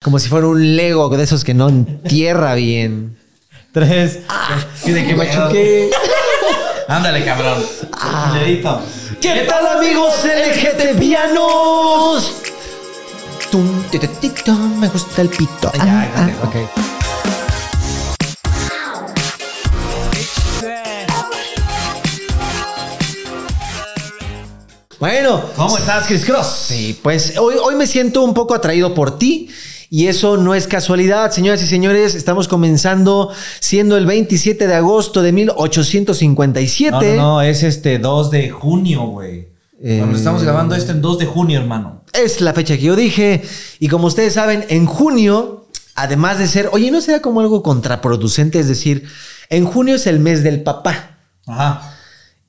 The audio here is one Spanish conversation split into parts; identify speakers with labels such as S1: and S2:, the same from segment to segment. S1: Como si fuera un Lego de esos que no entierra bien.
S2: Tres.
S3: Y de que me choqué. Ándale, cabrón. Ah.
S2: Culerito.
S1: ¿Qué tal amigos LGTBianos? Tum, ti, ti, ti, tum, Me gusta el pito. Ah,
S3: Ya, ya te-
S1: ok. Bueno,
S3: ¿Cómo estás, Chris Cross?
S1: Sí, pues hoy, hoy me siento un poco atraído por ti y eso no es casualidad, señoras y señores. Estamos comenzando siendo el 27 de agosto de 1857.
S2: No, no, no, es este 2 de junio, güey.
S1: Eh,
S3: Bueno, pues, estamos grabando esto en 2 de junio, hermano.
S1: Es la fecha que yo dije. Y como ustedes saben, en junio, además de ser, oye, ¿no será como algo contraproducente? Es decir, en junio es el mes del papá.
S3: Ajá.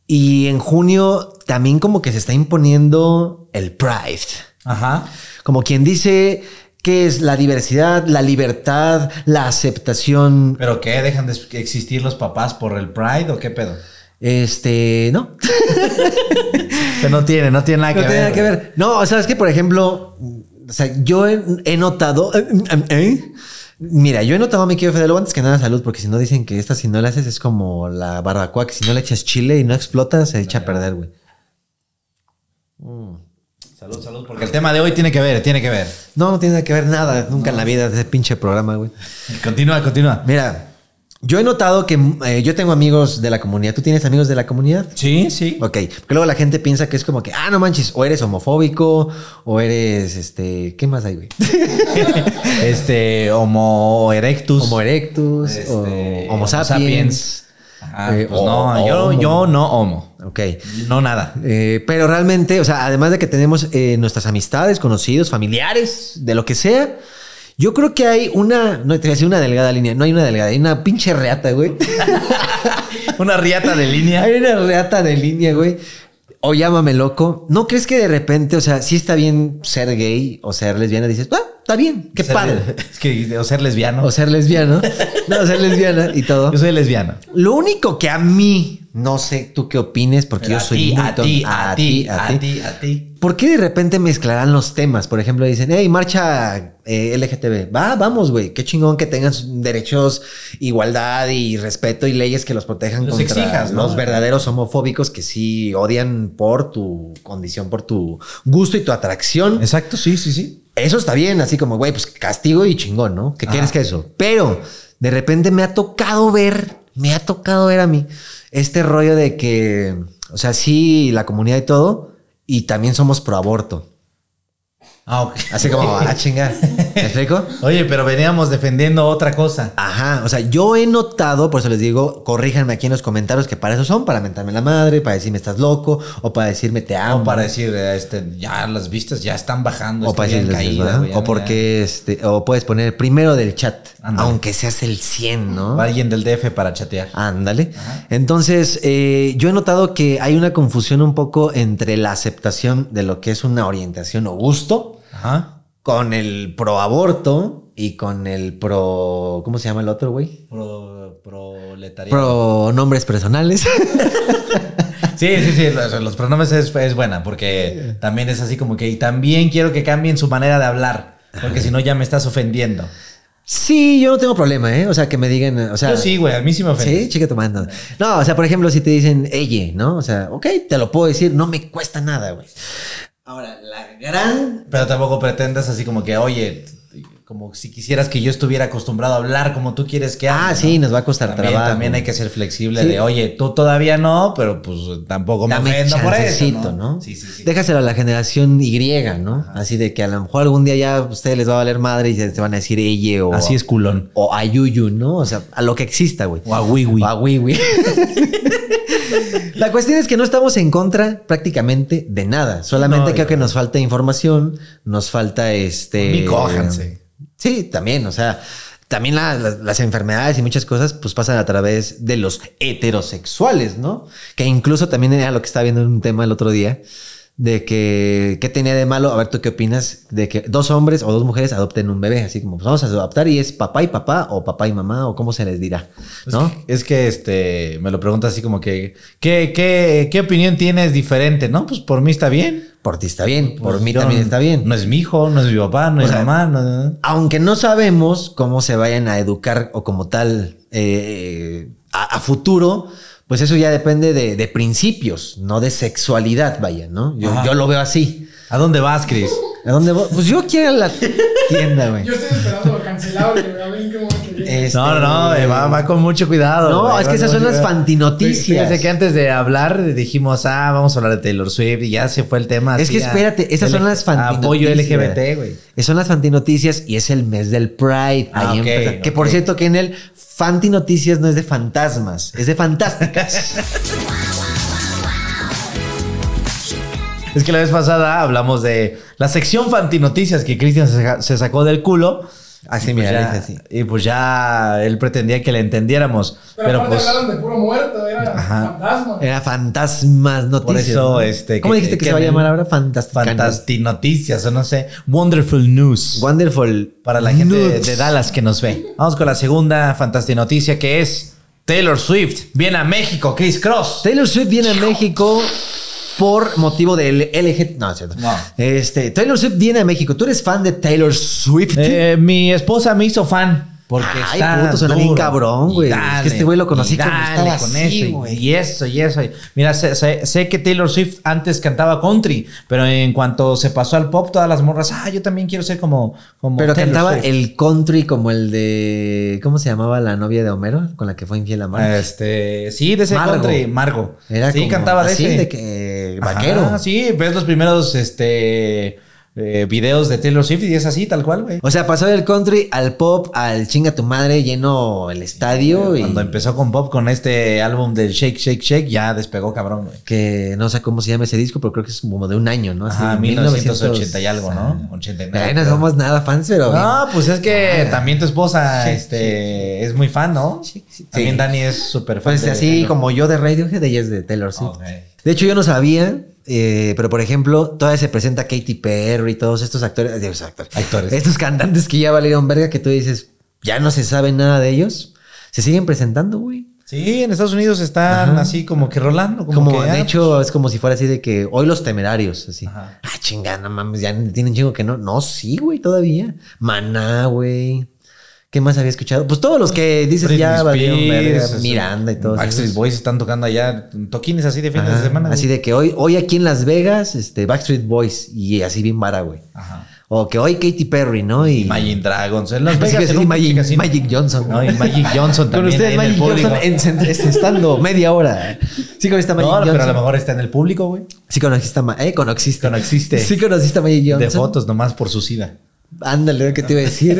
S1: Y en junio también como que se está imponiendo el Pride.
S2: Ajá.
S1: Como quien dice que es la diversidad, la libertad, la aceptación.
S3: ¿Pero qué? ¿Dejan de existir los papás por el Pride o qué pedo?
S1: Este, no,
S3: Que no tiene, no tiene nada
S1: no tiene nada que ver. No, sabes que, por ejemplo, o sea, yo he, he notado. eh, eh, eh, Mira, yo he notado, mi querido Fede Lobo, antes que nada, salud, porque si no dicen que esta, si no la haces, es como la barbacoa, que si no le echas chile y no explota, se echa a perder, güey.
S3: Salud, salud, porque el tema de hoy tiene que ver, tiene que ver.
S1: No, no tiene nada que ver nada, nunca en la vida, de ese pinche programa, güey.
S3: Continúa, continúa.
S1: Mira, yo he notado que eh, yo tengo amigos de la comunidad. ¿Tú tienes amigos de la comunidad?
S3: Sí, sí.
S1: Ok, porque luego la gente piensa que es como que, ah, no manches, o eres homofóbico, o eres, este, ¿qué más hay, güey?
S2: Este, Homo erectus.
S1: Homo erectus,
S3: Este,
S1: o
S3: Homo
S1: Homo
S3: sapiens.
S1: sapiens.
S3: Ajá,
S1: Eh,
S3: pues
S1: o-
S3: no,
S1: o-
S3: yo, yo no homo.
S1: Ok.
S3: No nada.
S1: Eh, pero realmente, o sea, además de que tenemos eh, nuestras amistades, conocidos, familiares, de lo que sea, yo creo que hay una, no te voy a decir una delgada línea, no hay una delgada, hay una pinche reata, güey.
S3: Una riata de línea.
S1: Hay una reata de línea, güey. O llámame loco. ¿No crees que de repente, o sea, sí está bien ser gay o ser lesbiana? Dices, ah, está bien, qué
S3: Ser-
S1: padre.
S3: Es que, o ser lesbiano.
S1: O ser lesbiano. No, ser lesbiana y todo.
S3: yo soy lesbiano.
S1: Lo único que a mí, no sé tú qué opines, porque
S3: Pero
S1: yo
S3: a
S1: soy
S3: ti,
S1: muy
S3: a
S1: ton-
S3: ti, a ti, a ti, a ti.
S1: ¿Por qué de repente mezclarán los temas? Por ejemplo, dicen, hey, marcha eh, LGTB. Va, vamos, güey. Qué chingón que tengan sus derechos, igualdad y respeto y leyes que los protejan
S3: Los
S1: contra
S3: exijas, ¿no?
S1: los verdaderos homofóbicos que sí odian por tu condición, por tu gusto y tu atracción.
S2: Exacto, sí, sí, sí.
S1: Eso está bien, así como, güey, pues castigo y chingón, ¿no? ¿Qué
S3: Ajá.
S1: quieres que eso? Pero de repente me ha tocado ver, me ha tocado ver a mí este rollo de que, o sea, sí, la comunidad y todo, y también somos pro aborto.
S3: Ah, ok.
S1: Así como, ah, chinga. ¿Me explico?
S3: Oye, pero veníamos defendiendo otra cosa.
S1: Ajá, o sea, yo he notado, por eso les digo, corríjanme aquí en los comentarios que para eso son, para mentarme la madre, para decirme estás loco, o para decirme te amo,
S3: O para decir, eh, este, ya las vistas ya están bajando.
S1: O
S3: está
S1: para
S3: bien
S1: decirles,
S3: caída,
S1: ¿verdad?
S3: güey,
S1: O
S3: anda.
S1: porque este, o puedes poner primero del chat,
S3: Ándale.
S1: aunque seas el 100, ¿no? Ah.
S3: O alguien del DF para chatear.
S1: Ándale. Entonces, eh, yo he notado que hay una confusión un poco entre la aceptación de lo que es una orientación o gusto
S3: Ajá.
S1: con el pro aborto y con el pro. ¿Cómo se llama el otro, güey?
S3: Pro, proletariado.
S1: Pro nombres personales.
S3: Sí, sí, sí. Los, los pronombres es, es buena porque también es así como que. Y también quiero que cambien su manera de hablar. Porque si no, ya me estás ofendiendo.
S1: sí, yo no tengo problema, ¿eh? O sea, que me digan. O sea,
S3: Yo sí, güey. A mí sí me ofende.
S1: Sí, chica tomando. No, o sea, por ejemplo, si te dicen ella, ¿no? O sea, ok, te lo puedo decir, no me cuesta nada, güey. Ahora, la gran.
S3: Pero tampoco pretendas así como que, oye, como si quisieras que yo estuviera acostumbrado a hablar como tú quieres que hable.
S1: Ah,
S3: ¿no?
S1: sí, nos va a costar
S3: También,
S1: trabajo.
S3: también hay que ser flexible
S1: Sí.
S3: de, oye, tú todavía no, pero pues tampoco me
S1: Dame
S3: ofendo por eso.
S1: chancecito, ¿no?
S3: Sí, sí, sí.
S1: Déjaselo a la generación Y, ¿no? Así de que a lo mejor algún día ya a ustedes les va a valer madre y se, se van a decir ella o.
S3: Así es culón.
S1: O a Yuyu, ¿no? O sea, a lo que exista, güey.
S3: O a Wiwi.
S1: O a Wiwi. La cuestión es que no estamos en contra prácticamente de nada. Solamente
S3: No,
S1: creo
S3: yo-
S1: que nos falta información, nos falta este.
S3: Ni cójanse.
S1: Sí, también, o sea, también la- la- las enfermedades y muchas cosas pues pasan a través de los heterosexuales, ¿no? Que incluso también era lo que estaba viendo en un tema el otro día de que qué tenía de malo, a ver tú qué opinas, de que dos hombres o dos mujeres adopten un bebé, así como pues, vamos a adoptar y es papá y papá o papá y mamá o cómo se les dirá, ¿no?
S3: Es Pues que este me lo pregunta así como que ¿qué, qué, qué opinión tienes diferente? No, pues por mí está bien.
S1: Por ti está bien, por
S3: Pues,
S1: mí
S3: yo-
S1: también está bien.
S3: No es mi hijo, no es mi papá, no
S1: O
S3: es
S1: sea,
S3: mamá. no- no- no.
S1: aunque no sabemos cómo se vayan a educar o como tal eh, a, a futuro, pues eso ya depende de, de principios, no de sexualidad, vaya, ¿no? Yo,
S3: Ajá.
S1: yo lo veo así.
S3: ¿A dónde vas, Chris?
S1: ¿A dónde voy? Pues yo quiero la tienda, güey.
S4: Yo estoy esperando lo cancelable, güey, a ver en qué momento llega.
S1: Este,
S3: no, no, eh, va, va con mucho cuidado.
S1: No,
S3: güey,
S1: es
S3: va
S1: que esas
S3: con
S1: son
S3: mucho
S1: las
S3: cuidado. Fí-
S1: fantinoticias.
S3: Fíjate que antes de hablar dijimos, ah, vamos a hablar de Taylor Swift y ya se fue el tema.
S1: Es
S3: así
S1: que
S3: a-
S1: espérate, esas son
S3: L-
S1: las fantinoticias.
S3: Apoyo LGBT, güey.
S1: Son las fantinoticias y es el mes del Pride.
S3: Ah,
S1: Ahí
S3: ok,
S1: empieza. Que por
S3: ok.
S1: cierto que en el fantinoticias no es de fantasmas, es de fantásticas.
S3: Es que la vez pasada hablamos de la sección fantinoticias que Cristian se, saca- se sacó del culo.
S1: Así,
S3: Y
S1: Ah, mira,
S3: pues ya-
S1: dice así.
S3: Y pues ya él pretendía que le entendiéramos.
S4: Pero,
S3: Pero,
S4: aparte
S3: pues.
S4: hablaron de puro muerto, era
S3: Ajá.
S4: fantasma.
S1: Era fantasmas noticias.
S3: Por eso,
S1: ¿no?
S3: este,
S1: ¿Cómo
S3: que-
S1: dijiste que,
S3: que
S1: se va a
S3: en el-
S1: llamar ahora? Fantástica.
S3: Fantastinoticias o no sé. Wonderful News.
S1: Wonderful.
S3: para la gente de,
S1: Nudes.
S3: de Dallas que nos ve. Vamos con la segunda fantastinoticia noticia que es Taylor Swift viene a México, Chris Cross.
S1: Taylor Swift viene a México por motivo del LG. No, es cierto.
S3: No.
S1: Este, Taylor Swift viene a México. ¿Tú eres fan de Taylor Swift?
S3: Eh, mi esposa me hizo fan. Porque
S1: Ay,
S3: está
S1: puto, suena
S3: duro.
S1: bien cabrón, güey.
S3: Y
S1: Es que
S3: dale,
S1: este güey lo conocí
S3: y
S1: cuando
S3: dale
S1: estaba así,
S3: eso, y-
S1: güey.
S3: Y eso, y eso. y- Mira, sé, sé- sé que Taylor Swift antes cantaba country, pero en cuanto se pasó al pop, todas las morras, ah, yo también quiero ser como. como
S1: Pero
S3: Taylor
S1: cantaba
S3: Swift".
S1: el country como el de. ¿Cómo se llamaba la novia de Homero? Con la que fue infiel a Marge.
S3: Este, sí, de ese
S1: Margo.
S3: country, Margo.
S1: Era
S3: sí,
S1: como
S3: cantaba de
S1: así,
S3: ese.
S1: de que. eh, vaquero.
S3: Ajá, sí, ves los primeros este, eh, videos de Taylor Swift y es así, tal cual, güey.
S1: O sea, pasó del country al pop, al chinga tu madre, lleno el estadio y
S3: Cuando empezó con Bob con este álbum del Shake, Shake, Shake, ya despegó cabrón, güey.
S1: que no sé cómo se llama ese disco, pero creo que es como de un año, ¿no?
S3: Ajá,
S1: de
S3: 1980 y algo, ¿no? 89.
S1: Eh, no somos nada fans, pero...
S3: No, pues es que
S1: Ah.
S3: también tu esposa
S1: Sí,
S3: este, es muy fan, ¿no? También
S1: Sí.
S3: Dani es súper fan.
S1: pues
S3: de
S1: así
S3: Taylor. Ah,
S1: como yo de Radiohead, ella es de Taylor Swift.
S3: Ok.
S1: De hecho, yo no sabía, eh, pero por ejemplo, todavía se presenta Katy Perry y todos estos actores, eh, esos actores,
S3: Actores.
S1: estos cantantes que ya valieron verga, que tú dices, ya no se sabe nada de ellos, se siguen presentando, güey.
S3: Sí, en Estados Unidos están así como que rolando. Como,
S1: Como,
S3: que,
S1: de
S3: ah,
S1: hecho, es como si fuera así de que hoy los temerarios, así.
S3: Ajá.
S1: Ah, chinga, no mames, ya tienen chingo que no. No, sí, güey, todavía. Maná, güey. ¿Qué más había escuchado? Pues todos los que dices
S3: Britney
S1: ya valieron verga,
S3: Spears,
S1: Miranda y
S3: este,
S1: todos.
S3: Backstreet
S1: esos.
S3: Boys están tocando allá toquines así de fines
S1: Ajá,
S3: de semana.
S1: Así
S3: güey.
S1: de que hoy, hoy aquí en Las Vegas, este, Backstreet Boys y así bien vara, güey.
S3: Ajá.
S1: O que hoy Katy Perry, ¿no? Y.
S3: Imagine Dragons. En Las
S1: Pensé
S3: Vegas
S1: que
S3: en
S1: sí,
S3: un
S1: Magic-
S3: casino.
S1: Magic Johnson.
S3: No, y Magic Johnson
S1: Con
S3: también.
S1: ustedes,
S3: ahí en el
S1: Magic
S3: público.
S1: Johnson, en- en- estando media hora. Sí, con esta Magic
S3: No, pero a
S1: Johnson.
S3: lo mejor está en el público, güey.
S1: Sí conociste a Ma- eh, conociste.
S3: Conociste.
S1: Sí conociste a Magic Johnson.
S3: De fotos nomás por su sida.
S1: Ándale, ¿qué te iba a decir?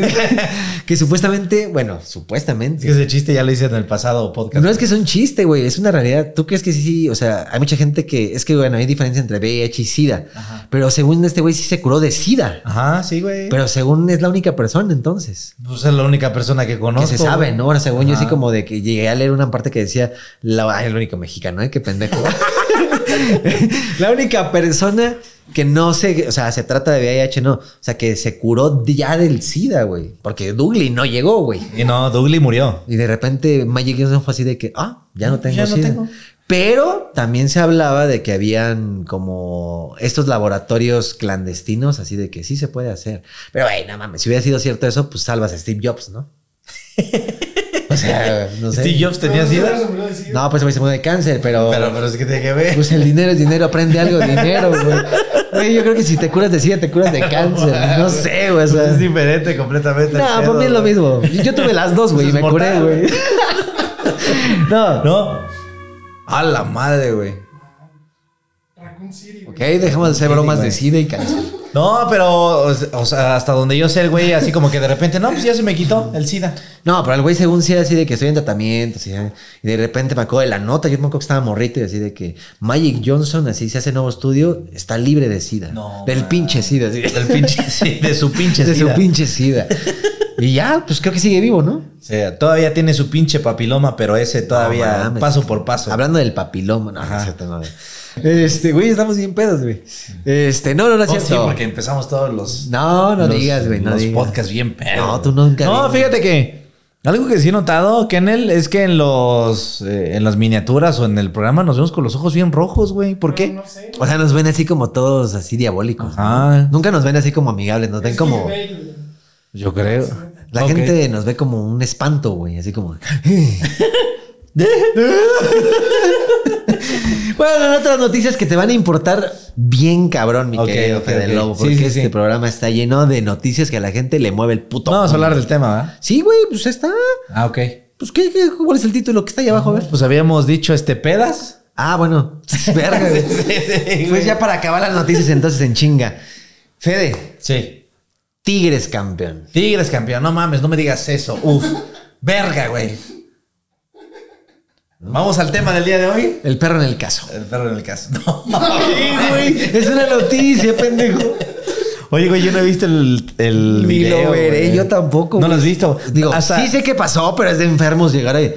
S1: que supuestamente, bueno,
S3: Es
S1: supuestamente.
S3: que ese chiste ya lo hice en el pasado podcast.
S1: No es que es un chiste, güey, es una realidad. ¿Tú crees que sí, sí? O sea, hay mucha gente que es que, bueno, hay diferencia entre VIH y SIDA. Pero según este güey sí se curó de SIDA.
S3: Ajá, sí, güey.
S1: Pero según es la única persona entonces.
S3: Pues es la única persona que
S1: Que
S3: conozco.
S1: se sabe,
S3: güey.
S1: ¿no? Ahora, según yo,
S3: Ajá.
S1: sí como de que llegué a leer una parte que decía, la, ay, el único mexicano, ¿eh? Qué pendejo. la única persona que no se, o sea, se trata de VIH, no. O sea, que se curó ya del SIDA, güey. Porque Dougley no llegó, güey.
S3: Y no, Dougley murió.
S1: Y de repente Magic Johnson fue así de que, ah, ya no tengo
S3: Ya no
S1: SIDA.
S3: tengo.
S1: Pero también se hablaba de que habían como estos laboratorios clandestinos, así de que sí se puede hacer. Pero, güey, no mames, si hubiera sido cierto eso, pues salvas a Steve Jobs, ¿no? o sea, no sé.
S3: Steve Jobs tenía
S4: No, no,
S3: sida.
S4: no, no, no, sí.
S1: No, pues güey, se murió de cáncer, pero,
S3: Pero, pero es que tiene que ver.
S1: pues el dinero es dinero, aprende algo de dinero, güey. Güey, yo creo que si te curas de sida, te curas de cáncer. No sé, güey. o
S3: Pues
S1: sea.
S3: es diferente completamente. el
S1: eh. No,
S3: pedo,
S1: para mí es lo
S3: güey.
S1: mismo. Yo, yo tuve las dos, güey, y
S3: Pues
S1: me
S3: es mortal,
S1: curé, güey. no.
S3: No. A la madre, güey.
S4: Raccoon City, güey.
S1: Ok, dejemos de hacer bromas de SIDA y cáncer.
S3: No, pero, o o sea, hasta donde yo sé, el güey, así como que de repente, no, pues ya se me quitó el SIDA.
S1: No, pero el güey según sí era así de que estoy en tratamiento, así, ¿eh? y de repente me acuerdo de la nota, yo me acuerdo que estaba morrito y así de que Magic Johnson, así se hace nuevo estudio, está libre de SIDA.
S3: No,
S1: del
S3: man.
S1: pinche SIDA, así.
S3: Del pinche, sí, de su pinche
S1: de
S3: SIDA.
S1: su pinche SIDA. y ya, pues creo que sigue vivo, ¿no?
S3: O sea, todavía tiene su pinche papiloma, pero ese todavía
S1: mames.
S3: paso por paso.
S1: Hablando del papiloma, no, no,
S3: Ajá.
S1: es cierto, no. Este, güey, estamos bien pedos, güey. Este, no, no, no es
S3: Oh, sí,
S1: cierto.
S3: porque empezamos todos los,
S1: No, no
S3: los-
S1: digas, güey. No
S3: los
S1: digas.
S3: podcasts bien pedo.
S1: No, tú nunca
S3: No,
S1: digas.
S3: fíjate que algo que sí he notado, Kennel, es que en los eh, en las miniaturas o en el programa nos vemos con los ojos bien rojos, güey. ¿Por qué?
S4: No, no sé.
S1: O sea, nos ven así como todos así diabólicos. ¿no?
S3: Ajá.
S1: Nunca nos ven así como amigables, nos ven
S4: Es
S1: como.
S4: clickbait, güey. Ah,
S3: Yo creo.
S1: La
S3: Ok.
S1: gente nos ve como un espanto, güey. Así como. bueno, en otras noticias que te van a importar bien cabrón, mi
S3: Ok,
S1: querido
S3: ok,
S1: Fede
S3: ok.
S1: Lobo,
S3: Sí,
S1: porque
S3: sí,
S1: este
S3: sí.
S1: programa está lleno de noticias que a la gente le mueve el puto.
S3: No, vamos a
S1: culo.
S3: hablar del tema, ¿verdad?
S1: Sí, güey, pues está.
S3: Ah, ok.
S1: Pues, ¿qué, qué, cuál es el título que está ahí abajo? A ver.
S3: Pues habíamos dicho este pedas.
S1: Ah, bueno. Verga, güey. Pues ya para acabar las noticias, entonces en chinga. Fede,
S3: Sí.
S1: Tigres campeón.
S3: Tigres campeón, no mames, no me digas eso. Uf. Verga, güey. Vamos al tema del día de hoy.
S1: El perro en el caso.
S3: El perro en el caso. No.
S1: Es una noticia, pendejo.
S3: Oye, güey, yo no he visto el, el
S1: Ni
S3: video.
S1: lo veré,
S3: güey.
S1: yo tampoco.
S3: No
S1: güey.
S3: lo has visto.
S1: Digo,
S3: Hasta-
S1: sí sé que pasó, pero es de enfermos llegar ahí.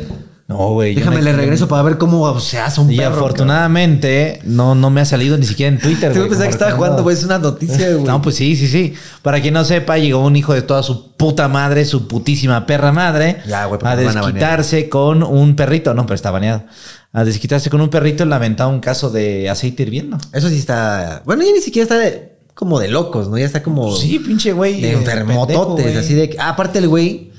S3: No, güey. yo
S1: Déjame,
S3: no-
S1: le regreso para ver cómo se hace un
S3: Y
S1: perro.
S3: afortunadamente no, no me ha salido ni siquiera en Twitter.
S1: cabrón. Te voy
S3: güey,
S1: a pensar
S3: como
S1: que estaba jugando,
S3: recomendado.
S1: güey. Es una noticia, güey.
S3: No, pues sí, sí, sí. Para quien no sepa, llegó un hijo de toda su puta madre, su putísima perra madre,
S1: Ya, güey, porque
S3: a
S1: me van a
S3: desquitarse con un perrito. No, pero está baneado. A desquitarse con un perrito, le aventaba un caso de aceite hirviendo.
S1: Eso sí está. Bueno, ya ni siquiera está de- como de locos, ¿no? Ya está como.
S3: Sí, pinche güey.
S1: Oh, De
S3: eh, pendejo,
S1: enfermototes,
S3: güey.
S1: así de que. ah, aparte, el güey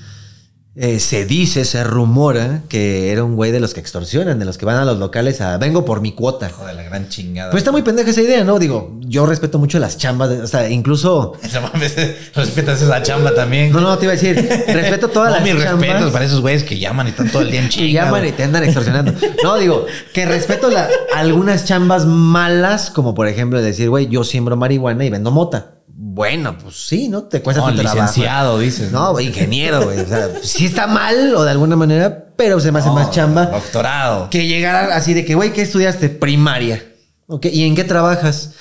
S1: eh, se dice, se rumora que era un güey de los que extorsionan, de los que van a los locales a vengo por mi cuota.
S3: Hijo de la gran chingada.
S1: Pues está muy pendeja esa idea, ¿no? Digo, yo respeto mucho las chambas, de- o sea, incluso.
S3: No mames, respetas esa chamba también.
S1: No, no, te iba a decir, respeto todas
S3: No,
S1: las
S3: mis
S1: chambas.
S3: respetos para esos güeyes que llaman y están todo el día en chinga.
S1: Y llaman
S3: güey.
S1: y te andan extorsionando. No, digo, que respeto la- algunas chambas malas, como por ejemplo decir, güey, yo siembro marihuana y vendo mota. Bueno, pues sí, ¿no? Te cuesta
S3: No,
S1: tu trabajo.
S3: licenciado, dices.
S1: No, güey, ingeniero, güey. O sea, sí está mal o de alguna manera, pero se me hace
S3: No,
S1: más chamba
S3: Doctorado.
S1: que llegar a- así de que, güey, ¿qué estudiaste? Primaria. ¿Ok? ¿Y en qué trabajas?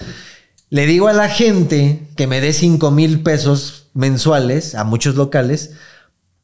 S1: Le digo a la gente que me dé 5 mil pesos mensuales a muchos locales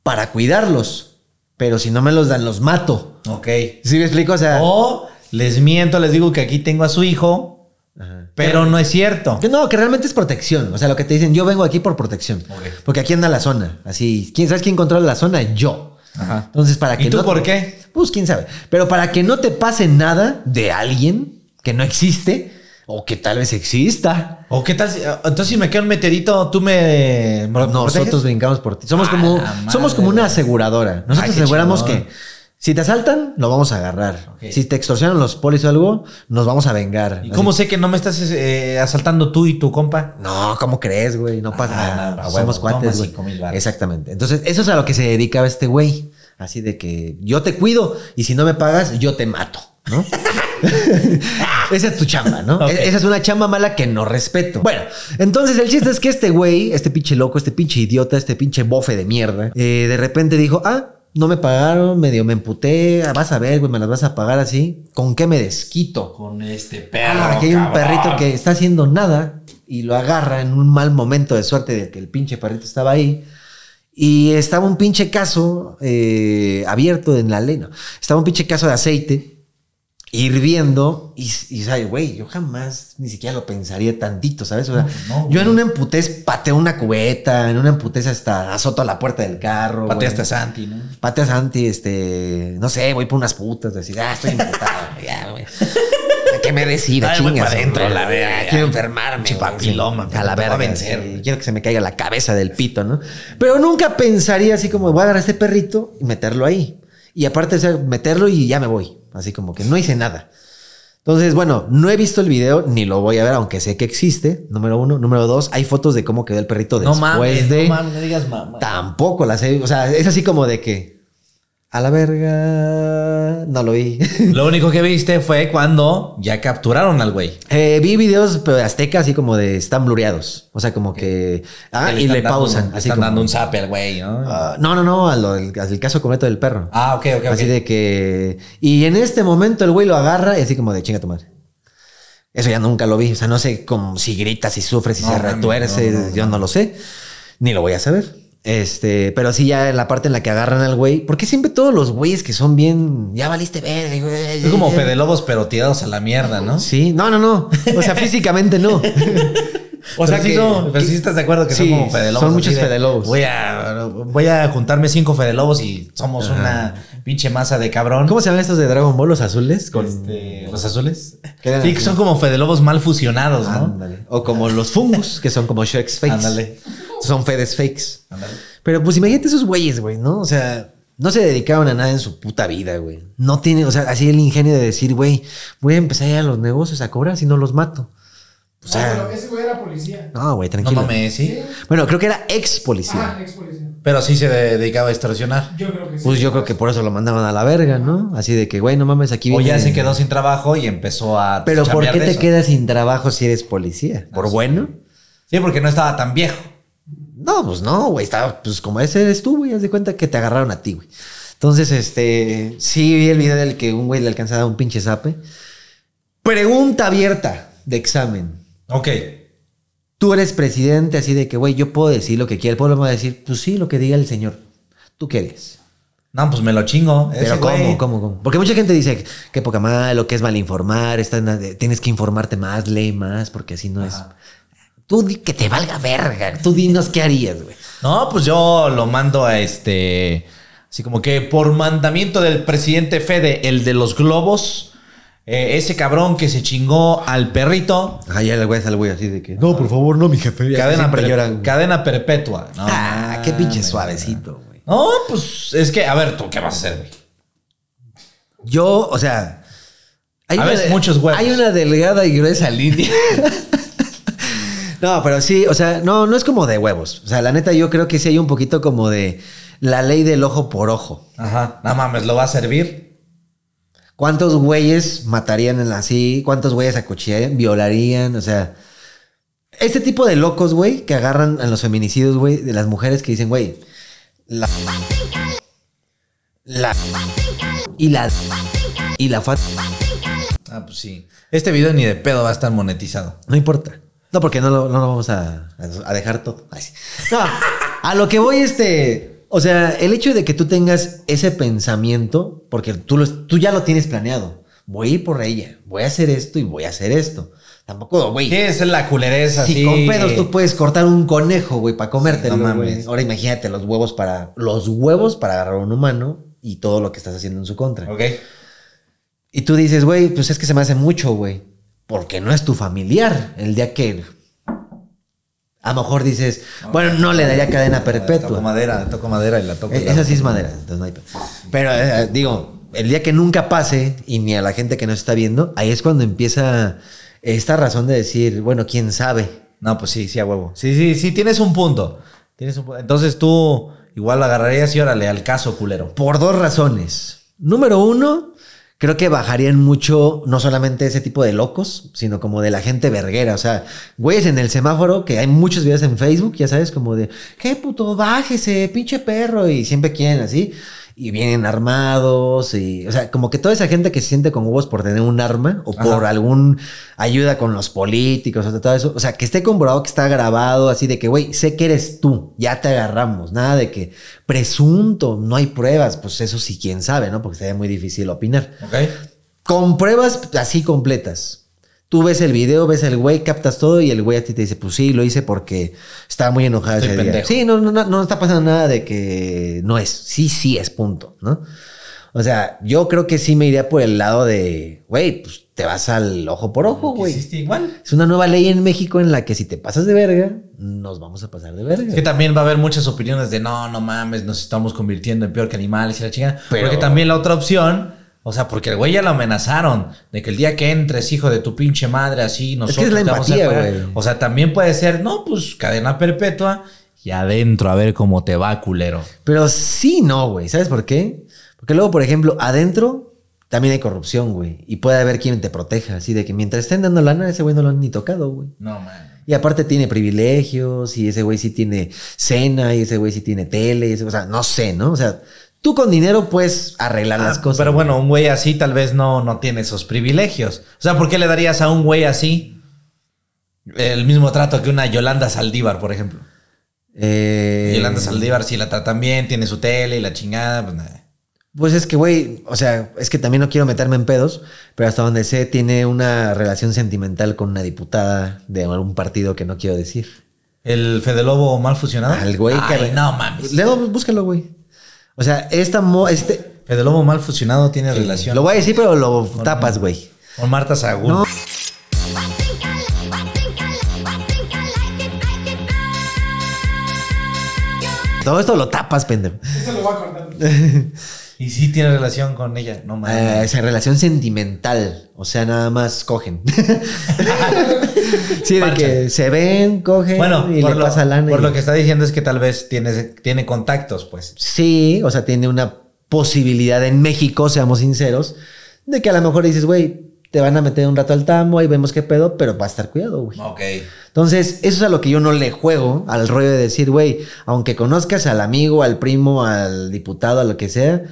S1: para cuidarlos. Pero si no me los dan, los mato.
S3: Ok.
S1: ¿Sí me explico? O sea,
S3: O les miento, les digo que aquí tengo a su hijo,
S1: Ajá.
S3: pero no es cierto.
S1: que no, que realmente es protección. O sea, lo que te dicen, yo vengo aquí por protección.
S3: Ok.
S1: Porque aquí anda la zona. Así, ¿quién sabes quién controla la zona? Yo.
S3: Ajá.
S1: Entonces, para que
S3: ¿Y tú
S1: no-
S3: por qué?
S1: Pues quién sabe. Pero para que no te pase nada de alguien que no existe o que tal vez exista.
S3: ¿O qué tal? si- ah, entonces, si me queda un meteorito, tú me. me
S1: Nosotros
S3: proteges?
S1: brincamos por ti. Somos
S3: Ah,
S1: como,
S3: la madre,
S1: somos como una
S3: güey.
S1: aseguradora. Nosotros
S3: Ah, qué
S1: aseguramos
S3: chingón.
S1: que si te asaltan, lo vamos a agarrar.
S3: Ok.
S1: Si te extorsionan los polis o algo, nos vamos a vengar.
S3: ¿Y
S1: Así.
S3: cómo sé que no me estás eh, asaltando tú y tu compa?
S1: No, ¿cómo crees, güey? No pasa
S3: Ah,
S1: nada.
S3: no, a
S1: pues Somos
S3: huevo, toma
S1: cuates, güey.
S3: cinco mil varos.
S1: Exactamente. Entonces, eso es a lo que se dedicaba este güey. Así de que yo te cuido y si no me pagas, yo te mato, ¿no? esa es tu chamba, ¿no?
S3: Ok.
S1: E- Esa es una chamba mala que no respeto. Bueno, entonces el chiste es que este güey, este pinche loco, este pinche idiota, este pinche bofe de mierda, eh, de repente dijo, ah, no me pagaron, medio me emputé, ah, vas a ver, güey, me las vas a pagar así. ¿Con qué me desquito?
S3: Con este
S1: Ah, aquí hay un perrito que está haciendo nada y lo agarra en un mal momento de suerte de que el pinche perrito estaba ahí. Y estaba un pinche caso eh, abierto en la ley, no. Estaba un pinche caso de aceite hirviendo y, y ¿sabes, güey, yo jamás ni siquiera lo pensaría tantito, ¿sabes? O sea,
S3: No, no,
S1: yo en una emputez pateo una cubeta, en una emputez hasta azoto a la puerta del carro. güey.
S3: Pateaste a Santi, ¿no?
S1: Pateas anti, este, no sé, voy por unas putas, decir, ah, estoy imputado, güey, ya, güey. ¿A qué me decida?
S3: Ay, voy
S1: Chingas,
S3: pa' dentro,
S1: hombre.
S3: la verga,
S1: Quiero
S3: ya.
S1: enfermarme.
S3: Pinche
S1: güey,
S3: papiloma,
S1: sí, A la
S3: te voy
S1: verga.
S3: a vencer.
S1: sí. Quiero que se me caiga la cabeza del pito, ¿no? Pero nunca pensaría así como, voy a agarrar a este perrito y meterlo ahí. Y aparte, o sea, meterlo y ya me voy. Así como que no hice nada. Entonces, bueno, no he visto el video ni lo voy a ver, aunque sé que existe. Número uno. Número dos, hay fotos de cómo quedó el perrito después de.
S3: no digas mamá.
S1: Tampoco las he O sea, es así como de que. A la verga. No lo vi.
S3: Lo único que viste fue cuando ya capturaron al güey.
S1: Eh, vi videos pero de azteca así como de están blureados. O sea, como que. Ah,
S3: Que
S1: y
S3: están
S1: le
S3: dando-
S1: pausan.
S3: le
S1: así
S3: están
S1: como-
S3: dando un zap al güey, ¿no?
S1: Ah, no, no, no, al, al- al caso completo del perro.
S3: ah, ok, ok, ok.
S1: Así de que. Y en este momento el güey lo agarra y así como de chinga tu madre. Eso ya nunca lo vi. O sea, no sé cómo, si grita, si sufre, si
S3: No,
S1: se
S3: mami,
S1: retuerce.
S3: no, no, no.
S1: Yo no lo sé. Ni lo voy a saber. Este, pero sí, ya en la parte en la que agarran al güey. Porque siempre todos los güeyes que son bien. Ya valiste verga, güey.
S3: Es como Fede Lobos, pero tirados a la mierda, ¿no?
S1: eh". Sí, no, no, no. O sea, físicamente no.
S3: O sea, que,
S2: son-
S3: pero sí estás de acuerdo que
S1: Sí,
S3: son como Fede Lobos.
S1: son
S3: así
S1: muchos
S3: de,
S1: Fede Lobos.
S3: Voy a, voy a juntarme cinco Fede Lobos y somos una pinche masa de cabrón.
S1: ¿Cómo se llaman estos de Dragon Ball, los azules? Con...
S3: Este, los azules.
S1: que eran
S3: Sí,
S1: así.
S3: que son como Fede Lobos mal fusionados, ¿no?
S1: Ándale. O como los fungos, que son como Shrek's fakes.
S3: Ándale.
S1: Son Fedes fakes.
S3: Ándale.
S1: Pero pues imagínate esos güeyes, güey, ¿no? O sea, no se dedicaron a nada en su puta vida, güey. No tienen, o sea, así el ingenio de decir, güey, voy a empezar a ir a los negocios a cobrar si no los mato. O
S4: No,
S1: sea,
S4: pero ese güey era policía.
S1: no, güey,
S3: No
S1: tranquilo.
S3: mames, sí.
S1: Bueno, creo que era ex
S4: Ah,
S1: policía.
S4: ex policía.
S3: Pero sí se de- dedicaba a extorsionar.
S4: Yo creo que sí.
S1: Pues yo creo que por eso lo mandaban a la verga, ¿no? Así de que, güey, no mames, aquí
S3: O ya
S1: viene-
S3: se quedó sin trabajo y empezó a.
S1: Pero ¿por
S3: chambear
S1: qué
S3: de
S1: te
S3: eso.
S1: quedas sin trabajo si eres policía? ¿Por
S3: Ah, sí.
S1: bueno?
S3: Sí, porque no estaba tan viejo.
S1: No, pues no, güey. Estaba, pues como ese eres tú, güey. Haz de cuenta que te agarraron a ti, güey. Entonces, este, sí vi el video del que un güey le alcanzaba un pinche zape. Pregunta abierta de examen.
S3: Ok.
S1: Tú eres presidente, así de que, güey, yo puedo decir lo que quiera. El pueblo me va a decir, pues sí, lo que diga el señor. ¿Tú qué eres?
S3: No, pues me lo chingo. ese
S1: Pero
S3: güey.
S1: ¿cómo, cómo, cómo? Porque mucha gente dice, qué poca madre, lo que es mal informar, está en la de- tienes que informarte más, lee más, porque así no es. Tú di que te valga verga. Tú dinos qué harías, güey.
S3: No, pues yo lo mando a este. Así como que por mandamiento del presidente Fede, el de los globos, eh, ese cabrón que se chingó al perrito,
S1: Ajá, ya el güey sale güey así de que. No, por favor, no, mi jefe.
S3: cadena, per- cadena perpetua. No,
S1: Ah, qué pinche
S3: mames.
S1: suavecito, güey.
S3: No, pues es que, a ver, tú qué vas a hacer, güey.
S1: Yo, o sea. Hay
S3: A
S1: una
S3: veces muchos huevos.
S1: Hay una delgada y gruesa línea. no, pero sí, o sea, no, no es como de huevos. O sea, la neta, yo creo que sí hay un poquito como de la ley del ojo por ojo.
S3: Ajá. No mames, lo va a servir.
S1: ¿Cuántos güeyes matarían en la así? ¿Cuántos güeyes acuchillarían? ¿Violarían? O sea. Este tipo de locos, güey, que agarran a los feminicidios, güey, de las mujeres que dicen, güey, la. La. Y la. Y la fat.
S3: Ah, pues sí. Este video ni de pedo va a estar monetizado.
S1: No importa. No, porque no lo, no lo vamos a, a dejar todo. Ay, sí. No, a lo que voy, este. O sea, el hecho de que tú tengas ese pensamiento, porque tú, lo- tú ya lo tienes planeado. Voy a ir por ella, voy a hacer esto y voy a hacer esto. Tampoco,
S3: Sí,
S1: güey.
S3: esa es la culereza,
S1: Si
S3: sí.
S1: con pedos tú puedes cortar un conejo, güey, para comértelo,
S3: Sí, no
S1: güey.
S3: mames.
S1: Ahora imagínate los huevos para. Los huevos para agarrar a un humano y todo lo que estás haciendo en su contra.
S3: Ok.
S1: Y tú dices, güey, pues es que se me hace mucho, güey. Porque no es tu familiar el día que... A lo mejor dices, bueno, no le daría cadena
S3: Toco
S1: perpetua.
S3: madera, toco madera y la toco.
S1: Eh, Esa sí es madera, entonces no hay pedo. Pero eh, digo, el día que nunca pase, y ni a la gente que nos está viendo, ahí es cuando empieza esta razón de decir, bueno, quién sabe.
S3: No, pues sí, sí, a huevo. Sí, sí, sí, tienes un punto. Tienes un pu- Entonces tú igual lo agarrarías y órale, al caso, culero.
S1: Por dos razones. Número uno, creo que bajarían mucho no solamente ese tipo de locos, sino como de la gente verguera. O sea, güeyes en el semáforo, que hay muchos videos en Facebook, ya sabes, como de, qué puto, bájese, pinche perro, y siempre quieren así. Y vienen armados y, o sea, como que toda esa gente que se siente con huevos por tener un arma o por algún ayuda con los políticos o todo eso, o sea, que esté comprobado que está grabado así de que, güey, sé que eres tú, ya te agarramos, nada de que presunto, no hay pruebas, pues eso sí, quién sabe, ¿no? Porque sería muy difícil opinar
S3: ¿Ok?
S1: con pruebas así completas. Tú ves el video, ves el güey, captas todo y el güey a ti te dice, pues sí, lo hice porque estaba muy enojado
S3: Estoy
S1: ese día.
S3: pendejo.
S1: Sí, no, no, no, no está pasando nada de que no es. Sí, sí es, punto, ¿no? O sea, yo creo que sí me iría por el lado de, güey, pues te vas al ojo por ojo,
S3: ¿Qué
S1: güey.
S3: Hiciste igual.
S1: Es una nueva ley en México en la que si te pasas de verga, nos vamos a pasar de verga.
S3: Es que también va a haber muchas opiniones de no, no mames, nos estamos convirtiendo en peor que animales y la chingada.
S1: Pero-
S3: Porque también la otra opción, o sea, porque el güey ya lo amenazaron de que el día que entres, hijo de tu pinche madre, así nosotros
S1: es la
S3: te vamos a
S1: empatía,
S3: pagar.
S1: güey.
S3: O sea, también puede ser, no, pues cadena perpetua y adentro a ver cómo te va, culero.
S1: Pero sí, no, güey. ¿Sabes por qué? Porque luego, por ejemplo, adentro también hay corrupción, güey. Y puede haber quien te proteja. Así de que mientras estén dando lana, ese güey no lo han ni tocado, güey.
S3: No mames.
S1: Y aparte tiene privilegios, y ese güey sí tiene cena, y ese güey sí tiene tele, y ese- o sea, no sé, ¿no? O sea, tú con dinero puedes arreglar las
S3: Ah,
S1: cosas.
S3: Pero
S1: güey.
S3: bueno, un güey así tal vez no, no tiene esos privilegios. O sea, ¿por qué le darías a un güey así el mismo trato que una Yolanda Saldívar, por ejemplo?
S1: Eh,
S3: Yolanda Saldívar sí la tratan bien, tiene su tele y la chingada, pues nada.
S1: Pues es que, güey, o sea, es que también no quiero meterme en pedos, pero hasta donde sé, tiene una relación sentimental con una diputada de algún partido que no quiero decir.
S3: ¿El Fede Lobo mal fusionado?
S1: Al güey que-
S3: ¿Ah? Ay, no mames.
S1: Luego, búscalo, güey. O sea, esta mo- este,
S3: Fede Lobo mal fusionado tiene relación
S1: lo voy a decir, pero lo tapas, güey.
S3: con Marta Sagún.
S1: No.
S5: I think I like, I think I like, I think I like it, like it.
S1: Todo esto lo tapas, pendejo.
S4: Eso lo voy a cortar.
S3: Y sí tiene relación con ella, no
S1: Eh,
S3: mames.
S1: esa relación sentimental. O sea, nada más cogen. sí, de
S3: Parchan.
S1: que se ven, cogen
S3: bueno,
S1: y
S3: por,
S1: le
S3: lo,
S1: pasa lana.
S3: por
S1: y-
S3: lo que está diciendo es que tal vez tiene, tiene contactos, pues.
S1: Sí, o sea, tiene una posibilidad en México, seamos sinceros, de que a lo mejor dices, güey, te van a meter un rato al tambo y vemos qué pedo, pero va a estar cuidado, güey.
S3: Ok.
S1: Entonces, eso es a lo que yo no le juego, al rollo de decir, güey, aunque conozcas al amigo, al primo, al diputado, a lo que sea,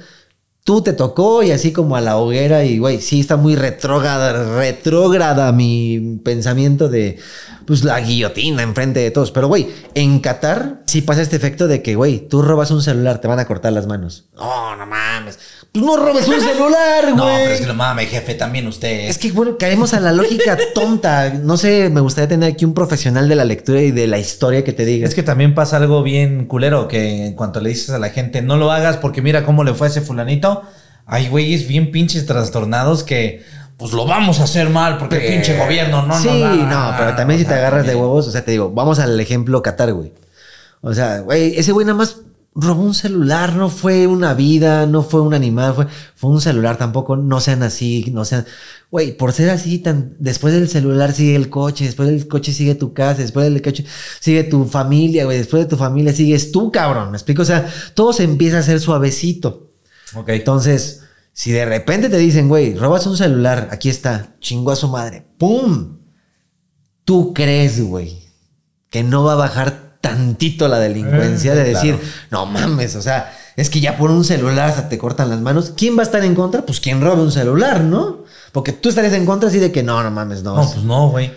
S1: tú te tocó y así como a la hoguera y, güey, sí está muy retrógrada, retrógrada mi pensamiento de, pues, la guillotina enfrente de todos. Pero, güey, en Qatar sí pasa este efecto de que, güey, tú robas un celular, te van a cortar las manos. No, no mames. Pues no robes un celular, güey.
S3: No, pero es que lo mames, jefe, también usted.
S1: Es que, bueno, caemos a la lógica tonta. No sé, me gustaría tener aquí un profesional de la lectura y de la historia que te diga.
S3: Es que también pasa algo bien culero, que en cuanto le dices a la gente, no lo hagas porque mira cómo le fue a ese fulanito, hay güeyes bien pinches trastornados que, pues lo vamos a hacer mal porque el pinche gobierno no
S1: sí,
S3: nos da".
S1: no, pero también si
S3: O
S1: te
S3: sea,
S1: agarras de
S3: también.
S1: huevos, o sea, te digo, vamos al ejemplo Qatar, güey. O sea, güey, ese güey nada más robó un celular, no fue una vida, no fue un animal, fue, fue un celular tampoco, no sean así, no sean... Güey, por ser así, tan, después del celular sigue el coche, después del coche sigue tu casa, después del coche sigue tu familia, güey, después de tu familia sigues tú, cabrón, ¿me explico? O sea, todo se empieza a hacer suavecito.
S3: Ok.
S1: Entonces, si de repente te dicen, güey, robas un celular, aquí está, chingó a su madre, ¡pum! Tú crees, güey, que no va a bajar tantito la
S3: Eh,
S1: delincuencia de decir, no mames, o sea, es que ya por un celular hasta te cortan las manos. ¿Quién va a estar en contra? Pues quien robe un celular, ¿no? Porque tú estarías en contra así de que no, no mames, no.
S3: No,
S1: pues,
S3: pues no, güey.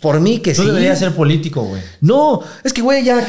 S1: por mí que
S3: Tú
S1: sí.
S3: deberías ser político, güey.
S1: No, es que, güey, ya.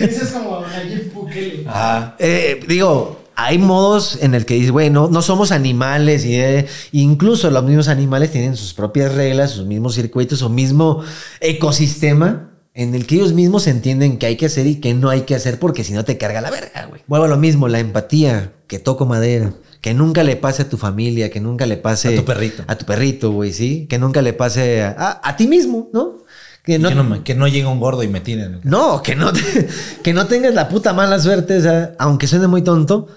S4: Ese es como Nayib Bukele.
S3: Ah.
S1: Eh, digo, hay modos en el que dices, güey, no, no somos animales y eh, incluso los mismos animales tienen sus propias reglas, sus mismos circuitos, su mismo ecosistema en el que ellos mismos entienden qué hay que hacer y qué no hay que hacer porque si no te carga la verga, güey. Vuelvo a lo mismo, la empatía, que toco madera, que nunca le pase a tu familia, que nunca le pase
S3: A tu perrito.
S1: a tu perrito, güey, sí, que nunca le pase a, a- a ti mismo, ¿no? Que
S3: Que, no, me- que no llegue un gordo y me tiren.
S1: no, que no, te- que no tengas la puta mala suerte, o sea, aunque suene muy tonto,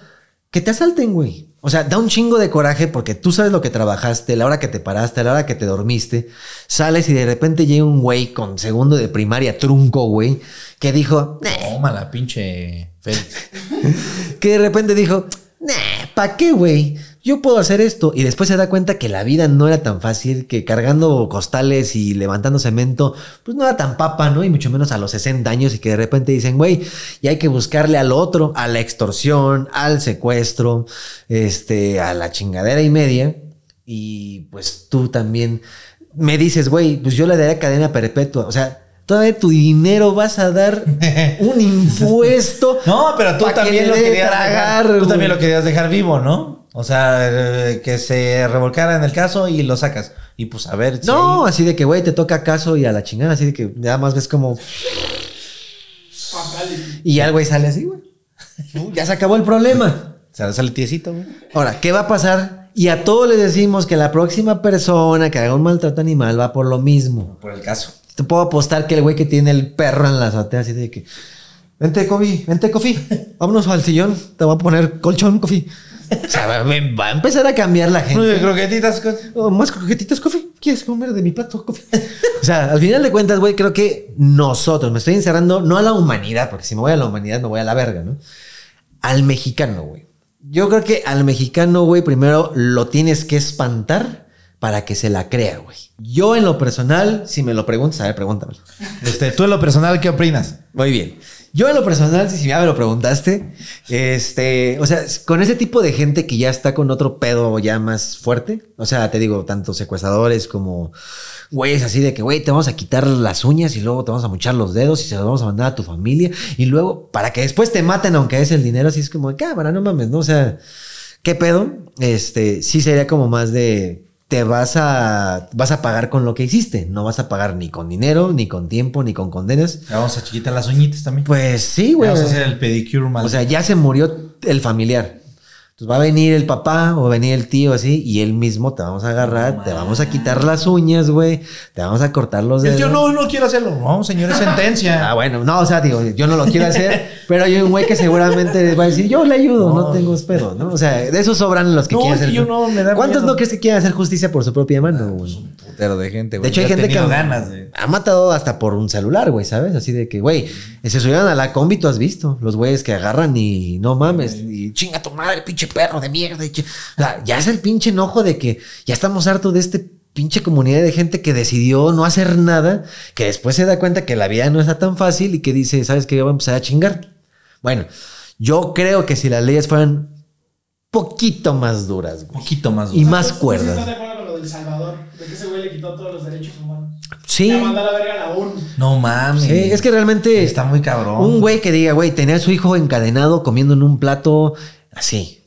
S1: que te asalten, güey. O sea, da un chingo de coraje porque tú sabes lo que trabajaste, la hora que te paraste, la hora que te dormiste. Sales y de repente llega un güey con segundo de primaria trunco, güey, que dijo, "Nah",
S3: Toma la pinche Félix.
S1: que de repente dijo, nah, ¿pa' qué, güey? Yo puedo hacer esto. Y después se da cuenta que la vida no era tan fácil, que cargando costales y levantando cemento, pues no era tan papa, ¿no? Y mucho menos a los 60 años y que de repente dicen, güey, y hay que buscarle al otro, a la extorsión, al secuestro, este, a la chingadera y media. Y pues tú también me dices, güey, pues yo le daré cadena perpetua. O sea, todavía tu dinero vas a dar un impuesto.
S3: No, pero tú
S1: Pa' que
S3: también
S1: le
S3: lo
S1: dé
S3: querías
S1: tragar,
S3: dejar, Tú
S1: güey.
S3: también lo querías dejar vivo, ¿no? O sea, eh, que se revolcara en el caso y lo sacas. Y pues a ver. si
S1: No, así de que, güey, te toca acaso y a la chingada, así de que nada más ves como.
S4: Fatality.
S1: Y ya el güey sale así, güey. Ya se acabó el problema.
S3: ahí Se sale tiecito, güey.
S1: Ahora, ¿qué va a pasar? Y a todos les decimos que la próxima persona que haga un maltrato animal va por lo mismo.
S3: Por el caso.
S1: Te puedo apostar que el güey que tiene el perro en la azotea, así de que. Vente, Kobe, vente, Kofi. Vámonos al sillón, te voy a poner colchón, Kofi. O sea, va- va a empezar a cambiar la gente.
S3: croquetitas.
S1: Oh, más croquetitas, coffee. ¿Quieres comer de mi plato, coffee? o sea, al final de cuentas, güey, creo que nosotros, me estoy encerrando no a la humanidad, porque si me voy a la humanidad me voy a la verga, ¿no? Al mexicano, güey. Yo creo que al mexicano, güey, primero lo tienes que espantar para que se la crea, güey. Yo en lo personal, si me lo preguntas, a ver, pregúntamelo.
S2: Este, tú en lo personal, ¿qué opinas?
S1: Muy bien. Yo en lo personal, si ya me lo preguntaste, este, o sea, con ese tipo de gente que ya está con otro pedo ya más fuerte, o sea, te digo, tanto secuestradores como güeyes así de que, güey, te vamos a quitar las uñas y luego te vamos a muchar los dedos y se los vamos a mandar a tu familia y luego para que después te maten aunque es el dinero, así es como, cámara, no mames, ¿no? O sea, ¿qué pedo? Este, sí sería como más de te vas a vas a pagar con lo que hiciste, no vas a pagar ni con dinero, ni con tiempo, ni con condenas.
S3: Le Vamos a chiquitar las uñitas también.
S1: Pues sí,
S3: Le
S1: güey.
S3: Vamos a hacer el pedicure mal.
S1: O sea, ya se murió el familiar. Entonces va a venir el papá o va a venir el tío así y él mismo te vamos a agarrar, te vamos a quitar las uñas, güey, te vamos a cortar los dedos.
S3: El tío, no, no quiero hacerlo. No, señor, es sentencia.
S1: Ah, bueno, no, o sea, digo, yo no lo quiero hacer, pero hay un güey que seguramente va a decir, yo le ayudo, no, tengo pedo, ¿no? O sea, de esos sobran los que
S3: No,
S1: quieren
S3: es que
S1: hacer.
S3: yo no, me da
S1: ¿Cuántos
S3: miedo.
S1: no crees que quieren hacer justicia por su propia mano,
S3: Ah,
S1: güey?
S2: Putero de gente,
S1: De hecho, hay
S3: yo he
S1: gente que
S3: tenido
S1: ha,
S3: ganas, güey.
S1: ha matado hasta por un celular, güey, ¿sabes? Así de que, güey, se subieron a la combi, tú has visto. Los güeyes que agarran y no mames, y chinga tu madre, pinche perro de mierda. y chi- o sea, ya es el pinche enojo de que ya estamos hartos de este pinche comunidad de gente que decidió no hacer nada, que después se da cuenta que la vida no está tan fácil y que dice, ¿sabes qué? Yo voy a empezar a chingar. Bueno, yo creo que si las leyes fueran poquito más duras,
S3: Un
S1: güey.
S3: poquito más.
S1: Y
S3: güey.
S1: más
S4: ¿Sí
S1: cuerdas.
S4: estás de acuerdo con lo del Salvador? De que ese güey le quitó todos los derechos humanos.
S1: Sí.
S4: Le mandó a la verga a la ONU.
S3: No mames.
S1: Sí, es que realmente
S3: está muy cabrón.
S1: Un güey que diga, güey, tenía a su hijo encadenado comiendo en un plato así.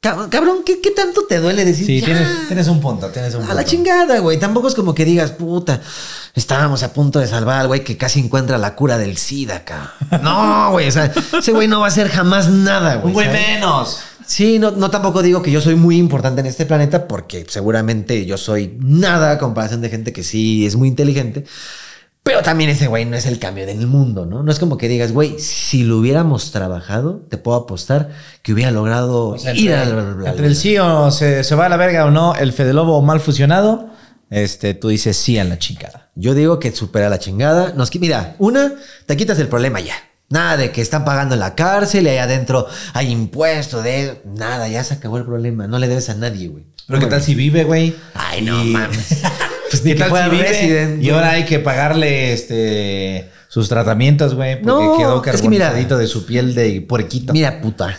S1: Cab- Cabrón, ¿qué, qué tanto te duele decir?
S3: Sí,
S1: "Ya,
S3: tienes, tienes un punto, tienes un punto.
S1: a la chingada, güey. Tampoco es como que digas, puta, estábamos a punto de salvar al güey que casi encuentra la cura del SIDA, cabrón. No, güey, o sea, ese güey no va a hacer jamás nada, güey.
S3: Un güey
S1: ¿sabes?
S3: menos.
S1: Sí, no, no tampoco digo que yo soy muy importante en este planeta, porque seguramente yo soy nada a comparación de gente que sí es muy inteligente. Pero también ese güey no es el cambio del mundo, ¿no? No es como que digas, güey, si lo hubiéramos trabajado, te puedo apostar que hubiera logrado
S3: O sea,
S1: ir
S3: entre,
S1: al. bla, bla, bla,
S3: entre
S1: bla".
S3: el sí o se, se va a la verga o no, el Fede Lobo mal fusionado, este, tú dices sí a la chingada.
S1: Yo digo que supera la chingada. Nos, qui- mira, una, te quitas el problema ya. Nada de que están pagando en la cárcel y ahí adentro hay impuestos de. Nada, ya se acabó el problema. No le debes a nadie, güey.
S3: Pero qué tal si vive, güey.
S1: Ay, no
S3: Y-
S1: mames. Pues
S3: ¿Qué
S1: que
S3: tal
S1: fuera
S3: si vive?
S1: Resident,
S3: Y
S1: güey.
S3: ahora hay que pagarle este sus tratamientos, güey, porque
S1: No,
S3: quedó
S1: es que mira-
S3: carbonizadito de su piel de puerquito.
S1: Mira, puta.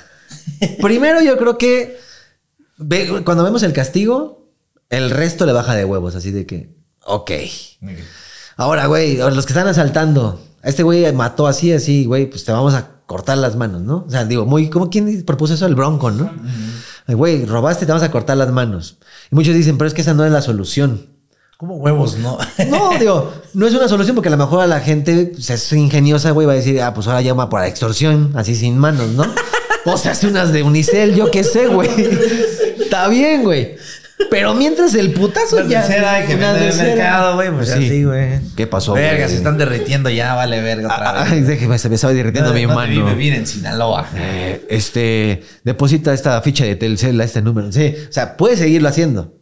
S1: Primero, yo creo que ve- cuando vemos el castigo, el resto le baja de huevos, así de que, ok. Ahora, güey, los que están asaltando, a este güey mató así, así, güey, pues te vamos a cortar las manos, ¿no? O sea, digo, muy, ¿cómo quién propuso eso? El Bronco, ¿no? Ay, Güey, robaste, te vamos a cortar las manos. Y muchos dicen, pero es que esa no es la solución.
S3: Como huevos, ¿no?
S1: No, digo, no es una solución porque a lo mejor a la gente pues, es ingeniosa, güey, va a decir, ah, pues ahora llama para extorsión, así sin manos, ¿no? O se hace unas de unicel, yo qué sé, güey. Está bien, güey. Pero mientras el putazo
S3: Unas de
S1: ya.
S3: cera hay que
S1: unas
S3: vender
S1: de
S3: en el
S1: cera.
S3: mercado, güey, pues así, güey.
S1: ¿Qué pasó,
S3: verga,
S1: güey?
S3: se están derritiendo ya, vale verga otra vez.
S1: Ay, déjeme, se me estaba derritiendo
S3: No,
S1: mi
S3: no
S1: mano.
S3: debí vivir en Sinaloa.
S1: Eh, este, deposita esta ficha de Telcel a este número. Sí, o sea, puedes seguirlo haciendo.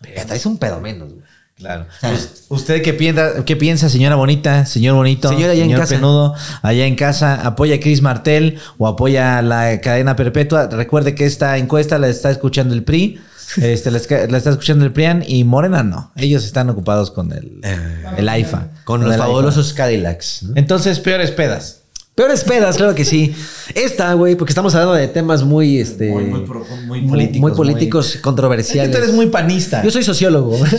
S1: Pero ya traes un pedo menos, güey.
S3: Claro. Us- ¿Usted qué piensa, qué piensa, señora bonita, señor bonito,
S1: Señora allá en
S3: señor
S1: casa.
S3: penudo, allá en casa? ¿Apoya a Cris Martel o apoya a la cadena perpetua? Recuerde que esta encuesta la está escuchando el PRI, este, la, esca- la está escuchando el PRIAN y Morena no. Ellos están ocupados con el, el AIFA.
S1: Eh, Con los
S3: el AIFA.
S1: fabulosos Cadillacs, ¿no?
S3: Entonces, peores pedas.
S1: Peores pedas, claro que sí. Esta, güey, porque estamos hablando de temas muy, este,
S3: Muy, muy profundo, muy políticos,
S1: muy políticos,
S3: Es que
S1: controversiales.
S3: tú eres muy panista.
S1: Yo soy sociólogo.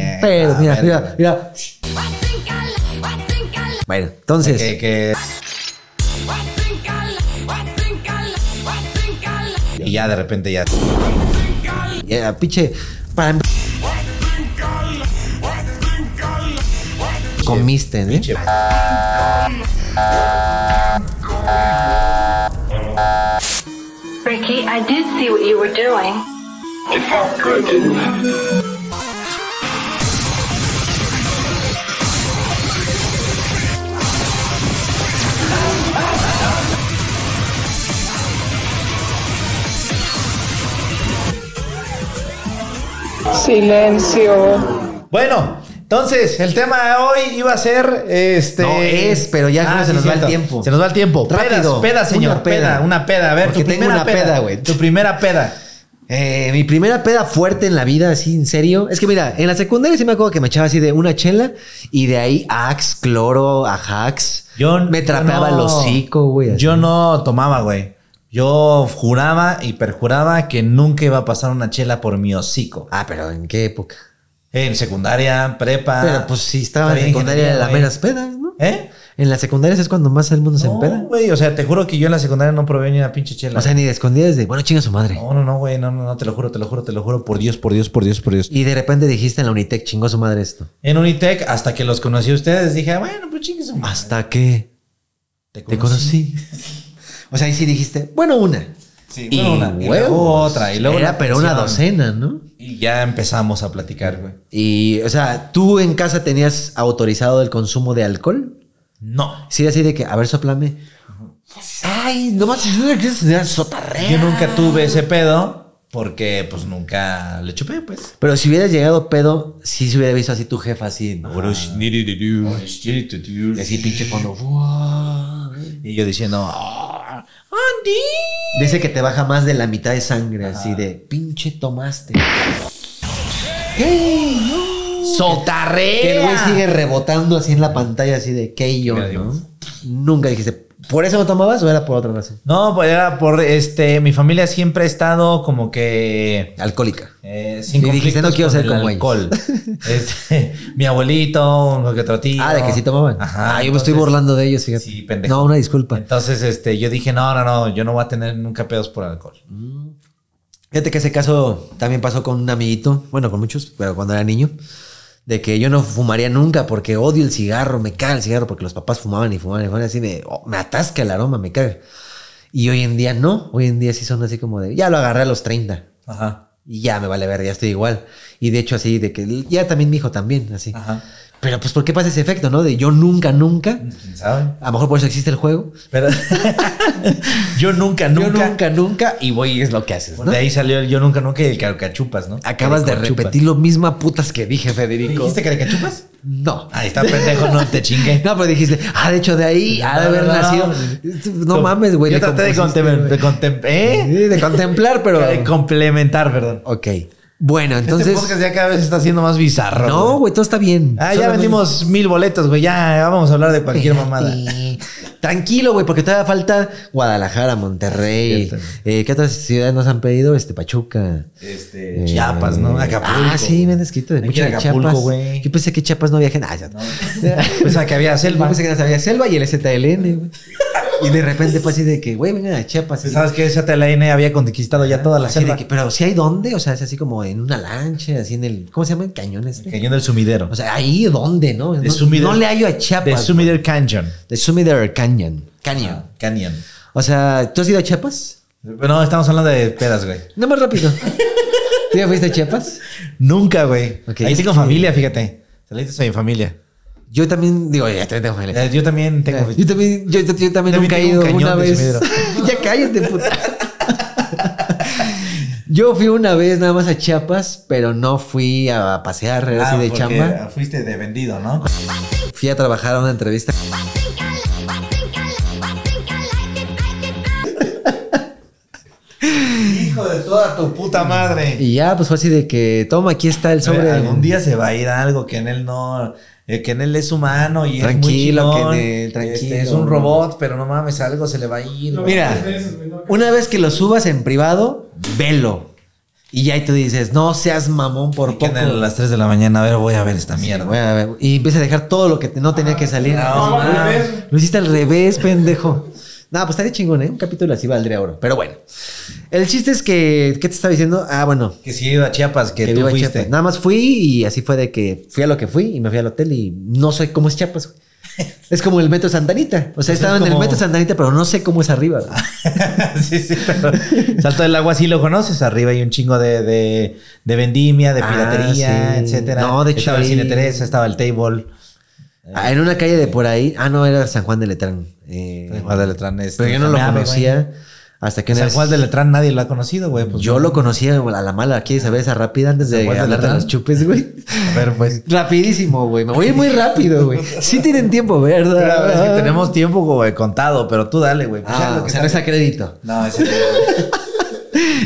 S3: Eh,
S1: Pero mira, mira, mira. Bueno, entonces,
S3: Que- que- y ya de repente ya.
S1: ya, pinche, para comiste, ¿eh?
S3: Pinche-
S6: Ricky, I did see what you were doing.
S7: Silencio.
S3: Bueno, Entonces, el tema de hoy iba a ser este.
S1: No, es, pero ya creo que se nos va el tiempo.
S3: Se nos va el tiempo.
S1: Rápido.
S3: Pedas, pedas, señor.
S1: Una
S3: Una
S1: peda.
S3: peda. una peda. A ver,
S1: Porque
S3: tu
S1: tengo
S3: primera
S1: una peda, güey.
S3: Tu primera peda.
S1: Eh, mi primera peda fuerte en la vida, así en serio. Es que mira, en la secundaria sí me acuerdo que me echaba así de una chela y de ahí Axe, cloro, ajax. me
S3: yo
S1: trapeaba
S3: no-
S1: el hocico, güey. así.
S3: Yo no tomaba, güey. Yo juraba y perjuraba que nunca iba a pasar una chela por mi hocico.
S1: Ah, pero ¿en qué época?
S3: En secundaria, prepa.
S1: pero pues sí, estaba en
S3: Ah, bien
S1: secundaria en
S3: ingeniero,
S1: la
S3: güey.
S1: meras pedas, ¿no?
S3: ¿Eh?
S1: En las secundarias es cuando más el mundo se empeda.
S3: No, güey. O sea, te juro que yo en la secundaria no probé ni una pinche chela.
S1: O sea, ni de escondidas de, bueno, chinga su madre.
S3: no, no, no, güey. No, no, no, te lo juro, te lo juro, te lo juro. Por Dios, por Dios, por Dios, por Dios.
S1: Y de repente dijiste en la Unitec, chingó su madre esto.
S3: En Unitec, hasta que los conocí a ustedes, dije, bueno, pues chingue su madre.
S1: Hasta que te conocí. o sea, ahí sí dijiste, bueno, una.
S3: Sí,
S1: Y
S3: bueno, una, y luego
S1: huevos.
S3: otra, y luego
S1: Era
S3: una
S1: pero una
S3: pensión.
S1: docena, ¿no?
S3: Y ya empezamos a platicar, güey.
S1: Y, o sea, ¿tú en casa tenías autorizado el consumo de alcohol?
S3: No.
S1: Sí, así de que, a ver, soplame. Ay, nomás que sotarrea.
S3: Yo nunca tuve ese pedo porque, pues, nunca le chupé, pues.
S1: Pero si hubieras llegado pedo, sí se hubiera visto así tu jefa, así. ¿no?
S3: Ah.
S1: Y así pinche fondo. ¡guau!
S3: Y yo diciendo, "Ah, Andy.
S1: De ese que te baja más de la mitad de sangre, así de pinche tomaste. ¿Qué? No.
S3: ¡Sotarrea!
S1: Que el güey sigue rebotando así en la pantalla, así de qué yo,
S3: Mira,
S1: ¿no?
S3: Dios.
S1: Nunca dijiste, ¿por eso no tomabas o era por otra razón?
S3: No, pues era por, este, mi familia siempre ha estado como que...
S1: Alcohólica.
S3: Eh, sin
S1: Y dijiste,
S3: conflictos
S1: "No quiero
S3: con
S1: ser
S3: el
S1: como
S3: alcohol. Este, mi abuelito, uno que otro tío.
S1: Ah, de que sí tomaban.
S3: Ajá,
S1: ah, yo me estoy
S3: entonces-
S1: burlando de ellos, fíjate.
S3: Sí, pendejo.
S1: No, una disculpa.
S3: Entonces, este, yo dije, no, no, no, yo no voy a tener nunca pedos por alcohol.
S1: Fíjate que ese caso también pasó con un amiguito, bueno, con muchos, pero cuando era niño, de que yo no fumaría nunca porque odio el cigarro, me caga el cigarro porque los papás fumaban y fumaban y fumaban así de, oh, me atasca el aroma, me caga. Y hoy en día no, hoy en día sí son así como de, ya lo agarré a los 30
S3: Ajá,
S1: y ya me vale ver, ya estoy igual. Y de hecho así de que, ya también mi hijo también, así.
S3: ajá.
S1: Pero pues, ¿por qué pasa ese efecto, no? De yo nunca, nunca.
S3: ¿Quién sabe?
S1: A lo mejor por eso existe el juego.
S3: Pero yo nunca,
S1: Yo
S3: nunca.
S1: nunca, nunca, y voy, es lo que haces, ¿no?
S3: De ahí salió el yo nunca, nunca y el caricachupas, ¿no?
S1: Acabas de
S3: Caricachupas.
S1: repetir lo mismo a putas que dije, Federico.
S3: ¿Dijiste caricachupas?
S1: No.
S3: Ahí está, pendejo, no te chingué.
S1: No, pero dijiste, ah, de hecho, de ahí ha de haber
S3: No, no,
S1: nacido.
S3: no.
S1: No, mames, güey.
S3: Yo
S1: le
S3: traté de
S1: compusiste,
S3: contem-
S1: güey.
S3: de contem- ¿eh?
S1: Sí, de contemplar, pero.
S3: De complementar, perdón.
S1: ok. Bueno,
S3: Entonces,
S1: entonces.
S3: este podcast ya cada vez está siendo más bizarro.
S1: no, güey, todo está bien.
S3: Ah, ya
S1: Solamente-
S3: vendimos mil boletos, güey. Ya vamos a hablar de cualquier
S1: Espérate.
S3: mamada.
S1: Tranquilo, güey, porque todavía falta Guadalajara, Monterrey.
S3: Es cierto.
S1: Eh, ¿Qué otras ciudades nos han pedido? Este, Pachuca.
S3: Este,
S1: Eh,
S3: Chiapas, ¿no? Acapulco.
S1: Ah, sí, me han escrito de
S3: Hay que
S1: mucho
S3: ir
S1: de
S3: a Acapulco,
S1: Chiapas.
S3: güey.
S1: Yo pensé que Chiapas no viajan. Ah, ya.
S3: Pensaba que había
S1: Yo
S3: selva.
S1: pensé que no sabía Selva y el ZLN, güey. Y de repente fue así de que, güey, vengan a Chiapas. Y-
S3: Pues, ¿Sabes que esa TLN había conquistado ya toda la
S1: así Ah, de
S3: selva?
S1: que, pero si hay dónde, o sea, es así como en una lancha, así en el, ¿cómo se llama? El cañón este.
S3: El Cañón del sumidero.
S1: O sea, ahí dónde, ¿no?
S3: De
S1: no,
S3: Sumider-
S1: no le hallo a Chiapas.
S3: de Sumider Canyon.
S1: güey. De Sumider Canyon. Canyon.
S3: Ah, Canyon.
S1: O sea, ¿tú has ido a Chiapas?
S3: No, estamos hablando de pedas, güey.
S1: No más rápido. ¿Tú ya fuiste a Chiapas?
S3: Nunca, güey.
S1: Ok,
S3: Ahí
S1: es
S3: tengo
S1: que-
S3: familia, fíjate. Saliste a mi familia.
S1: Yo también, digo, ya te tengo familia.
S3: Eh, yo también tengo.
S1: Yo también, yo, yo- yo también
S3: También
S1: nunca he
S3: tengo
S1: ido
S3: un cañón
S1: una
S3: de
S1: vez.
S3: sumidero.
S1: ya cállate, puta. Yo fui una vez nada más a Chiapas, pero no fui a pasear, era así de
S3: Ah, porque
S1: chamba.
S3: Fuiste de vendido, ¿no?
S1: Fui a trabajar a una entrevista.
S3: Hijo de toda tu puta madre.
S1: Y ya, pues fue así de que, toma, aquí está el sobre.
S3: Sobre algún día se va a ir algo que en él no. eh, que en él es humano y
S1: Tranquilo,
S3: es muy chingón.
S1: que en él, tranquilo.
S3: Este, es un robot, pero no mames, algo se le va a ir.
S4: Lo
S3: güey.
S1: Mira.
S4: varias veces, güey, no,
S1: Una vez que lo subas en privado, velo. Y ya ahí tú dices, no seas mamón por
S3: Por
S1: poco.
S3: poco. A las 3 de la mañana, a ver, voy a ver esta mierda.
S1: Bueno, a ver, y empieza a dejar todo lo que te- no tenía que salir.
S3: No,
S1: Así,
S4: no.
S1: ah, Lo hiciste al revés, pendejo. No, pues estaría chingón, ¿eh? Un capítulo así valdría oro. Pero bueno. El chiste es que, ¿qué te estaba diciendo? Ah, bueno.
S3: Que si he ido a Chiapas, que,
S1: que
S3: tú
S1: viva
S3: fuiste.
S1: Chiapas. Nada más fui y así fue de que fui a lo que fui y me fui al hotel y no sé cómo es Chiapas. güey. Es como el metro Santanita. O sea,
S3: Pues es
S1: estaba en el
S3: como-
S1: metro Santanita, pero no sé cómo es arriba. güey.
S3: sí, sí, pero Salto del agua sí lo conoces. Arriba hay un chingo de, de, de vendimia, de
S1: Ah,
S3: piratería,
S1: sí.
S3: etcétera.
S1: No, de hecho,
S3: Estaba el
S1: ahí-
S3: Cine Teresa, estaba el Table.
S1: Ah, en una calle de por ahí. Ah, no, era San Juan de Letrán. Eh,
S3: San Juan de Letrán, este,
S1: Pero yo no lo
S3: Saname, güey.
S1: conocía. Hasta que una
S3: San
S1: vez-
S3: Juan de Letrán nadie lo ha conocido, güey. pues,
S1: yo lo conocía a la mala. ¿Quieres saber esa rápida antes de
S3: ¿San Juan de
S1: hablar de
S3: Letrán?
S1: los chupes, güey?
S3: A ver, pues.
S1: Rapidísimo, güey. Me voy a ir muy rápido, güey. Sí tienen tiempo,
S3: Pero
S1: ¿verdad?
S3: es que tenemos tiempo, güey, contado, pero tú dale, güey. pues, ya
S1: Ah,
S3: lo
S1: o
S3: que
S1: sea, no es a crédito.
S3: No, ese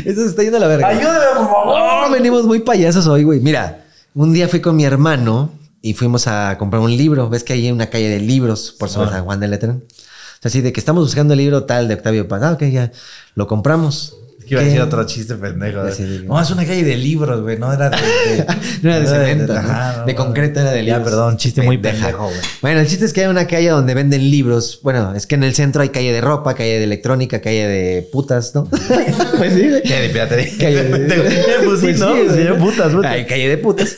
S1: Eso se está yendo a la verga.
S3: Ayúdame, por
S1: No, venimos muy payasos hoy, güey. Mira, un día fui con mi hermano y fuimos a comprar un libro. Ves que hay una calle de libros por sobre
S3: Ah.
S1: San Juan de Letrán. O sea, Así de que estamos buscando el libro tal de Octavio Paz. Ah, ok, ya. Lo compramos.
S3: Es que iba a
S1: ¿Qué?
S3: decir otro chiste pendejo. güey.
S1: Sí, sí, sí.
S3: No, es una calle de libros, güey. No era de. de-
S1: No era de cemento, ¿no?
S3: ajá, no,
S1: De
S3: no.
S1: concreto era de
S3: Ya,
S1: libros.
S3: perdón, chiste muy
S1: Pendeja.
S3: pendejo, güey.
S1: Bueno, el chiste es que hay una calle donde venden libros. Bueno, es que en el centro hay calle de ropa, calle de electrónica, calle de putas, ¿no? pues sí, güey.
S3: Calle de piratería.
S1: Calle de-
S3: Pues sí, ¿no?
S1: güey.
S3: Sí, de putas, putas.
S1: Hay calle de putas.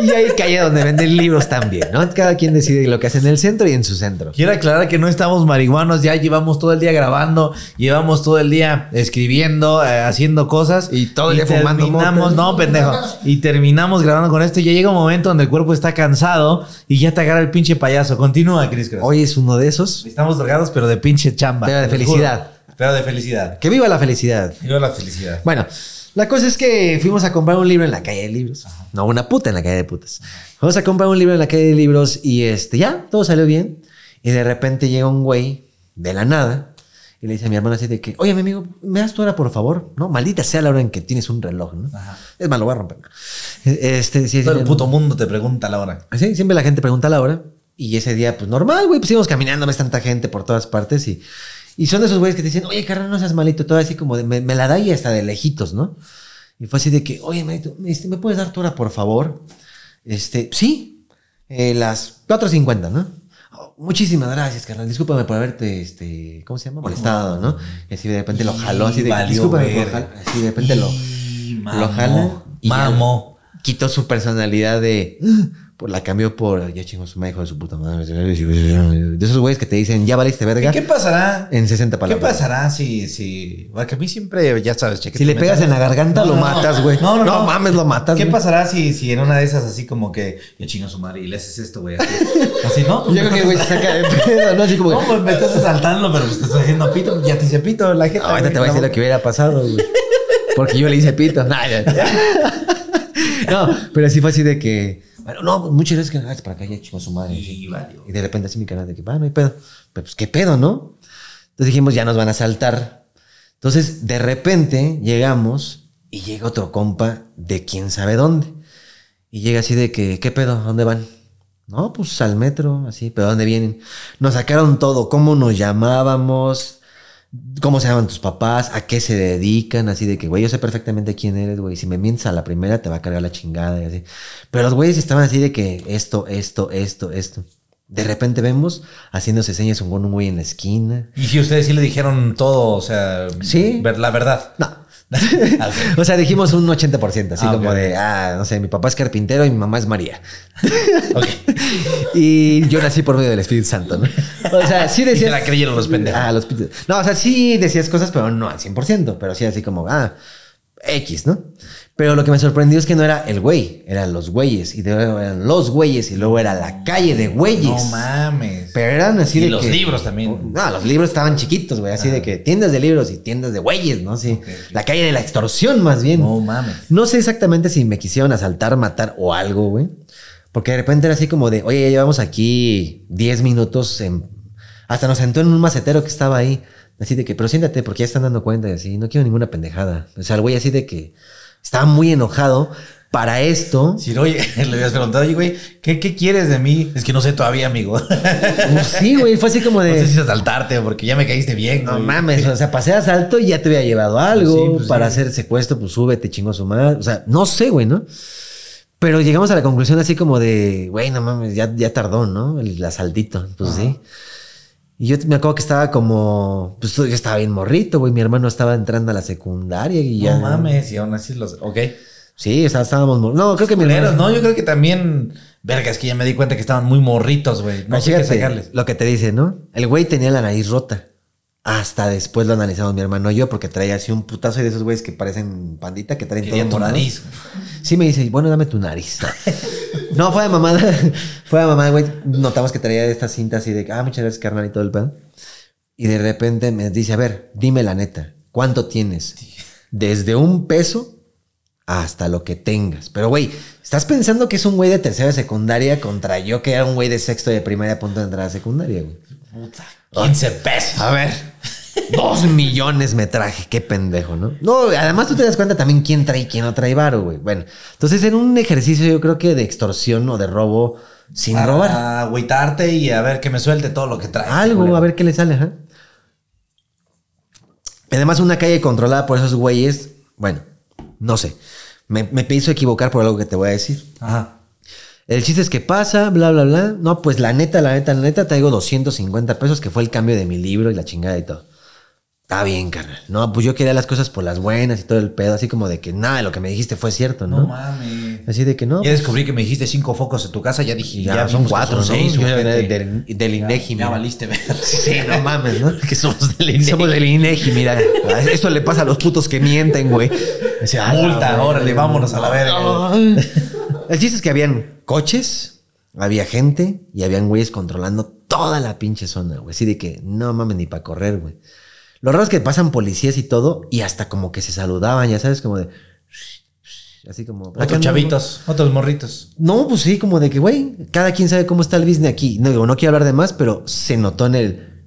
S1: Y hay calle donde venden libros también, ¿no? Cada quien decide lo que hace en el centro y en su centro.
S3: Quiero aclarar que no estamos marihuanos, ya llevamos todo el día grabando, llevamos todo el día escribiendo, eh, haciendo cosas.
S1: Y todo el día fumando
S3: terminamos,
S1: mota.
S3: No, pendejo. Y terminamos grabando con esto. y Ya llega un momento donde el cuerpo está cansado y ya te agarra el pinche payaso. Continúa, Cris Cross.
S1: Hoy es uno de esos.
S3: Estamos drogados, pero de pinche chamba.
S1: Pero de
S3: te lo
S1: felicidad.
S3: juro. Pero de felicidad.
S1: Que viva la felicidad.
S3: Yo la felicidad.
S1: Bueno, la cosa es que fuimos a comprar un libro en la calle de libros. No, una puta en la calle de putas. Fuimos a comprar un libro en la calle de libros y este, ya, todo salió bien. Y de repente llega un güey de la nada y le dice a mi hermano así de que, oye, mi amigo, ¿me das tu hora, por favor? No, maldita sea la hora en que tienes un reloj, ¿no? Es malo, voy a romper. Este, sí, sí,
S3: Todo el
S1: mi-
S3: puto mundo te pregunta la hora.
S1: Sí, siempre la gente pregunta la hora. Y ese día, pues normal, güey, pues íbamos caminando, ves tanta gente por todas partes y, y son de esos güeyes que te dicen, oye, carnal, no seas malito, todo así como de, me, me la da y hasta de lejitos, ¿no? Y fue así de que, oye, malito, este, ¿me puedes dar tu hora, por favor? Este, sí, eh, las 4.50, ¿no? "Oh, Muchísimas gracias, carnal. Discúlpame por haberte, este, ¿cómo se llama? Molestado, ¿no? Y así de repente lo jaló, así de,
S3: Y valió
S1: discúlpame por
S3: verga.
S1: jalar", Así de repente lo,
S3: Y
S1: lo
S3: mamó,
S1: jala y ya.
S3: Mamó.
S1: quitó su personalidad de. "Ah", Por la cambió por. Ya chingo su madre, hijo de su puta madre. De esos güeyes que te dicen, ya valiste
S3: ¿Y
S1: verga.
S3: qué pasará?
S1: En 60
S3: ¿Qué
S1: palabras.
S3: pasará si, si. Porque a mí siempre, ya sabes, cheque.
S1: Si le pegas en la garganta, lo matas, güey.
S3: No, no, no.
S1: mames, lo matas.
S3: ¿Qué
S1: güey.
S3: pasará si, si en una de esas así como que yo chingo a su madre y le haces esto, güey? Así, así, ¿no?
S1: Yo creo que, güey, se saca de pedo, ¿no? Así como.
S3: No,
S1: güey,
S3: pues me estás asaltando, pero pues te estás haciendo pito. Ya te hice pito la gente.
S1: Ahorita te voy a decir lo que hubiera pasado, güey. Porque yo le hice pito. Nah, ya. No, pero sí fue así de que. Bueno, no, muchas veces que "Ah, es para acá, ya chingo su madre.
S3: Y valió.
S1: Y de repente así mi canal de que, va, no hay pedo. Pero pues qué pedo, ¿no? Entonces dijimos, ya nos van a saltar. Entonces, de repente llegamos y llega otro compa de quién sabe dónde. Y llega así de que, ¿qué pedo? ¿A dónde van? No, pues al metro, así, pero ¿a dónde vienen? Nos sacaron todo, cómo nos llamábamos, cómo se llaman tus papás, a qué se dedican, así de que, güey, yo sé perfectamente quién eres, güey, si me mientes a la primera te va a cargar la chingada y así. Pero los güeyes estaban así de que esto, esto, esto, esto. De repente vemos haciéndose señas con un güey en la esquina.
S3: Y si ustedes sí le dijeron todo, o sea,
S1: Sí.
S3: ver- la verdad.
S1: No,
S3: Ah, ok.
S1: o sea, dijimos un 80%, así
S3: Ah,
S1: como
S3: ok.
S1: de, ah, no sé, mi papá es carpintero y mi mamá es María.
S3: Ok.
S1: Y yo nací por medio del Espíritu Santo, ¿no? O sea, sí decías...
S3: Y se la creyeron los pendejos.
S1: Ah, los pit- No, o sea, sí decías cosas, pero no al 100%, pero sí así como, ah, X, ¿no? Pero lo que me sorprendió es que no era el güey, eran los güeyes, y luego eran los güeyes, y luego era la calle de güeyes.
S3: No mames.
S1: Pero eran así
S3: Y
S1: de
S3: los
S1: que- Oh,
S3: libros también. Ah.
S1: No, los libros estaban chiquitos, güey, así de que tiendas de libros y tiendas de güeyes, ¿no? Sí.
S3: Ok.
S1: La calle de la extorsión, más bien.
S3: No mames.
S1: No sé exactamente si me quisieron asaltar, matar o algo, güey. Porque de repente era así como de, oye, ya llevamos aquí 10 minutos. en- Hasta nos sentó en un macetero que estaba ahí. Así de que, pero siéntate porque ya están dando cuenta y así. No quiero ninguna pendejada. O sea, el güey así de que estaba muy enojado para esto.
S3: Si no, oye, le habías preguntado, oye, güey, ¿qué, ¿qué quieres de mí? Es que no sé todavía, amigo.
S1: Pues sí, güey, fue así como de...
S3: No sé si asaltarte, porque ya me caíste bien.
S1: No
S3: güey.
S1: mames, o sea, pasé asalto y ya te había llevado algo.
S3: Pues sí, pues
S1: para
S3: sí.
S1: hacer secuestro, pues súbete, chingo a su madre. O sea, no sé, güey, ¿no? Pero llegamos a la conclusión así como de, güey, no mames, ya, ya tardó, ¿no? El asaltito, pues sí. Y yo me acuerdo que estaba como, pues yo estaba bien morrito, güey. Mi hermano estaba entrando a la secundaria y ya.
S3: No mames, y aún así los. Ok.
S1: Sí, o sea, estábamos mor- No, creo que mi
S3: Culeros,
S1: hermano.
S3: no, yo creo que también. Verga, es que ya me di cuenta que estaban muy morritos, güey. No
S1: Pero
S3: sé qué
S1: fíjate
S3: sacarles.
S1: Lo que te dice, ¿no? El güey tenía la nariz rota. Hasta después lo analizamos mi hermano y yo, porque traía así un putazo de esos güeyes que parecen pandita, que traen
S3: Quería
S1: todo
S3: tu
S1: morado.
S3: nariz.
S1: Sí, me dice, bueno, dame tu nariz. no, fue de mamada. fue de mamada, güey. Notamos que traía esta cinta así de, ah, muchas gracias, carnal, y todo el pan. Y de repente me dice, a ver, dime la neta. ¿Cuánto tienes? Desde un peso hasta lo que tengas. Pero, güey, ¿estás pensando que es un güey de tercera de secundaria contra yo que era un güey de sexto de primaria a punto de entrar a secundaria, güey?
S3: 15 pesos.
S1: A ver. Dos millones me traje, qué pendejo, ¿no? No, además tú te das cuenta también quién trae y quién no trae varo, güey. Bueno, entonces en un ejercicio yo creo que de extorsión o de robo sin
S3: Para
S1: robar.
S3: agüitarte y a ver que me suelte todo lo que traes.
S1: Algo,
S3: culero.
S1: a ver qué le sale, ajá. Además, una calle controlada por esos güeyes, bueno, no sé. Me, me pienso equivocar por algo que te voy a decir.
S3: Ajá.
S1: El chiste es que pasa, bla, bla, bla. No, pues la neta, la neta, la neta, traigo 250 pesos, que fue el cambio de mi libro y la chingada y todo. Está bien, carnal. No, pues yo quería las cosas por las buenas y todo el pedo, así como de que nada de lo que me dijiste fue cierto,
S3: No
S1: ¿no?
S3: mames.
S1: así de que no. pues,
S3: Ya descubrí que me dijiste cinco focos en tu casa, ya dije,
S1: Ya
S3: ya,
S1: son
S3: vimos que
S1: cuatro, ¿no?
S3: seis,
S1: Yo ya
S3: ojete.
S1: era del- del Inegi,
S3: Ya,
S1: mira.
S3: ya valiste, verga.
S1: Sí, no mames, ¿no?
S3: que somos del
S1: Y Somos del INEGI, mira. Eso le pasa a los putos que mienten, güey. Dice, "A la
S3: Multa,
S1: verga".
S3: órale, vámonos a la verga.
S1: El chiste es que habían coches, había gente y habían güeyes controlando toda la pinche zona, güey. Así de que no mames ni para correr, güey. Lo raro es que pasan policías y todo y hasta como que se saludaban, ya sabes, como de. Así como. "Acá
S3: Otros
S1: andamos".
S3: chavitos, otros morritos.
S1: No, pues sí, como de que, güey, cada quien sabe cómo está el business aquí. No digo, no quiero hablar de más, pero se notó en el.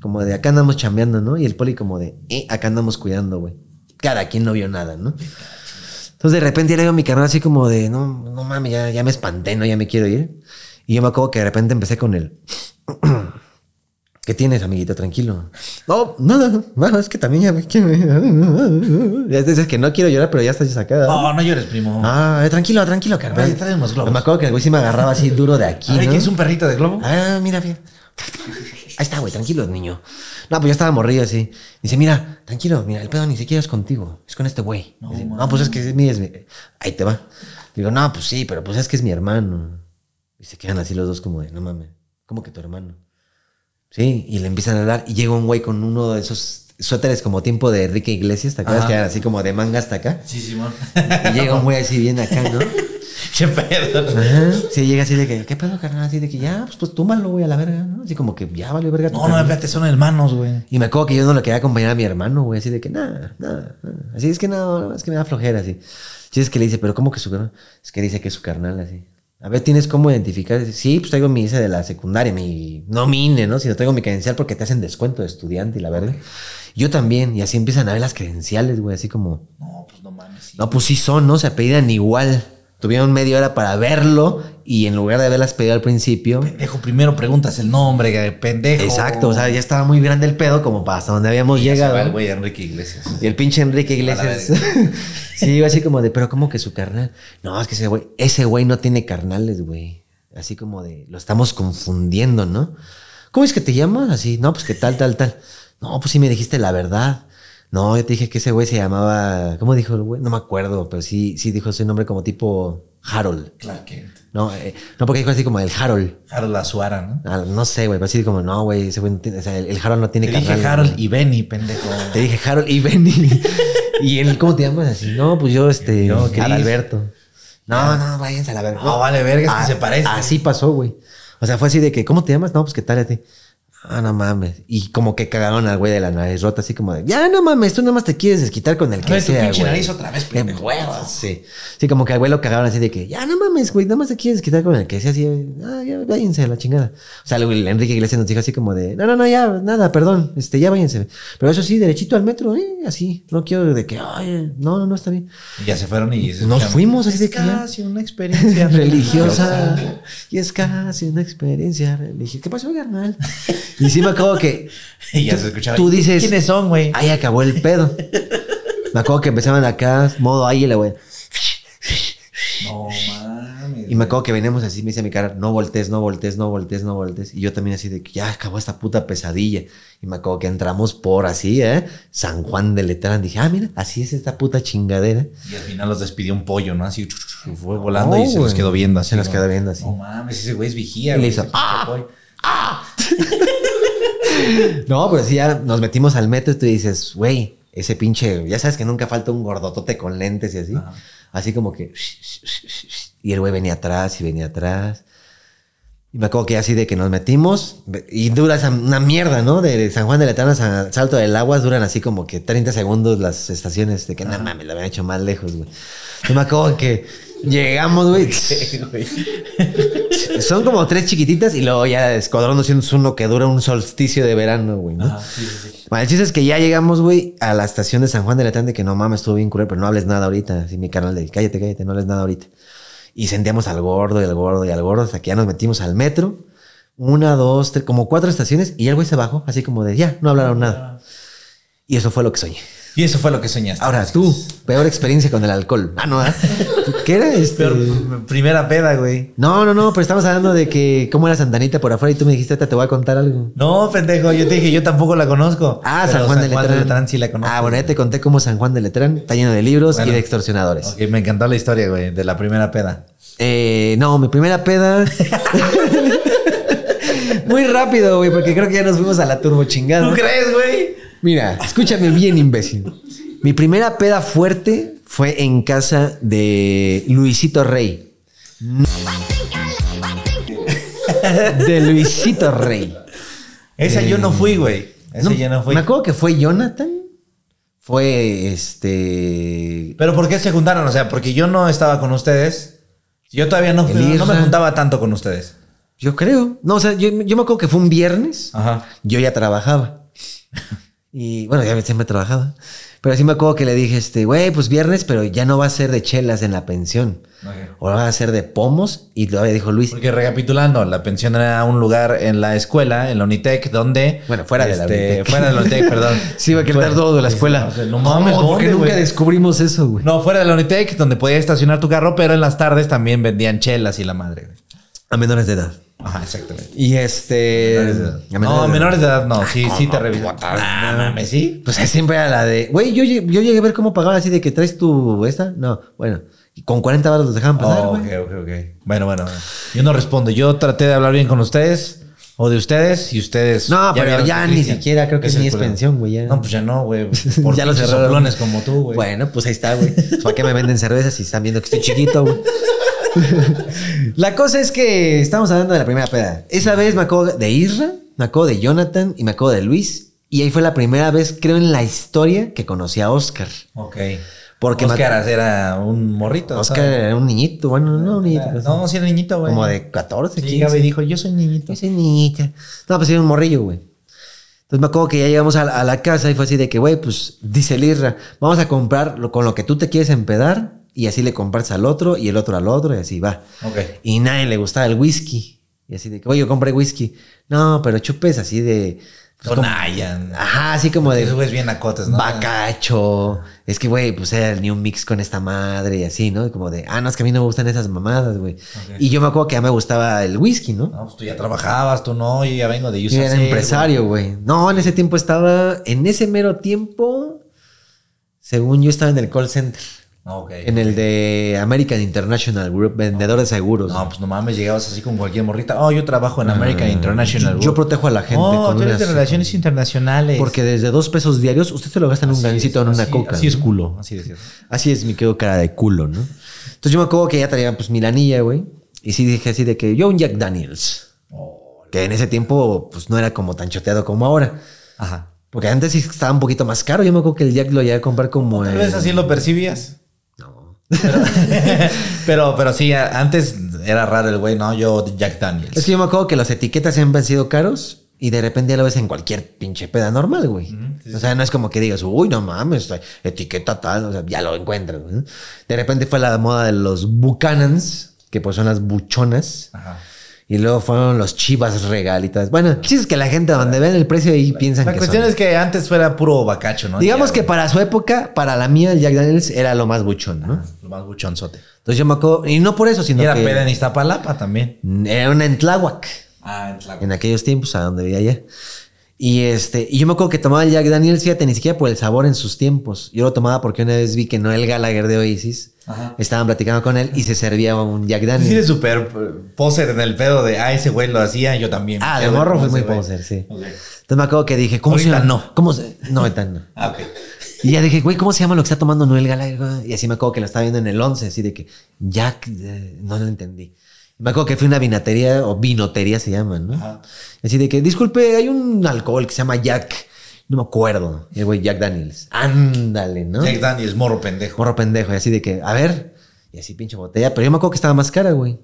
S1: Como de acá andamos chambeando, ¿no? Y el poli, como de, eh, acá andamos cuidando, güey. Cada quien no vio nada, ¿no? Entonces de repente le digo a mi carnal así como de, no, no mames, ya, ya me espanté, ¿no? Ya me quiero ir. Y yo me acuerdo que de repente empecé con el. ¿Qué tienes, amiguito? Tranquilo. No, nada. No, es que también ya me quiero ir. Ya dices que no quiero llorar, pero ya estás sacada.
S3: No, no llores, primo.
S1: Ah, eh, tranquilo, tranquilo, carnal.
S3: Oye, trae unos globos.
S1: Me acuerdo que el güey sí me agarraba así duro de aquí.
S3: Ay,
S1: ¿no?
S3: que es un perrito de globo?
S1: Ah, mira, mira. Ahí está, güey, tranquilo, niño. No, pues yo estaba morrido así. Dice, mira, tranquilo, mira, el pedo ni siquiera es contigo, es con este güey. Dice, No, pues es que, mira, es mi- ahí te va. Digo, no, pues sí, pero pues es que es mi hermano. Y se quedan así los dos como de, no mames, ¿cómo que tu hermano? Sí, y le empiezan a hablar y llega un güey con uno de esos suéteres como tiempo de Enrique Iglesias, ¿te acuerdas?
S3: Ajá.
S1: Que eran así como de manga hasta acá.
S3: Sí, Simón.
S1: Y llega un güey así bien acá, ¿no?
S3: Qué
S1: Ah,
S3: pedo.
S1: Ajá. Sí, llega así de que, ¿qué pedo, carnal? Así de que ya, pues, pues túmbalo, güey, a la verga, ¿no? Así como que ya valió verga. tu
S3: No, no,
S1: carnal.
S3: espérate, son hermanos, güey.
S1: Y me acuerdo que yo no lo quería acompañar a mi hermano, güey, así de que nada, nada, nada. Así es que no, es que me da flojera, así. Sí, es que le dice, pero ¿cómo que su carnal? Es que dice que es su carnal, así. A ver, ¿tienes cómo identificar? Dice, Sí, pues traigo mi ISA de la secundaria, mi, no mi INE, ¿no? Sino traigo mi credencial porque te hacen descuento de estudiante y la verga. Yo también, y así empiezan a ver las credenciales, güey, así como,
S3: No, pues no mames. sí.
S1: no, pues sí son, ¿no? Se apellidan igual. Tuvieron media hora para verlo y en lugar de haberlas pedido al principio.
S3: Pendejo, primero preguntas el nombre, güey, pendejo.
S1: Exacto, o sea, ya estaba muy grande el pedo como para hasta donde habíamos
S3: Ya se va el
S1: llegado.
S3: güey Enrique Iglesias.
S1: Y el pinche Enrique
S3: A la
S1: Iglesias. sí, iba así como de, pero ¿cómo que su carnal? No, es que ese güey, ese güey no tiene carnales, güey. Así como de, lo estamos confundiendo, ¿no? ¿Cómo es que te llamas? Así, no, pues que tal, tal, tal. No, pues sí me dijiste la verdad. No, yo te dije que ese güey se llamaba, ¿cómo dijo el güey? No me acuerdo, pero sí, sí dijo su nombre como tipo Harold.
S3: Clark Kent.
S1: No, eh, no porque dijo así como el Harold.
S3: Harold Azuara, ¿no?
S1: Ah, no sé, güey, pero así como, no, güey, ese güey no tiene- o sea, el, el Harold no tiene
S3: Te dije
S1: carnales,
S3: Harold
S1: güey.
S3: y Benny, pendejo.
S1: Te dije Harold y Benny. ¿Y él cómo te llamas así? No, pues yo, este,
S3: Yo, Chris.
S1: Alberto. No, no, váyanse a la verga.
S3: No, vale, verga, es que
S1: Ah,
S3: se parece.
S1: Así pasó, güey. O sea, fue así de que, ¿cómo te llamas? No, pues qué tal a ti. Ah, no mames. Y como que cagaron al güey de la nariz rota, así como de, ya no mames, tú nada más te quieres desquitar con el que
S3: Trae tu
S1: sea,
S3: pinche
S1: güey".
S3: nariz otra vez,
S1: De
S3: pendejo.
S1: huevos, sí. Sí, como que al güey lo cagaron así de que, ya no mames, güey, nada más te quieres quitar con el que sea así, ah, ya váyanse a la chingada. O sea, el, el Enrique Iglesias nos dijo así como de, no, no, no, ya, nada, perdón, este, ya váyanse. Pero eso sí, derechito al metro, eh, así. No quiero de que, ay, no, no, no, está bien.
S3: Y ya se fueron y se
S1: Nos
S3: escucharon.
S1: fuimos así de
S3: eh. Es
S1: que ya.
S3: casi una experiencia
S1: religiosa y es casi una experiencia religiosa. ¿Qué pasó, carnal? Y sí me acuerdo que
S3: Y ya se escuchaba.
S1: Tú dices-
S3: ¿Quiénes son, güey?
S1: ahí acabó el pedo. Me acuerdo que empezaban acá, modo águila, güey.
S3: No mames.
S1: Y me acuerdo que veníamos así, me dice mi cara, no voltees, no voltees, no voltees, no voltees. Y yo también así de que ya acabó esta puta pesadilla. Y me acuerdo que entramos por así, ¿eh? San Juan de Letrán. Dije, ah, mira, así es esta puta chingadera.
S3: Y al final los despidió un pollo, ¿no? Así chu, chu, chu, fue volando y
S1: No,
S3: se los
S1: güey.
S3: quedó viendo. Así,
S1: Se los
S3: ¿no?
S1: quedó viendo así.
S3: No mames, ese güey es vigía.
S1: Y le
S3: güey,
S1: hizo,
S3: ese pinche
S1: "Ah".
S3: pollo.
S1: No, pero sí, ya nos metimos al metro y tú dices, güey, ese pinche, ya sabes que nunca falta un gordotote con lentes y así.
S3: Ajá.
S1: Así como que... Y el güey venía atrás y venía atrás. Y Y me acuerdo que así de que nos metimos y dura esa- una mierda, ¿no? De, de San Juan de Letana a Salto del Aguas duran así como que 30 segundos las estaciones de que no mames, la habían hecho más lejos, güey. Yo me acuerdo que llegamos, güey.
S3: Ah,
S1: Son como tres chiquititas y luego ya Escuadrón 201 que dura un solsticio de verano, güey, ¿no? Bueno, el chiste es que ya llegamos, güey, a la estación de San Juan de Letán de que no mames, estuvo bien cruel, pero no hables nada ahorita. Así mi canal de cállate, cállate, no hables nada ahorita. Y sentíamos al gordo y al gordo y al gordo hasta que ya nos metimos al metro. Una, dos, tres, como cuatro estaciones y ya el güey se bajó, así como de ya, no hablaron nada. Y eso fue lo que soñé.
S3: Y eso fue lo que soñaste.
S1: Ahora tú, peor experiencia con el alcohol. Ah, no, ¿ah? ¿qué era este?
S3: Peor, p- primera peda, güey.
S1: No, no, no, pero estamos hablando de que cómo era Santanita por afuera y tú me dijiste, "Ahorita te voy a contar algo.
S3: No, pendejo, yo te dije, yo tampoco la conozco.
S1: Ah,
S3: Pero
S1: San Juan de Letrán.
S3: Letrán sí la conozco.
S1: Ah, bueno, ya te conté cómo San Juan de Letrán está lleno de libros
S3: Bueno.
S1: y de extorsionadores.
S3: Ok, me encantó la historia, güey, de la primera peda.
S1: Eh, no, mi primera peda. Muy rápido, güey, porque creo que ya nos fuimos a la turbo chingada.
S3: crees, güey?
S1: Mira, escúchame bien, imbécil. Mi primera peda fuerte fue en casa de Luisito Rey. De Luisito Rey.
S3: Esa yo no fui, güey. Esa
S1: No,
S3: yo no fui.
S1: Me acuerdo que fue Jonathan. Fue este.
S3: Pero ¿por qué se juntaron? O sea, porque yo no estaba con ustedes. Yo todavía no,
S1: El
S3: no- no me
S1: Isra.
S3: juntaba tanto con ustedes.
S1: Yo creo. No, o sea, yo, yo me acuerdo que fue un viernes.
S3: Ajá.
S1: Yo ya trabajaba. Y bueno, ya siempre trabajaba. Pero sí me acuerdo que le dije, este, güey, pues viernes, pero ya no va a ser de chelas en la pensión.
S3: Ok.
S1: Ahora va a ser de pomos. Y todavía dijo Luis.
S3: Porque recapitulando, la pensión era un lugar en la escuela, en la Unitec, donde...
S1: Bueno, fuera de la Unitec.
S3: este, Fuera de la Unitec, perdón.
S1: Sí, va a quedar todo de la escuela.
S3: O sea, no mames,
S1: ¿Cómo? Porque
S3: ¿dónde,
S1: nunca
S3: güey?
S1: descubrimos eso, güey.
S3: No, fuera de la Unitec, donde podías estacionar tu carro, pero en las tardes también vendían chelas y la madre. güey.
S1: A menores de edad.
S3: Ajá, exactamente.
S1: Y este. a
S3: No,
S1: de edad.
S3: menores de edad no, sí, sí te revisan. Ah, mames, sí.
S1: Pues ahí siempre era la de, güey, yo, lle- yo llegué a ver cómo pagaban así de que traes tu esta. No, bueno, y con 40 baros los dejaban pasar.
S3: Oh,
S1: güey.
S3: ok, ok, ok. Bueno, bueno, bueno. yo no respondo. Yo traté de hablar bien con ustedes o de ustedes y ustedes.
S1: No, pero
S3: vieron
S1: ya
S3: que
S1: ni
S3: Cristian
S1: siquiera creo que ni
S3: el
S1: es
S3: culero.
S1: pensión, güey, ya.
S3: No, pues ya no, güey. Por
S1: Ya
S3: ya
S1: lo
S3: los
S1: cerraron.
S3: soplones como tú, güey.
S1: Bueno, pues ahí está, güey. Pues, ¿Para qué me venden cerveza si están viendo que estoy chiquito, güey? la cosa es que estamos hablando de la primera peda. Esa vez me acuerdo de Isra, me acuerdo de Jonathan y me acuerdo de Luis. Y ahí fue la primera vez, creo, en la historia que conocí a Oscar.
S3: Ok.
S1: Porque
S3: Porque
S1: me-
S3: Oscar era un morrito.
S1: Oscar
S3: ¿sabes?
S1: era un niñito, bueno, no, un niñito. pues,
S3: No, sí era niñito, güey.
S1: como de 14,
S3: Sí,
S1: 15.
S3: llegaba y dijo, yo soy niñito.
S1: Yo soy niñita. No, pues era un morrillo, güey. Entonces me acuerdo que ya llegamos a, a la casa y fue así de que, güey, pues dice el Irra, vamos a comprar lo- con lo que tú te quieres empedar y así le compras al otro y el otro al otro y así va.
S3: Ok.
S1: Y nadie le gustaba el whisky. Y así de que, güey, yo compré whisky. No, pero chupes así de... pues,
S3: Con
S1: como-
S3: Ayan.
S1: ajá, así como de...
S3: Eso güeyes bien acotes, ¿no?
S1: Bacacho. Es que, güey, pues era el New Mix con esta madre y así, ¿no? Como de, ah, no, es que a mí no me gustan esas mamadas, güey. Y yo me acuerdo que ya me gustaba el whisky, ¿no?
S3: No, pues tú ya trabajabas, tú no, yo ya vengo de
S1: Yo era
S3: UCC,
S1: empresario, güey. No, en ese tiempo estaba, en ese mero tiempo, según yo estaba en el call center,
S3: güey. Ok.
S1: en el de American International Group, vendedor de seguros.
S3: No, pues no mames, llegabas así con cualquier morrita. Oh, yo trabajo en American
S1: Ah,
S3: International.
S1: yo,
S3: güey.
S1: yo protejo a la gente.
S3: Oh,
S1: con
S3: tú eres
S1: unas-
S3: de relaciones internacionales.
S1: Porque desde dos pesos diarios, usted se lo gasta en un gancito en una
S3: pues, así,
S1: coca.
S3: Así es
S1: ¿no?
S3: culo, así de cierto.
S1: Así es, me quedo cara de culo, ¿no? Entonces yo me acuerdo que ya traía pues mi lanilla, güey. Y sí dije así de que yo un Jack Daniels.
S3: Oh.
S1: Que en ese tiempo pues no era como tan choteado como ahora.
S3: Ajá.
S1: Porque antes sí estaba un poquito más caro. Yo me acuerdo que el Jack lo llegué a comprar como
S3: Tal
S1: en-
S3: vez así lo percibías.
S1: No.
S3: Pero, pero sí, a- antes era raro el güey, no, yo Jack Daniels.
S1: Es que yo me acuerdo que las etiquetas siempre han sido caros y de repente ya lo ves en cualquier pinche peda normal, güey. o sea, no es como que digas, uy, no mames, eh, etiqueta tal, o sea, ya lo encuentras. ¿no? De repente fue la moda de los Buchanans, que pues son las buchonas.
S3: Ajá.
S1: Y luego fueron los chivas regalitas. Bueno, el chiste es que la gente donde ven el precio ahí piensan
S3: La
S1: que
S3: cuestión
S1: son.
S3: es que antes fuera puro bacacho, ¿no?
S1: Digamos
S3: Ya,
S1: que
S3: güey,
S1: para su época, para la mía, el Jack Daniels era lo más buchón, ¿no?
S3: Lo más buchonzote.
S1: Entonces yo me acuerdo, y no por eso,
S3: Y
S1: sino
S3: era
S1: que
S3: peda en Iztapalapa también.
S1: era una en Tláhuac.
S3: Ah, en Tlaco.
S1: en aquellos tiempos, a donde vivía allá. Y este, y yo me acuerdo que tomaba el Jack Daniels, fíjate, ni siquiera por el sabor en sus tiempos. Yo lo tomaba porque una vez vi que Noel Gallagher de Oasis estaban platicando con él y se servía un Jack
S3: Sí,
S1: Daniels.
S3: eres súper eh, poser en el pedo de, ah, ese güey lo hacía, yo también.
S1: ah, de
S3: Ese
S1: morro
S3: güey,
S1: fue
S3: ese
S1: muy
S3: güey.
S1: poser, sí.
S3: Ok.
S1: Entonces me acuerdo que dije, ¿cómo
S3: Ahorita
S1: se llama?
S3: no.
S1: ¿Cómo se- No, ahorita no.
S3: Ah, ok.
S1: Y ya dije, güey, ¿cómo se llama lo que está tomando Noel Gallagher? Y así me acuerdo que lo estaba viendo en el 11, así de que Jack, eh, no lo entendí. Me acuerdo que fui a una vinatería o vinotería se llaman, ¿no?
S3: Ajá.
S1: Así de que, disculpe, hay un alcohol que se llama Jack. No me acuerdo. Y el güey, Jack Daniels. Ándale, ¿no?
S3: Jack Daniels, morro pendejo.
S1: Morro pendejo. Y así de que, a ver. Y así pinche botella. Pero yo me acuerdo que estaba más cara, güey.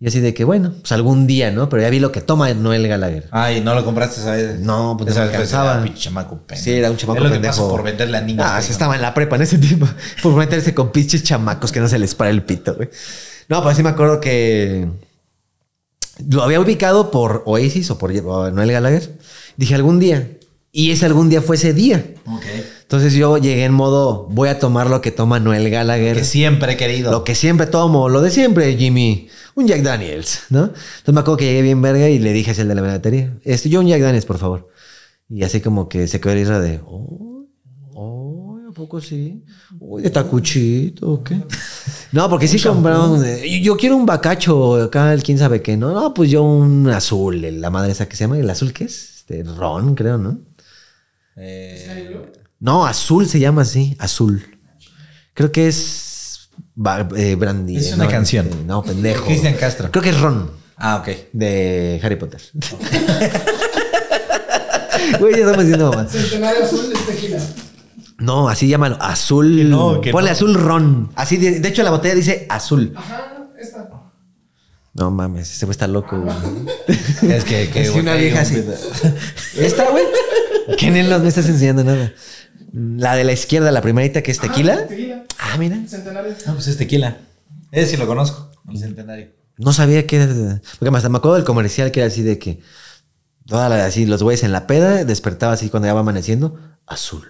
S1: Y así de que, bueno, pues algún día, ¿no? Pero ya vi lo que toma Noel Gallagher.
S3: Ay, no lo compraste esa vez.
S1: No, pues no
S3: esa
S1: me
S3: vez fue
S1: alcanzaba.
S3: ese pinche chamaco pendejo.
S1: Sí, era un chamaco
S3: Es lo que
S1: pendejo.
S3: pasa por venderle a niños.
S1: Ah,
S3: pendejo.
S1: sí estaba en la prepa en ese tiempo. Por meterse con pinches chamacos que no se les para el pito, güey. No, pues sí me acuerdo que lo había ubicado por Oasis o por o Noel Gallagher. Dije algún día. Y ese algún día fue ese día.
S3: Ok.
S1: Entonces yo llegué en modo, voy a tomar lo que toma Noel Gallagher.
S3: Que siempre he querido.
S1: Lo que siempre tomo, lo de siempre, Jimmy. Un Jack Daniels, ¿no? Entonces me acuerdo que llegué bien verga y le dije es el de la vinatería. Este, yo un Jack Daniels, por favor. Y así como que se quedó la isla de, oh, oh, ¿a poco sí? Uy, de tacuchito, ¿o ¿qué? No, porque sí compraron, eh, yo quiero un bacacho, acá el quién sabe qué, ¿no? No, pues yo un azul, el- la madre esa que se llama, ¿el azul qué es? Este, ron, creo, ¿no?
S3: Eh,
S1: No, azul se llama así, azul. Creo que es ba- eh, Brandy.
S3: Es
S1: eh,
S3: una
S1: no,
S3: canción.
S1: este, no, pendejo.
S3: Cristian Castro.
S1: Creo que es Ron
S3: ah, ok.
S1: de Harry Potter. Güey, ya estamos diciendo mamá.
S4: Centenario azul es tequila.
S1: No, así llámalo. Azul.
S3: Que no, que
S1: Ponle
S3: no.
S1: azul Ron. Así, de, de hecho, la botella dice azul.
S4: Ajá, esta.
S1: No mames, ese güey está loco, güey.
S3: Es que, que
S1: Es una
S3: botella,
S1: vieja
S3: un
S1: así.
S3: pedo.
S1: ¿Esta, güey? ¿Quién él no me estás enseñando nada? La de la izquierda, la primerita que es tequila.
S4: Ajá, tequila.
S1: Ah, mira.
S4: Centenario.
S3: No, pues es tequila. Ese sí lo conozco. El centenario.
S1: No sabía que era. Porque hasta me acuerdo del comercial que era así de que. Toda la- así, los güeyes en la peda, despertaba así cuando ya va amaneciendo, azul.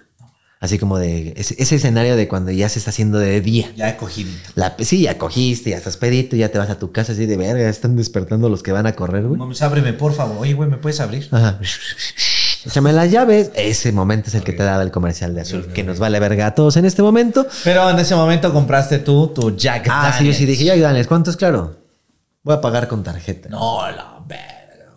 S1: Así como de ese, ese escenario de cuando ya se está haciendo de día.
S3: Ya cogidito.
S1: La, sí, ya cogiste, ya estás pedito, ya te vas a tu casa así de verga, están despertando los que van a correr, güey.
S3: Mames, ábreme, por favor. Oye, güey, ¿me puedes abrir?
S1: Ajá. Échame las llaves. Ese momento es el que te daba el comercial de azul, que nos vale verga a todos en este momento.
S3: Pero en ese momento compraste tú tu Jack
S1: Ah, sí, yo sí
S3: Daniels.
S1: dije, ya, Daniels, ¿cuánto es claro? Voy a pagar con tarjeta.
S3: No, la verga.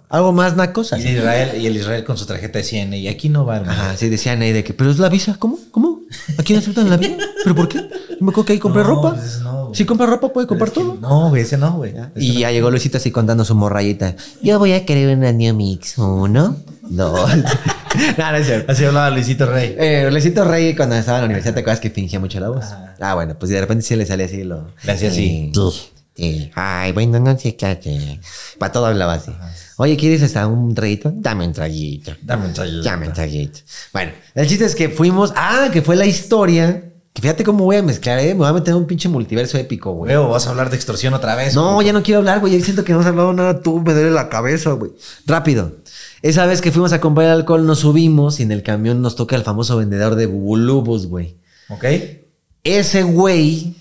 S1: Algo más, una cosa.
S3: Y el Israel, y el Israel con su tarjeta de 100. Y aquí no va, hermano.
S1: Ajá, sí, decían ahí de que, pero es la visa, ¿cómo? ¿Cómo? ¿Aquí no aceptan la visa? ¿Pero por qué? Yo me acuerdo que ahí compré
S3: No,
S1: ropa.
S3: pues, no, güey.
S1: si compra ropa, puede comprar
S3: Es que
S1: todo.
S3: No, güey, ese no, güey.
S1: Y ya llegó Luisito así contando su morrayita. Yo voy a querer una New Mix. Uno, dos. no, no es cierto.
S3: Así hablaba Luisito Rey.
S1: Eh, Luisito Rey cuando estaba en la universidad, ¿te acuerdas que fingía mucho la voz? Ah, bueno, pues de repente sí le salía así lo...
S3: Le hacía así.
S1: Eh, eh, Ay, bueno, no sé qué hacer. Para todo hablaba así. Oye, ¿quieres hasta un traguito? Dame un traguito.
S3: Dame un traguito.
S1: Dame un traguito. Bueno, el chiste es que fuimos... Ah, que fue la historia. Que fíjate cómo voy a mezclar, ¿eh? Me voy a meter en un pinche multiverso épico, güey.
S3: Güey, ¿o vas a hablar de extorsión otra vez.
S1: No, ya no quiero hablar, güey. Ya siento que no has hablado nada. Tú me duele la cabeza, güey. Rápido. Esa vez que fuimos a comprar alcohol, nos subimos y en el camión nos toca el famoso vendedor de bulubos, güey.
S3: ¿Ok?
S1: Ese güey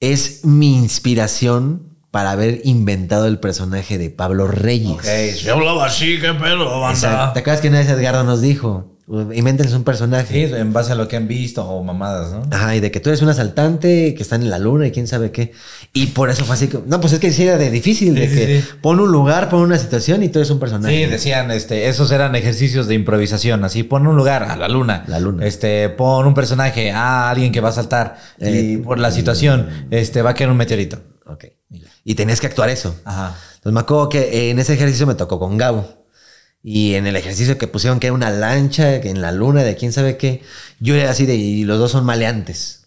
S1: es mi inspiración para haber inventado el personaje de Pablo Reyes.
S3: Ok. Yo hablaba así, qué pedo,
S1: Exacto. ¿Te acuerdas que una vez Edgardo nos dijo? Invéntense un
S3: Sí,
S1: personaje.
S3: en base a lo que han visto o mamadas, ¿no?
S1: Ajá, y de que tú eres un asaltante que están en la luna y quién sabe qué. Y por eso fue así. que- No, pues es que sí era de difícil,
S3: Sí,
S1: de
S3: sí,
S1: que
S3: sí.
S1: pon un lugar, pon una situación y tú eres un personaje.
S3: Sí, decían, este, esos eran ejercicios de improvisación, así, pon un lugar, a la luna.
S1: La luna.
S3: Este, pon un personaje, a alguien que va a saltar. y
S1: Eh,
S3: por la situación, este, va a caer un meteorito.
S1: Ok. Y tenías que actuar eso.
S3: Ajá.
S1: Entonces me acuerdo que eh, en ese ejercicio me tocó con Gabo. Y en el ejercicio que pusieron que era una lancha que en la luna de quién sabe qué, yo era así de, y los dos son maleantes.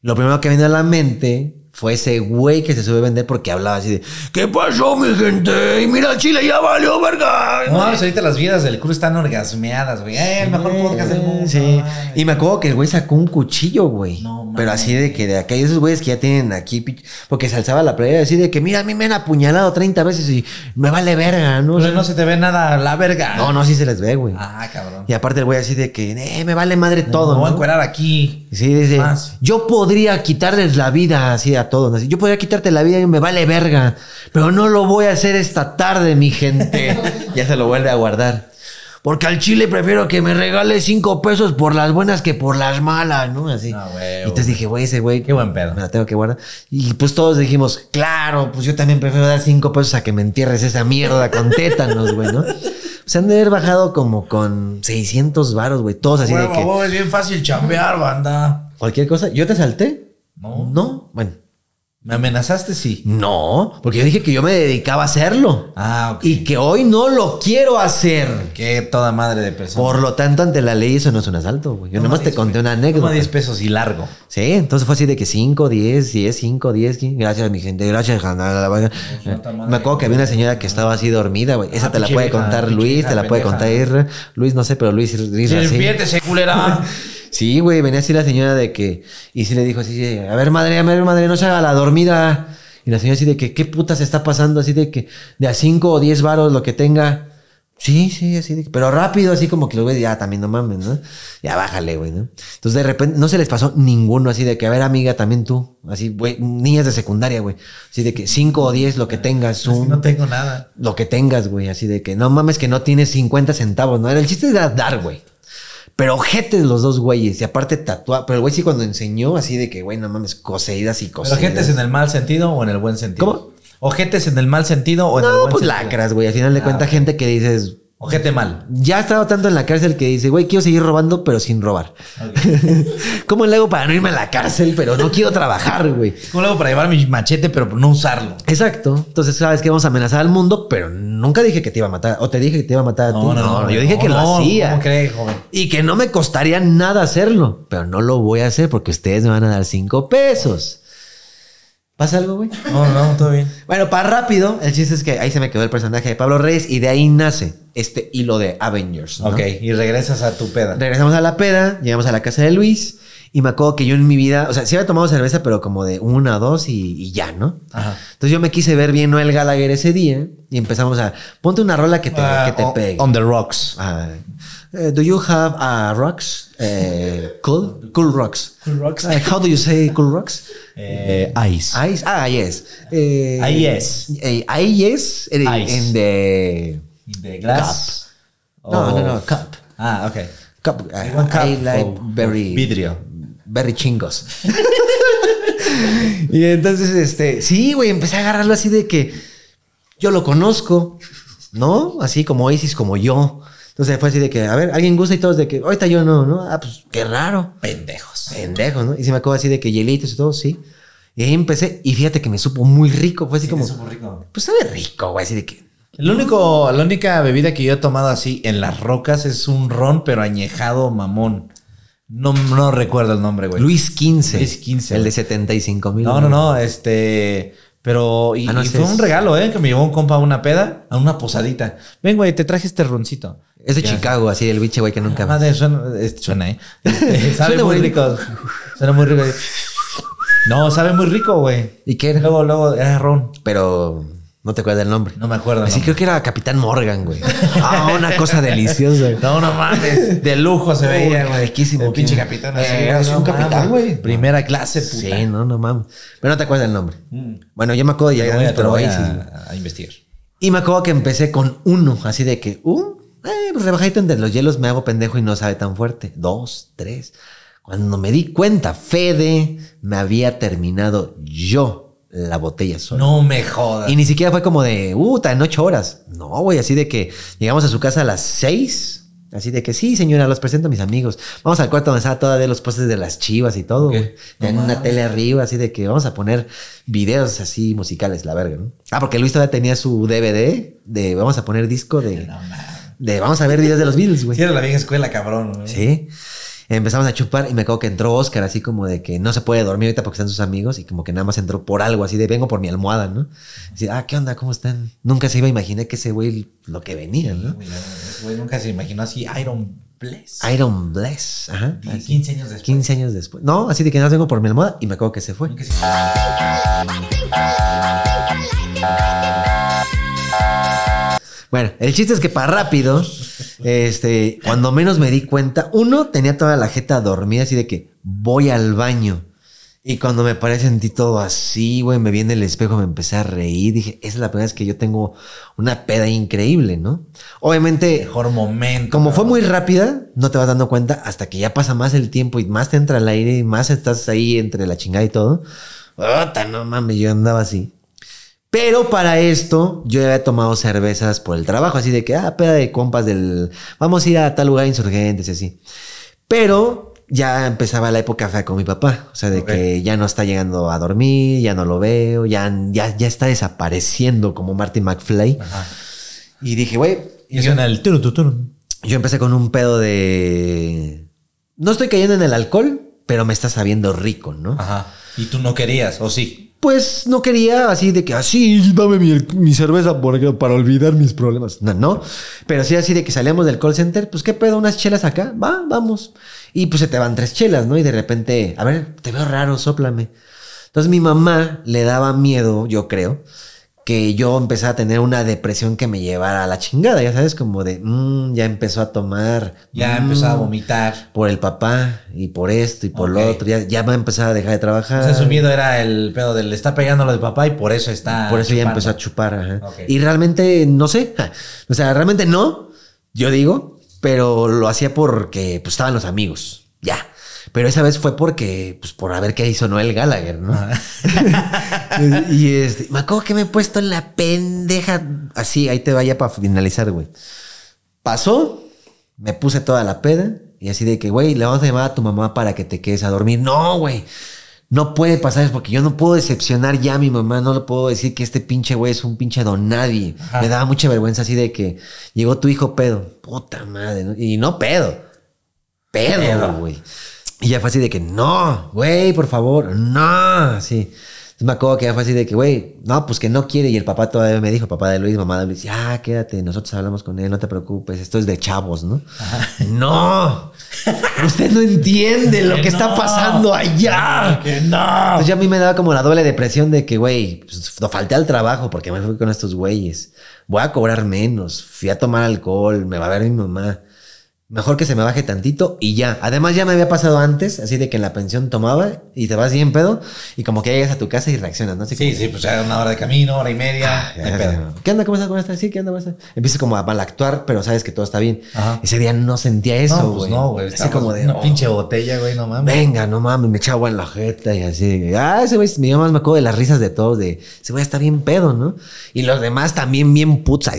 S1: Lo primero que vino a la mente fue ese güey que se sube a vender porque hablaba así de, ¿qué pasó mi gente? Y mira Chile ya valió verga.
S3: No, mames, ahorita las vidas del crew están orgasmeadas, güey. Eh, el mejor podcast del mundo.
S1: Sí.
S3: Ay.
S1: Y me acuerdo que el güey sacó un cuchillo, güey.
S3: No
S1: Pero
S3: mames.
S1: así de que de acá hay esos güeyes que ya tienen aquí, pich- porque se alzaba la playera así de que, mira, a mí me han apuñalado 30 veces y me vale verga, ¿no? O sea,
S3: Pero no se te ve nada a la verga.
S1: no, no, sí se les ve, güey.
S3: Ah, cabrón.
S1: Y aparte el güey así de que, eh, me vale madre
S3: Todo,
S1: todo,
S3: Me voy a
S1: ¿no?
S3: encuerar aquí.
S1: Sí, dice,
S3: Más.
S1: yo podría quitarles la vida así a todos. así, Yo podría quitarte la vida y me vale verga, pero no lo voy a hacer esta tarde, mi gente. ya se lo vuelve a guardar. Porque al chile prefiero que me regale cinco pesos por las buenas que por las malas, ¿no? Así.
S3: Ah, güey,
S1: y entonces
S3: güey.
S1: dije, güey, ese güey.
S3: Qué buen pedo.
S1: Me la tengo que guardar. Y pues todos dijimos, claro, pues yo también prefiero dar cinco pesos a que me entierres esa mierda con tétanos, güey, ¿no? Se han de haber bajado como con 600 varos, güey. Todos así de
S3: Huevo,
S1: que.
S3: huevo, es bien fácil chambear, banda.
S1: Cualquier cosa. ¿Yo te salté?
S3: No.
S1: No. Bueno.
S3: ¿Me amenazaste? Sí.
S1: No, porque yo dije que yo me dedicaba a hacerlo.
S3: Ah, ok.
S1: Y que hoy no lo quiero hacer.
S3: Qué toda madre de persona.
S1: Por lo tanto, ante la ley eso no es un asalto, güey. Yo
S3: Toma
S1: nomás te
S3: 10,
S1: conté
S3: güey.
S1: una
S3: Toma
S1: anécdota.
S3: 10 pesos y largo.
S1: Sí, entonces fue así de que 5, 10, 10, 5, 10, gracias mi gente, gracias. ja, na, la vaina.
S3: Santa madre.
S1: Me acuerdo que había una señora que estaba así dormida, güey. Esa
S3: Ah,
S1: te la
S3: pinche
S1: puede
S3: vieja,
S1: contar
S3: pinche
S1: Luis,
S3: vieja
S1: te la puede
S3: pendeja.
S1: contar Isra. Luis, no sé, pero Luis, Isra, sí.
S3: Despiértese, culera.
S1: Sí, güey, venía así la señora de que. Y sí le dijo así: de, A ver, madre, a ver, madre, no se haga la dormida. Y la señora así de que, ¿qué puta se está pasando? Así de que, de a cinco o diez varos lo que tenga. Sí, sí, así de que, pero rápido, así como que los güeyes, ya también no mames, ¿no? Ya bájale, güey, ¿no? Entonces de repente no se les pasó ninguno así de que, a ver, amiga, también tú, así, güey, niñas de secundaria, güey, así de que cinco o diez lo que tengas, un-
S3: no tengo nada.
S1: lo que tengas, güey. Así de que no mames que no tienes 50 centavos, ¿no? Era el chiste era dar, güey. Pero ojetes los dos güeyes. Y aparte tatuar. Pero el güey sí cuando enseñó así de que, güey, no mames, coseídas y
S3: ¿Pero
S1: cosas.
S3: ojetes en el mal sentido o en el buen sentido?
S1: ¿Cómo?
S3: ¿Ojetes en el mal sentido o en el
S1: No,
S3: buen
S1: pues
S3: sentido?
S1: lacras, güey. Al final de
S3: Ah,
S1: cuentas,
S3: ok.
S1: gente que dices...
S3: Ojete mal.
S1: Ya he estado tanto en la cárcel que dice, güey, quiero seguir robando, pero sin robar. ¿Cómo le hago para no irme a la cárcel, pero no quiero trabajar, güey?
S3: ¿Cómo lo hago para llevar mi machete pero no usarlo?
S1: Exacto. Entonces sabes que vamos a amenazar al mundo, pero nunca dije que te iba a matar. O te dije que te iba a matar a ti. yo dije que lo
S3: Ah, no,
S1: hacía.
S3: ¿Cómo crees, joven?
S1: Y que no me costaría nada hacerlo. Pero no lo voy a hacer porque ustedes me van a dar cinco pesos. ¿Pasa algo, güey?
S3: No, no, todo bien.
S1: Bueno, para rápido, el chiste es que ahí se me quedó el personaje de Pablo Reyes y de ahí nace este hilo de Avengers. ¿no?
S3: Ok, y regresas a tu peda.
S1: Regresamos a la peda, llegamos a la casa de Luis y me acuerdo que yo en mi vida, o sea, sí había tomado cerveza, pero como de una, dos y, y ya, ¿no?
S3: Ajá.
S1: Entonces yo me quise ver bien Noel Gallagher ese día y empezamos a ponte una rola que te,
S3: Ah,
S1: que te
S3: on-
S1: pegue.
S3: On the rocks.
S1: Ah, eh, do you have uh, rocks? Eh, cool, cool rocks.
S3: Cool rocks.
S1: Eh, how do you say cool rocks?
S3: Eh, ice.
S1: Ice. Ah, yes. Eh,
S3: Ah, yes.
S1: eh, ah, yes. eh,
S3: Ice.
S1: In the
S3: In the glass.
S1: Cup. No,
S3: of-
S1: no, no, cup.
S3: Ah, ok.
S1: cup. I,
S3: One cup
S1: I like
S3: of-
S1: very
S3: of vidrio.
S1: Very chingos. y entonces, este, sí, güey, empecé a agarrarlo así de que yo lo conozco, ¿no? Así como Isis, como yo. Entonces fue así de que, a ver, alguien gusta y todos de que, ahorita yo no, ¿no? Ah, pues qué raro.
S3: Pendejos.
S1: Pendejo, ¿no? Y se me acabó así de que hielitos y todo, sí. Y ahí empecé, y fíjate que me supo muy rico. Fue así como,
S3: rico.
S1: pues sabe rico, güey, así de que.
S3: El único, la única bebida que yo he tomado así en las rocas es un ron, pero añejado mamón. No, no recuerdo el nombre, güey.
S1: Luis XV.
S3: Luis XV,
S1: El de
S3: güey.
S1: 75 mil.
S3: No, no, no, este. Pero. Y,
S1: Ah, no,
S3: y
S1: ese
S3: fue
S1: es-
S3: un regalo, ¿eh? Que me llevó un compa a una peda, a una posadita. Ven, güey, te traje este roncito.
S1: Es de
S3: Ya.
S1: Chicago, así, el biche, güey, que nunca.
S3: Madre, suena, este, suena, ¿eh? Este, sabe
S1: Suena
S3: muy
S1: bonito.
S3: rico. Suena muy rico. No, sabe muy rico, güey.
S1: ¿Y qué era?
S3: Luego, luego, era ron.
S1: Pero no te acuerdas del nombre.
S3: No me acuerdo.
S1: Así
S3: no.
S1: creo que era Capitán Morgan, güey. Ah, una cosa deliciosa. güey.
S3: No, no mames. De lujo se veía,
S1: Uy,
S3: güey.
S1: riquísimo,
S3: El pinche
S1: ¿quién?
S3: capitán.
S1: Eh,
S3: así,
S1: es un capitán,
S3: mames.
S1: güey.
S3: Primera clase, puta.
S1: Sí, no, no mames. Pero no te acuerdas del nombre. Bueno, yo me acuerdo ya
S3: Te
S1: de
S3: voy a-
S1: grandes,
S3: te
S1: pero
S3: lo voy
S1: ahí sí.
S3: a, a investigar.
S1: Y me acuerdo que empecé con uno, así de que, uh, eh, pues rebajadito entre los hielos me hago pendejo y no sabe tan fuerte. Dos, tres. Cuando me di cuenta, Fede me había terminado yo la botella sola.
S3: No me jodas.
S1: Y ni siquiera fue como de, uh, ta, en ocho horas. No, güey, así de que llegamos a su casa a las seis. Así de que sí, señora, los presento a mis amigos. Vamos al cuarto donde estaba todavía los postes de las chivas y todo.
S3: Ok.
S1: güey.
S3: No
S1: en una
S3: mames.
S1: tele arriba, así de que vamos a poner videos así musicales, la verga, ¿no? Ah, porque Luis todavía tenía su DVD de vamos a poner disco de,
S3: No mames.
S1: de vamos a ver videos de los Beatles, güey.
S3: Sí, era la vieja escuela, cabrón. güey.
S1: Sí. Empezamos a chupar y me acuerdo que entró Oscar así como de que no se puede dormir ahorita porque están sus amigos y como que nada más entró por algo así de vengo por mi almohada, ¿no? Así, ah, ¿qué onda? ¿Cómo están? Nunca se iba a imaginar que ese güey lo que venía, ¿no?
S3: Güey, ese güey nunca se imaginó así Iron Bless.
S1: Iron Bless, ajá.
S3: Y
S1: así.
S3: 15 años después.
S1: 15 años después. No, así de que nada más vengo por mi almohada y me acuerdo que se fue.
S3: Nunca se-
S1: Bueno, el chiste es que para rápido, este, cuando menos me di cuenta, uno tenía toda la jeta dormida, así de que voy al baño. Y cuando me paré sentí todo así, güey, me vi en el espejo, me empecé a reír, dije, esa es la primera vez que yo tengo una peda increíble, ¿no? Obviamente,
S3: Mejor momento.
S1: como fue
S3: cabrón.
S1: muy rápida, no te vas dando cuenta hasta que ya pasa más el tiempo y más te entra el aire y más estás ahí entre la chingada y todo. Ota, no mames, yo andaba así. Pero para esto, yo ya había tomado cervezas por el trabajo, así de que, ah, peda de compas del. Vamos a ir a tal lugar insurgentes y así. Pero ya empezaba la época fea con mi papá. O sea, de
S3: Ok.
S1: que ya no está llegando a dormir, ya no lo veo, ya, ya, ya está desapareciendo como Marty McFly. Y dije, güey,
S3: Y suena el turu, turu, turu.
S1: yo empecé con un pedo de... No estoy cayendo en el alcohol, pero me está sabiendo rico, ¿no?
S3: Ajá. Y tú no querías, o sí.
S1: Pues no quería así de que así, dame mi, mi cerveza porque- para olvidar mis problemas. No, no. Pero sí así de que salíamos del call center, pues qué pedo, unas chelas acá, va, vamos. Y pues se te van tres chelas, ¿no? Y de repente, a ver, te veo raro, soplame. Entonces mi mamá le daba miedo, yo creo, que yo empezara a tener una depresión que me llevara a la chingada, ya sabes, como de, "Mm, ya empezó a tomar.
S3: Ya
S1: mm,
S3: empezaba a vomitar.
S1: Por el papá y por esto y por lo
S3: Ok.
S1: otro, ya, ya va a empezar a dejar de trabajar.
S3: O sea, su miedo era el pedo del está pegando a lo de papá y por eso está.
S1: Por eso ya
S3: chupando.
S1: empezó a chupar. ajá.
S3: Ok.
S1: Y realmente, no sé. ja. O sea, realmente no, yo digo, pero lo hacía porque pues, estaban los amigos. Ya. Pero esa vez fue porque, pues, por haber qué hizo Noel Gallagher, ¿no? y este, me acuerdo que me he puesto en la pendeja. Así, ahí te vaya para finalizar, güey. Pasó, me puse toda la peda y así de que, güey, le vamos a llamar a tu mamá para que te quedes a dormir. No, güey. No puede pasar eso porque yo no puedo decepcionar ya a mi mamá. No le puedo decir que este pinche güey es un pinche don nadie.
S3: Ajá.
S1: Me daba mucha vergüenza así de que llegó tu hijo pedo. Puta madre. ¿no? Y no pedo. Pedo,
S3: Pedo.
S1: güey. Y ya fue así de que, no, güey, por favor, no. Sí. Entonces me acuerdo que ya fue así de que, güey, no, pues que no quiere. Y el papá todavía me dijo, papá de Luis, mamá de Luis, ya, quédate, nosotros hablamos con él, no te preocupes, esto es de chavos, ¿no? No, usted no entiende lo que está
S3: No.
S1: pasando allá.
S3: Que no.
S1: Ah, Entonces ya a mí me daba como la doble depresión de que, güey, pues, no falté al trabajo porque me fui con estos güeyes. Voy a cobrar menos, fui a tomar alcohol, me va a ver mi mamá. Mejor que se me baje tantito y ya. Además ya me había pasado antes, así de que en la pensión tomaba y te vas bien pedo y como que llegas a tu casa y reaccionas, ¿no? Así
S3: Sí,
S1: como-
S3: sí, pues era una hora de camino, hora y media.
S1: Ah, Ya,
S3: no hay
S1: ya,
S3: pedo.
S1: ya. ¿Qué onda? ¿Cómo estás? ¿Cómo estás? Sí, ¿qué onda? ¿Cómo estás? Empiezas como a malactuar, pero sabes que todo está bien.
S3: Ajá.
S1: Ese día no sentía eso,
S3: no,
S1: güey.
S3: pues no, güey.
S1: Así como de...
S3: una
S1: oh.
S3: pinche botella, güey, no mames.
S1: Venga, no mames, me echa agua en la jeta y así. Ah, ese güey, mi mamá me acuerdo de las risas de todos, de ese güey está bien pedo, ¿no? Y los demás también bien putza.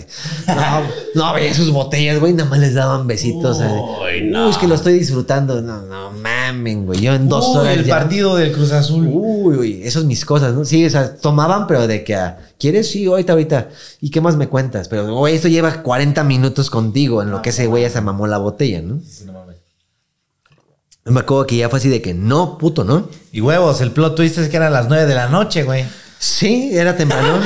S1: No, no, veía sus botellas, güey, nada más les daban besitos. Uy, no. es que lo estoy disfrutando. No, no mamen, güey. Yo en dos
S3: Uy,
S1: horas.
S3: el
S1: ya- Uh.
S3: partido del Cruz Azul.
S1: Uy, uy, eso es mis cosas, ¿no? Sí, o sea, tomaban, pero de que, ah, ¿quieres? Sí, ahorita, ahorita. ¿Y qué más me cuentas? Pero, güey, esto lleva 40 minutos contigo, en lo que ese güey ya se mamó la botella, ¿no?
S3: Sí, no mames.
S1: Me acuerdo que ya fue así de que, no, puto, ¿no?
S3: Y huevos, el plot twist es que eran las 9 de la noche, güey.
S1: Sí, era temprano.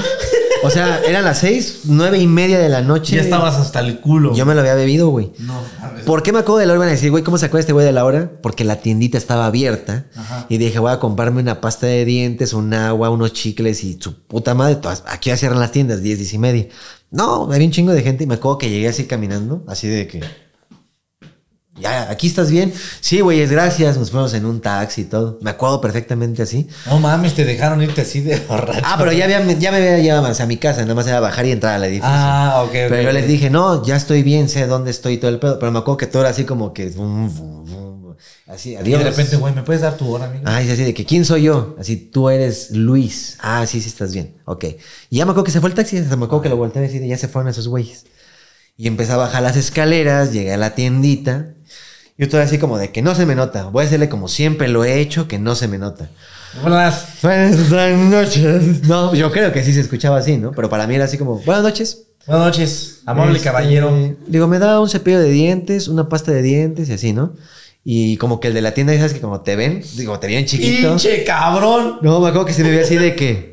S1: O sea, eran las seis, nueve y media de la noche.
S3: Ya estabas hasta el culo.
S1: Yo me lo había bebido, güey.
S3: No, mames.
S1: ¿Por qué me acuerdo de la hora? Van a decir, güey, ¿cómo se acuerda este güey de la hora? Porque la tiendita estaba abierta.
S3: Ajá.
S1: Y dije, voy a comprarme una pasta de dientes, un agua, unos chicles y su puta madre. Todas, aquí ya cierran las tiendas, diez, diez y media. No, había un chingo de gente y me acuerdo que llegué así caminando, así de que... Ya, aquí estás bien. Sí, güey, es gracias. Nos fuimos en un taxi y todo. Me acuerdo perfectamente así.
S3: No mames, te dejaron irte así de borracho.
S1: Ah, pero ya, había, ya me había llevado más a mi casa, nada más era bajar y entrar al edificio.
S3: Ah, ok. ok.
S1: pero yo les dije, no, ya estoy bien, sé dónde estoy y todo el pedo. Pero me acuerdo que todo era así como que. vum, vum, vum, así,
S3: Y
S1: adiós.
S3: de repente, güey, ¿me puedes dar tu hora, amigo?
S1: Ay, así de que, ¿quién soy yo? Así, tú eres Luis. Ah, sí, sí, estás bien. Ok. Y ya me acuerdo que se fue el taxi, hasta me acuerdo que lo volteé a decir, ya se fueron esos güeyes. Y empecé a bajar las escaleras, llegué a la tiendita. Yo todo así como de que no se me nota. Voy a hacerle como siempre lo he hecho, que no se me nota.
S3: Buenas.
S1: Buenas noches. No, yo creo que sí se escuchaba así, ¿no? Pero para mí era así como, buenas noches.
S3: Buenas noches, amable
S1: Este,
S3: caballero.
S1: Digo, me da un cepillo de dientes, una pasta de dientes y así, ¿no? Y como que el de la tienda, ¿sabes que como te ven? Digo, te vieron chiquito.
S3: ¡Pinche cabrón!
S1: No, me acuerdo que se me veía así de que...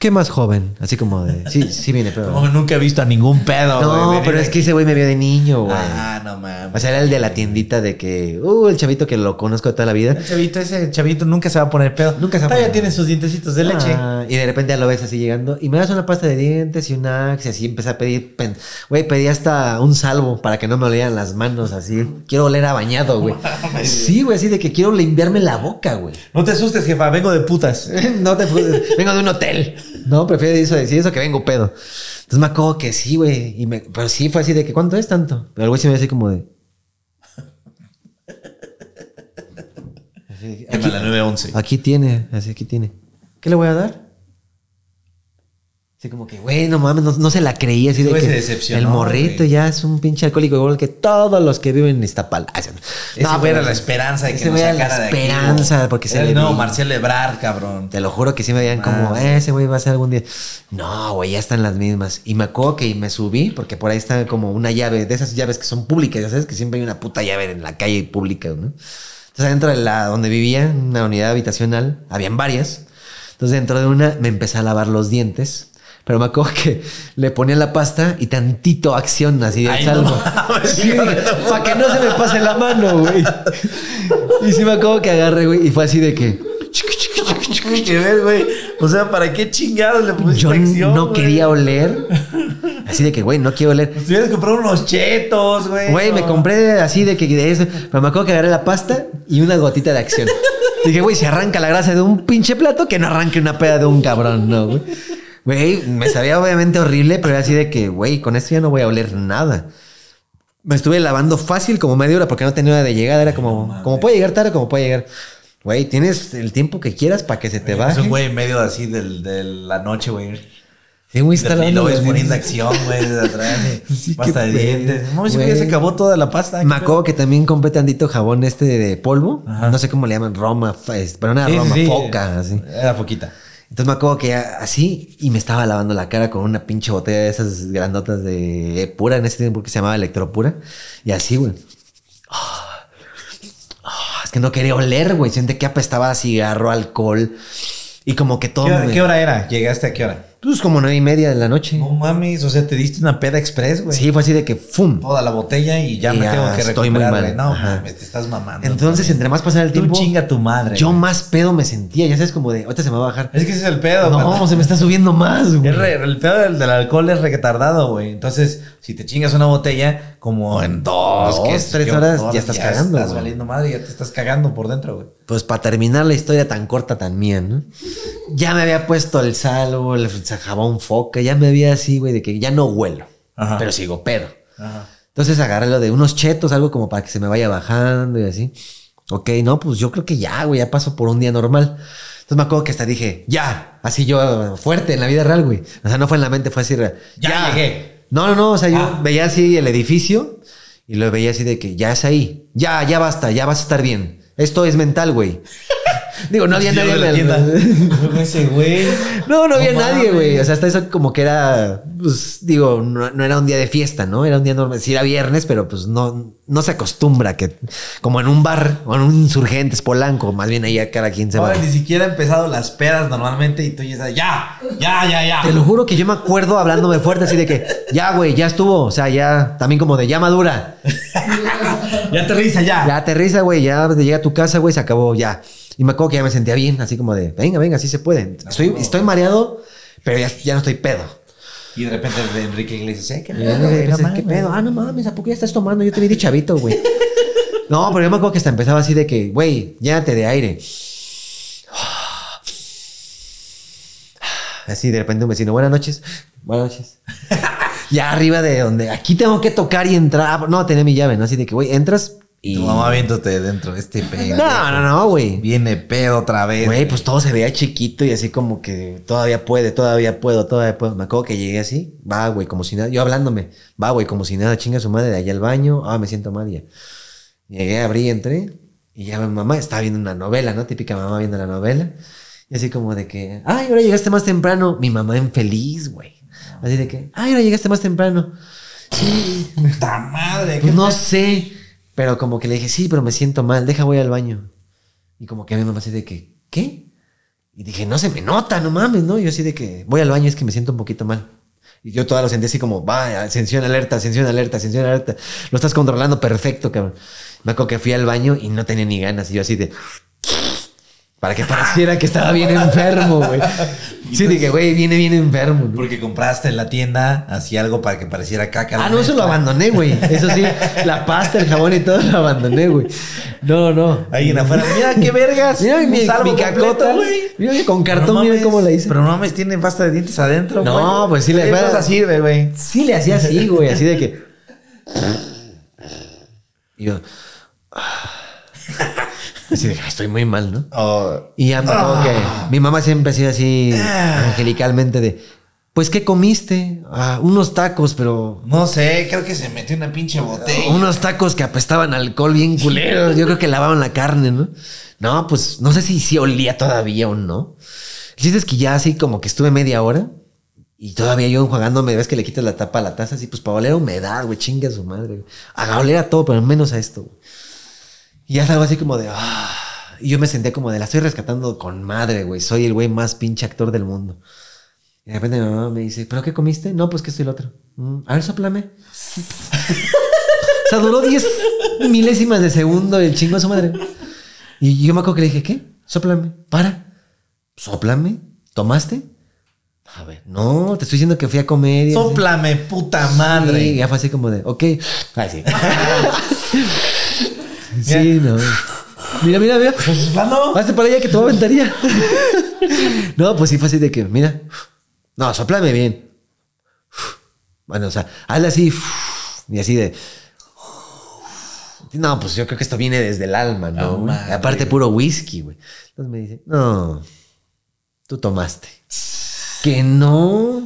S1: ¿Qué más joven? Así como de... Sí, sí viene, pero...
S3: No, nunca he visto a ningún pedo, Oh, güey,
S1: No,
S3: venir
S1: pero es
S3: aquí.
S1: que ese güey me vio de niño, güey.
S3: Ah, no mames.
S1: O sea, era el de la tiendita de que... Uh, el chavito que lo conozco de toda la vida.
S3: El chavito, ese chavito nunca se va a poner pedo.
S1: Nunca se va a
S3: Todavía
S1: poner.
S3: tiene sus dientecitos de leche.
S1: Ah, y de repente ya lo ves así llegando. Y me das una pasta de dientes y un axe. Así empecé a pedir. pen- Güey, pedí hasta un salvo para que no me olieran las manos. Así quiero oler a bañado, güey. Sí, güey, así de que quiero limpiarme la boca, güey.
S3: No te asustes, jefa, vengo de putas.
S1: no te frustres, vengo de un hotel. No, prefiero eso, decir eso que vengo pedo. Entonces me acuerdo que sí, güey. y me- Pero sí fue así de que, ¿cuánto es tanto? Pero el güey se me ve así como de. Así, aquí-
S3: Llama a la 911.
S1: Aquí tiene, así aquí tiene. ¿Qué le voy a dar? Así como que, güey, no mames, no, no se la creía. Así
S3: Sí,
S1: de
S3: güey,
S1: que
S3: se decepcionó,
S1: el morrito
S3: güey.
S1: ya es un pinche alcohólico igual que todos los que viven en Iztapalapa. Ay, no.
S3: Ese
S1: No,
S3: güey era
S1: pero-
S3: la esperanza de que
S1: ese
S3: nos
S1: güey era la
S3: sacara de aquí,
S1: esperanza,
S3: güey.
S1: porque se
S3: Era
S1: le
S3: el nuevo
S1: veía.
S3: Marcel Ebrard, cabrón.
S1: Te lo juro que sí me veían como, "Eh, ese güey va a ser algún día. No, güey, ya están las mismas. Y me acuerdo que me subí, porque por ahí está como una llave, de esas llaves que son públicas, ya sabes que siempre hay una puta llave en la calle pública, ¿no? Entonces adentro de la donde vivía, en una unidad habitacional, habían varias. Entonces dentro de una me empecé a lavar los dientes. Pero me acuerdo que le ponía la pasta y tantito acción así de
S3: Ay,
S1: salvo.
S3: no mames, hijo de tu
S1: para que no se me pase la mano, güey. Y sí me acuerdo que agarré, güey, y fue así de que...
S3: que ver, güey. O sea, ¿para qué chingados le pusiste
S1: Pues Yo
S3: acción,
S1: no
S3: güey?
S1: quería oler. Así de que, güey, no quiero oler.
S3: Pues Tuvieras que comprar unos chetos, güey.
S1: Güey, me
S3: No.
S1: compré así de que de eso. Pero me acuerdo que agarré la pasta y una gotita de acción. Dije, güey, si arranca la grasa de un pinche plato, que no arranque una peda de un cabrón, no, güey. Güey, me sabía obviamente horrible, pero era así de que, güey, con esto ya no voy a oler nada. Me estuve lavando fácil como media hora porque no tenía hora de llegada. Era como, como puede llegar tarde, como puede llegar. Güey, tienes el tiempo que quieras para que se te
S3: Es
S1: baje.
S3: un pues, güey en medio así del- de la noche, güey.
S1: Sí, güey, está
S3: Y lo
S1: lavando
S3: ves
S1: los
S3: poniendo
S1: dientes.
S3: acción, güey, desde atrás.
S1: Sí,
S3: de pasta
S1: qué
S3: de
S1: pedo,
S3: dientes. No, ese
S1: güey.
S3: güey ya se acabó toda la pasta.
S1: Me acuerdo que también compré tantito jabón este de, de polvo.
S3: Ajá.
S1: No sé cómo le llaman, Roma, fa- es- pero una
S3: Sí, sí,
S1: Roma,
S3: sí.
S1: foca, así.
S3: Era foquita.
S1: Entonces me acuerdo que a- así y me estaba lavando la cara con una pinche botella de esas grandotas de eh, pura en ese tiempo que se llamaba electropura. Y así, güey. Ah. Ah, es que no quería oler, güey. Siente que apestaba a cigarro, alcohol. Y como que todo.
S3: ¿Qué,
S1: me-
S3: qué hora era? ¿Llegaste a qué hora?
S1: Pues como nueve y media de la noche.
S3: No mames, o sea, te diste una peda express, güey.
S1: sí, fue así de que ¡fum!
S3: Toda la botella y ya
S1: Y
S3: me
S1: ya
S3: tengo que
S1: estoy muy
S3: recuperar,
S1: mal.
S3: güey. No,
S1: Ajá.
S3: mames, te estás mamando.
S1: Entonces, entre más pasaba el
S3: Tú
S1: tiempo.
S3: chinga tu madre.
S1: Yo
S3: güey.
S1: más pedo me sentía, ya sabes, como de, ahorita se me va a bajar.
S3: Es que ese es el pedo, güey.
S1: No, se me está subiendo más, güey.
S3: Es re- el pedo del, del alcohol es retardado, güey. Entonces, si te chingas una botella, como en dos,
S1: Dos,
S3: que es-
S1: tres
S3: que
S1: horas,
S3: dos,
S1: ya estás cagando,
S3: Estás
S1: güey.
S3: valiendo madre, ya te estás cagando por dentro, güey.
S1: Pues para terminar la historia tan corta, tan mía, ¿no? Ya me había puesto el salvo, el jabón foca, ya me había así, güey, de que ya no huelo,
S3: Ajá.
S1: pero sigo pedo.
S3: Ajá.
S1: Entonces agarré lo de unos chetos, algo como para que se me vaya bajando y así. Ok, no, pues yo creo que ya, güey, ya paso por un día normal. Entonces me acuerdo que hasta dije, ya, así yo fuerte en la vida real, güey. O sea, no fue en la mente, fue así. real.
S3: Ya llegué.
S1: No, no, no, o sea, yo
S3: Ah.
S1: veía así el edificio y lo veía así de que ya es ahí. Ya, ya basta, ya vas a estar bien. Esto es mental, güey. Digo, no había
S3: Yo
S1: nadie
S3: de
S1: en
S3: la
S1: el-
S3: tienda. Luego ese güey.
S1: no, no había
S3: No
S1: nadie,
S3: mames.
S1: güey. O sea, hasta eso como que era, pues, digo, no, no era un día de fiesta, ¿no? Era un día normal. Sí era viernes, pero pues no, no se acostumbra que, como en un bar o en un insurgentes polanco, más bien ahí a cada quien se va.
S3: Ahora ni siquiera ha empezado las pedas normalmente y tú ya estás, ya, ya, ya, ya.
S1: Te lo juro que yo me acuerdo hablándome fuerte así de que, ya, güey, ya estuvo. O sea, ya, también como de ya madura.
S3: Ya te risa, ya.
S1: Ya aterriza, güey, ya llega a tu casa, güey, se acabó, ya. Y me acuerdo que ya me sentía bien, así como de, venga, venga, así se puede. Estoy, estoy mareado, pero ya, ya no estoy pedo.
S3: Y de repente Enrique Iglesias, ¿eh? ¿Qué
S1: Y él
S3: pedo,
S1: me
S3: güey? No
S1: dice, ¿Qué
S3: mames".
S1: pedo? Ah, no mames, ¿a poco ya estás tomando? Yo te vi de chavito, güey. No, pero yo me acuerdo que hasta empezaba así de que, güey, llénate de aire. Así de repente un vecino, buenas noches, buenas noches. Ya arriba de donde, aquí tengo que tocar y entrar. No, tenía mi llave, ¿no? Así de que, güey, entras y...
S3: Tu mamá viéndote de dentro, este pedo.
S1: No, no, no, güey.
S3: Viene pedo otra vez.
S1: Güey, pues todo se veía chiquito y así como que todavía puede, todavía puedo, todavía puedo. Me acuerdo que llegué así, va, güey, como si nada. Yo hablándome, va, güey, como si nada, chinga su madre, de allá al baño, ah, me siento mal y ya. Llegué, abrí, entré y ya mi mamá estaba viendo una novela, ¿no? Típica mamá viendo la novela. Y así como de que, ay, ahora llegaste más temprano. Mi mamá infeliz, güey. Así de que, ay, ahora llegaste más temprano.
S3: Puta madre. ¿qué
S1: No sé, pero como que le dije, sí, pero me siento mal, deja, voy al baño. Y como que mi mamá así de que, ¿qué? Y dije, no se me nota, no mames, ¿no? Yo así de que voy al baño, es que me siento un poquito mal. Y yo toda lo sentí así como, va, ascensión alerta, ascensión alerta, ascensión alerta. Lo estás controlando perfecto, cabrón. Me acuerdo que fui al baño y no tenía ni ganas. Y yo así de... Para que pareciera que estaba bien enfermo, güey. Sí, dije, güey, viene bien enfermo. ¿no?
S3: Porque compraste en la tienda así algo para que pareciera caca. la
S1: Ah, no, eso lo
S3: mezcla.
S1: abandoné, güey. Eso sí, la pasta, el jabón y todo lo abandoné, güey. No, no.
S3: Alguien afuera, mira qué vergas.
S1: Mira mi,
S3: un
S1: mi
S3: salvo
S1: cacota.
S3: completo, güey.
S1: Mira que con cartón,
S3: No
S1: mira
S3: mames,
S1: cómo la hice.
S3: Pero no mames, tiene pasta de dientes adentro,
S1: No,
S3: güey.
S1: pues sí le-
S3: Eso hasta sirve, güey.
S1: Sí le hacía así, güey, así de que... Y yo... "Ah". Así de, "Ay, estoy muy mal, ¿no?
S3: Oh, Ah.
S1: Y ya me acuerdo que mi mamá siempre ha sido así angelicalmente de... Pues, ¿qué comiste? Ah, unos tacos, pero.
S3: No sé, creo que se metió una pinche botella.
S1: Unos tacos que apestaban a alcohol bien culero. Yo creo que lavaban la carne, ¿no? No, pues no sé si, si olía todavía o no. El chiste es que ya así como que estuve media hora y todavía yo enjuagándome. Ves que le quitas la tapa a la taza así, pues para oler a humedad, güey, chinga su madre. güey. A oler a todo, pero menos a esto, güey. Y ya estaba así como de. "Ah". Y yo me senté como de la estoy rescatando con madre, güey. Soy el güey más pinche actor del mundo. Y de repente mi mamá me dice, ¿pero qué comiste? No, pues que estoy el otro. "Mm, a ver, soplame. O sea, duró 10 milésimas de segundo el chingo a su madre. Y yo me acuerdo que le dije, ¿qué? Sóplame, para. Sóplame, ¿tomaste? A ver, no, te estoy diciendo que fui a comer. y así.
S3: Sóplame, puta madre.
S1: Sí, ya fue así como de, ok. Así. sí, no. Mira, mira, mira.
S3: Soflando.
S1: Hazte para allá que te voy a aventaría. no, pues sí fue así de que, mira. No, soplame bien. Bueno, o sea, hazle así. Y así de. No, pues yo creo que esto viene desde el alma, ¿no?
S3: No,
S1: güey?
S3: madre,
S1: Aparte,
S3: güey.
S1: puro whisky, güey. Entonces me dice, no, tú tomaste. Que no.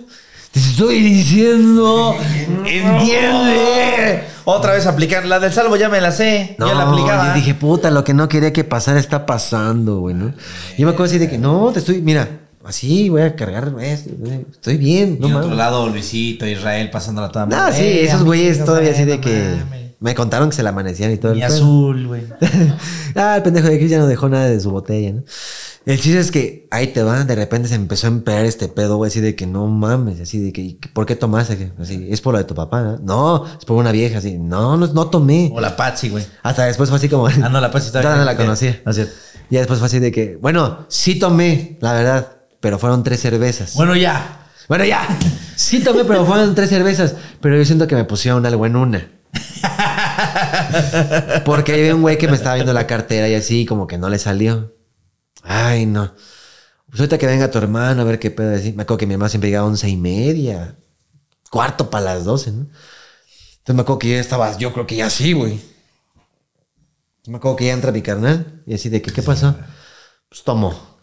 S1: Te estoy diciendo. ¡Entiende!
S3: Otra vez aplicar la del salvo, ya me la sé.
S1: No,
S3: ya la aplicaba.
S1: yo dije, puta, lo que no quería que pasara está pasando, güey, ¿no? Yo me acuerdo así de que, no, te estoy, mira, así voy a cargar esto, güey, estoy bien,
S3: Y
S1: no
S3: de otro
S1: mames.
S3: lado, Luisito, Israel, pasándola toda
S1: No,
S3: madre.
S1: sí,
S3: Eh,
S1: esos
S3: amigo,
S1: güeyes todavía así de
S3: no
S1: que
S3: mames.
S1: me contaron que se la amanecían y todo el
S3: Mi
S1: pedo.
S3: azul, güey.
S1: ah, el pendejo de Chris ya no dejó nada de su botella, ¿no? El chiste es que ahí te va, de repente se empezó a empeorar este pedo, güey, así de que no mames, así de que, ¿y ¿por qué tomaste? Así, es por lo de tu papá, ¿no? No, es por una vieja, así, no, no, no tomé.
S3: O la Patsy, güey.
S1: Hasta después fue así como.
S3: Ah, no, la Patsy
S1: Ya
S3: estaba.
S1: no la conocía.
S3: No es cierto.
S1: Y ya después fue así de que, bueno, sí tomé, la verdad, pero fueron tres cervezas. Bueno,
S3: Bueno, ya.
S1: ya, sí tomé, pero fueron tres cervezas. Pero yo siento que me pusieron algo en una. Porque había un güey que me estaba viendo la cartera y así, como que no le salió. Ay, no. Pues ahorita que venga tu hermano a ver qué pedo decir. Me acuerdo que mi hermano siempre llegaba a once y media, cuarto para las doce, ¿no? Entonces me acuerdo que ya estaba, yo creo que ya sí, güey. Me acuerdo que ya entra mi carnal y así de que, ¿qué pasó? Pues tomo.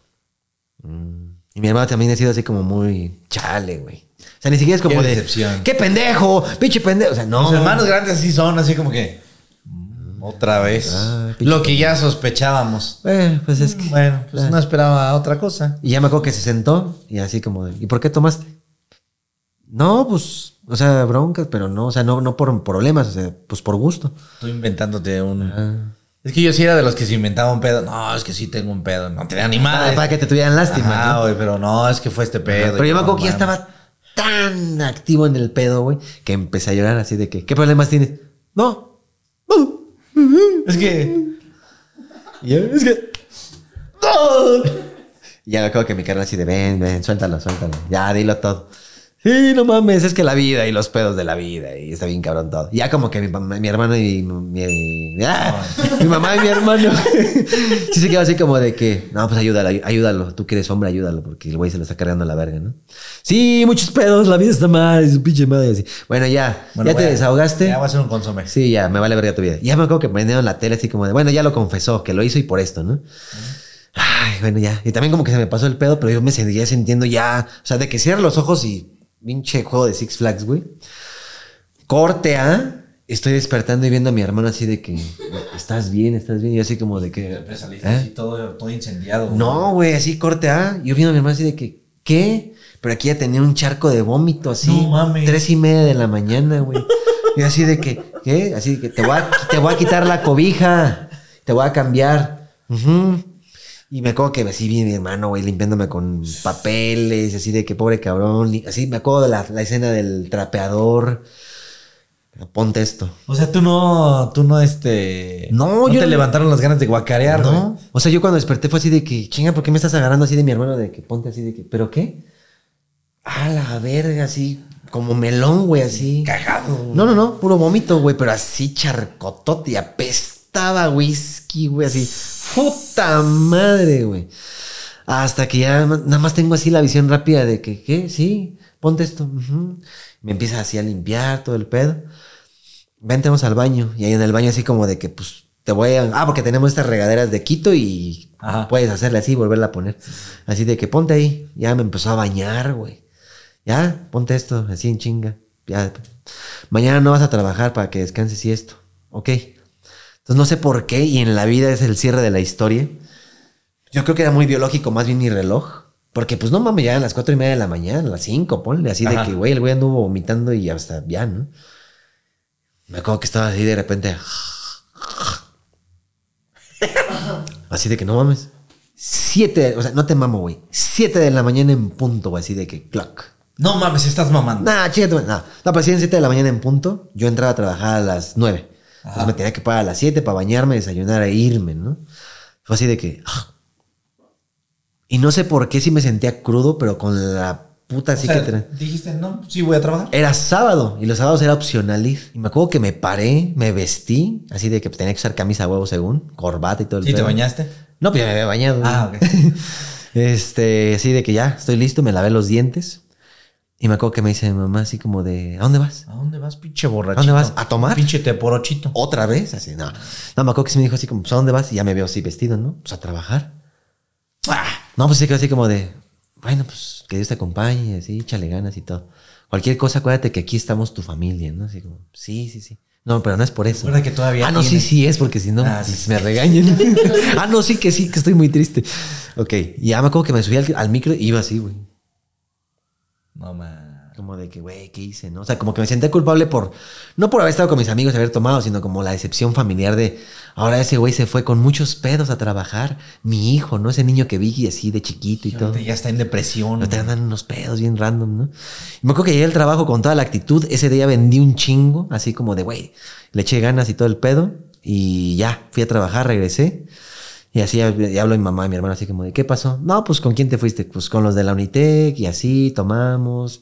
S1: Mm. Y mi hermano también ha sido así como muy chale, güey. O sea, ni siquiera es como
S3: Qué
S1: de.
S3: decepción. Pues,
S1: ¡Qué pendejo! ¡Pinche pendejo! O sea, no.
S3: Los hermanos grandes así son, así como que. mm, Otra vez.
S1: Ah, pinche-
S3: Lo que ya sospechábamos.
S1: Eh, pues es que.
S3: Bueno, pues
S1: Ah.
S3: no esperaba otra cosa.
S1: Y ya me acuerdo que se sentó y así como, de, ¿y por qué tomaste? No, pues, o sea, broncas, pero no, o sea, no, no por problemas, o sea, pues por gusto.
S3: Tú inventándote un.
S1: Ah.
S3: Es que yo sí era de los que se inventaba un pedo. No, es que sí tengo un pedo. No te da ni
S1: Para,
S3: madre.
S1: Ah, para que te tuvieran lástima.
S3: Ajá,
S1: ¿no?
S3: güey, pero no, es que fue este pedo.
S1: Pero
S3: Y
S1: yo me acuerdo
S3: no
S1: que ya
S3: mames.
S1: estaba tan activo en el pedo, güey, que empecé a llorar así de que, ¿qué problemas tienes? No. No.
S3: Es que.
S1: Y yo, es que. ¡No! ¡Ah! Y ya me acuerdo que mi carnal así de ven, ven, suéltalo, suéltalo. Ya, dilo todo. Sí, no mames, es que la vida y los pedos de la vida y está bien cabrón todo. Y ya como que mi, mam- mi hermano y mi, mi- ¡Ah! mi mamá y mi hermano sí se quedó así como de que, no, pues ayúdalo, ay- ayúdalo, tú que eres hombre, ayúdalo, porque el güey se lo está cargando a la verga, ¿no? Sí, muchos pedos, la vida está mal, y su pinche madre así. Bueno, ya,
S3: Bueno,
S1: ya te
S3: güey,
S1: desahogaste.
S3: Ya va a ser un consomé.
S1: Sí, ya, me vale verga tu vida. Ya me acuerdo que prendieron la tele así como de, bueno, ya lo confesó, que lo hizo y por esto, ¿no? Ay, bueno, ya. Y también como que se me pasó el pedo, pero yo me seguía sintiendo ya, o sea, de que cierro los ojos y pinche juego de Six Flags, güey. Corte a, estoy despertando y viendo a mi hermano así de que, estás bien, estás bien, y yo así como de que...
S3: Siempre saliste
S1: ¿eh?
S3: así todo, todo incendiado. güey.
S1: No, güey, así corte A. Yo viendo a mi hermano así de que, ¿qué? Pero aquí ya tenía un charco de vómito así.
S3: No mames.
S1: Tres y media de la mañana, güey. Y así de que, ¿qué? Así de que te voy a, te voy a quitar la cobija. Te voy a cambiar. Ujú. Y me acuerdo que así vi a mi hermano, güey, limpiándome con papeles, así de que pobre cabrón. Y Así me acuerdo de la, la escena del trapeador. Ponte esto.
S3: O sea, tú no, tú no, este.
S1: No, yo
S3: te
S1: no-
S3: levantaron las ganas de guacarear,
S1: ¿No?
S3: güey.
S1: O sea, yo cuando desperté fue así de que, chinga, ¿por qué me estás agarrando así de mi hermano? De que ponte así de que, ¿pero qué? A la verga, así, como melón, güey, así.
S3: Cagado.
S1: No, no, no, puro vómito, güey, pero así charcotote y apestaba whisky, güey, así. Puta madre, güey. Hasta que ya ma- nada más tengo así la visión rápida de que, ¿qué? Sí, ponte esto. ujú. Me empieza así a limpiar todo el pedo. Vente, vamos al baño. Y ahí en el baño así como de que, pues, te voy a... Ah, porque tenemos estas regaderas de Quito y
S3: Ajá.
S1: puedes hacerle así y volverla a poner. Así de que ponte ahí. Ya me empezó a bañar, güey. Ya, ponte esto, así en chinga. Ya. Mañana no vas a trabajar para que descanses y esto. Ok. Entonces no sé por qué, y en la vida es el cierre de la historia. Yo creo que era muy biológico, más bien mi reloj. Porque, pues, no mames, ya a las cuatro y media de la mañana, a las cinco, ponle. Así
S3: Ajá.
S1: de que, güey, el güey anduvo vomitando y hasta ya, ¿no? Me acuerdo que estaba así de repente. Así de que, no mames. Siete, o sea, no te mamo, güey. Siete de la mañana en punto, güey, así de que, clock.
S3: No mames, estás mamando.
S1: Nah, chica, tú- nah. No, pero sí, en 7 de la mañana en punto. Yo entraba a trabajar a las 9. Entonces me tenía que parar a las 7 para bañarme, desayunar e irme, ¿no? Fue así de que. ah. Y no sé por qué si me sentía crudo, pero con la puta
S3: O
S1: así
S3: sea,
S1: que. tra-
S3: dijiste, no, sí voy a trabajar.
S1: Era sábado y los sábados era opcional ir. Y me acuerdo que me paré, me vestí, así de que tenía que usar camisa a huevo según, corbata y todo el
S3: ¿Y te
S1: pedo.
S3: bañaste?
S1: No, pues ya me había bañado.
S3: Ah,
S1: güey.
S3: ok.
S1: Este, así de que ya, estoy listo, me lavé los dientes. Y me acuerdo que me dice mi mamá así como de, ¿a dónde vas?
S3: ¿A dónde vas, pinche borrachito?
S1: ¿A dónde vas? ¿A tomar? Oh,
S3: Pinche teporochito.
S1: ¿Otra vez? Así, no. No, me acuerdo que sí me dijo así como, pues, ¿a dónde vas? Y ya me veo así vestido, ¿no? Pues a trabajar. No, pues se quedó así como de, bueno, pues que Dios te acompañe, así, échale ganas y todo. Cualquier cosa, acuérdate que aquí estamos tu familia, ¿no? Así como, sí, sí, sí. No, pero no es por eso.
S3: Recuerda que todavía
S1: Ah, no, sí,
S3: tienes.
S1: sí es, porque si no,
S3: Ah,
S1: pues,
S3: sí, sí.
S1: me regañen. ah, no, sí, que sí, que estoy muy triste. Ok, y ya me acuerdo que me subí al, al micro y iba así, güey.
S3: No mames.
S1: Como de que, güey, ¿qué hice? ¿No? O sea, como que me sentía culpable por, no por haber estado con mis amigos y haber tomado, sino como la decepción familiar de, ahora ese güey se fue con muchos pedos a trabajar, mi hijo, ¿no? Ese niño que vi así de chiquito y todo.
S3: Ya está en depresión.
S1: No te andan unos pedos bien random, ¿no? Y me acuerdo que llegué al trabajo con toda la actitud. Ese día vendí un chingo, así como de, güey, le eché ganas y todo el pedo. Y ya, fui a trabajar, regresé. Y así ya, ya habló mi mamá y mi hermano, así como de, ¿qué pasó? No, pues con quién te fuiste? Pues con los de la Unitec y así, tomamos.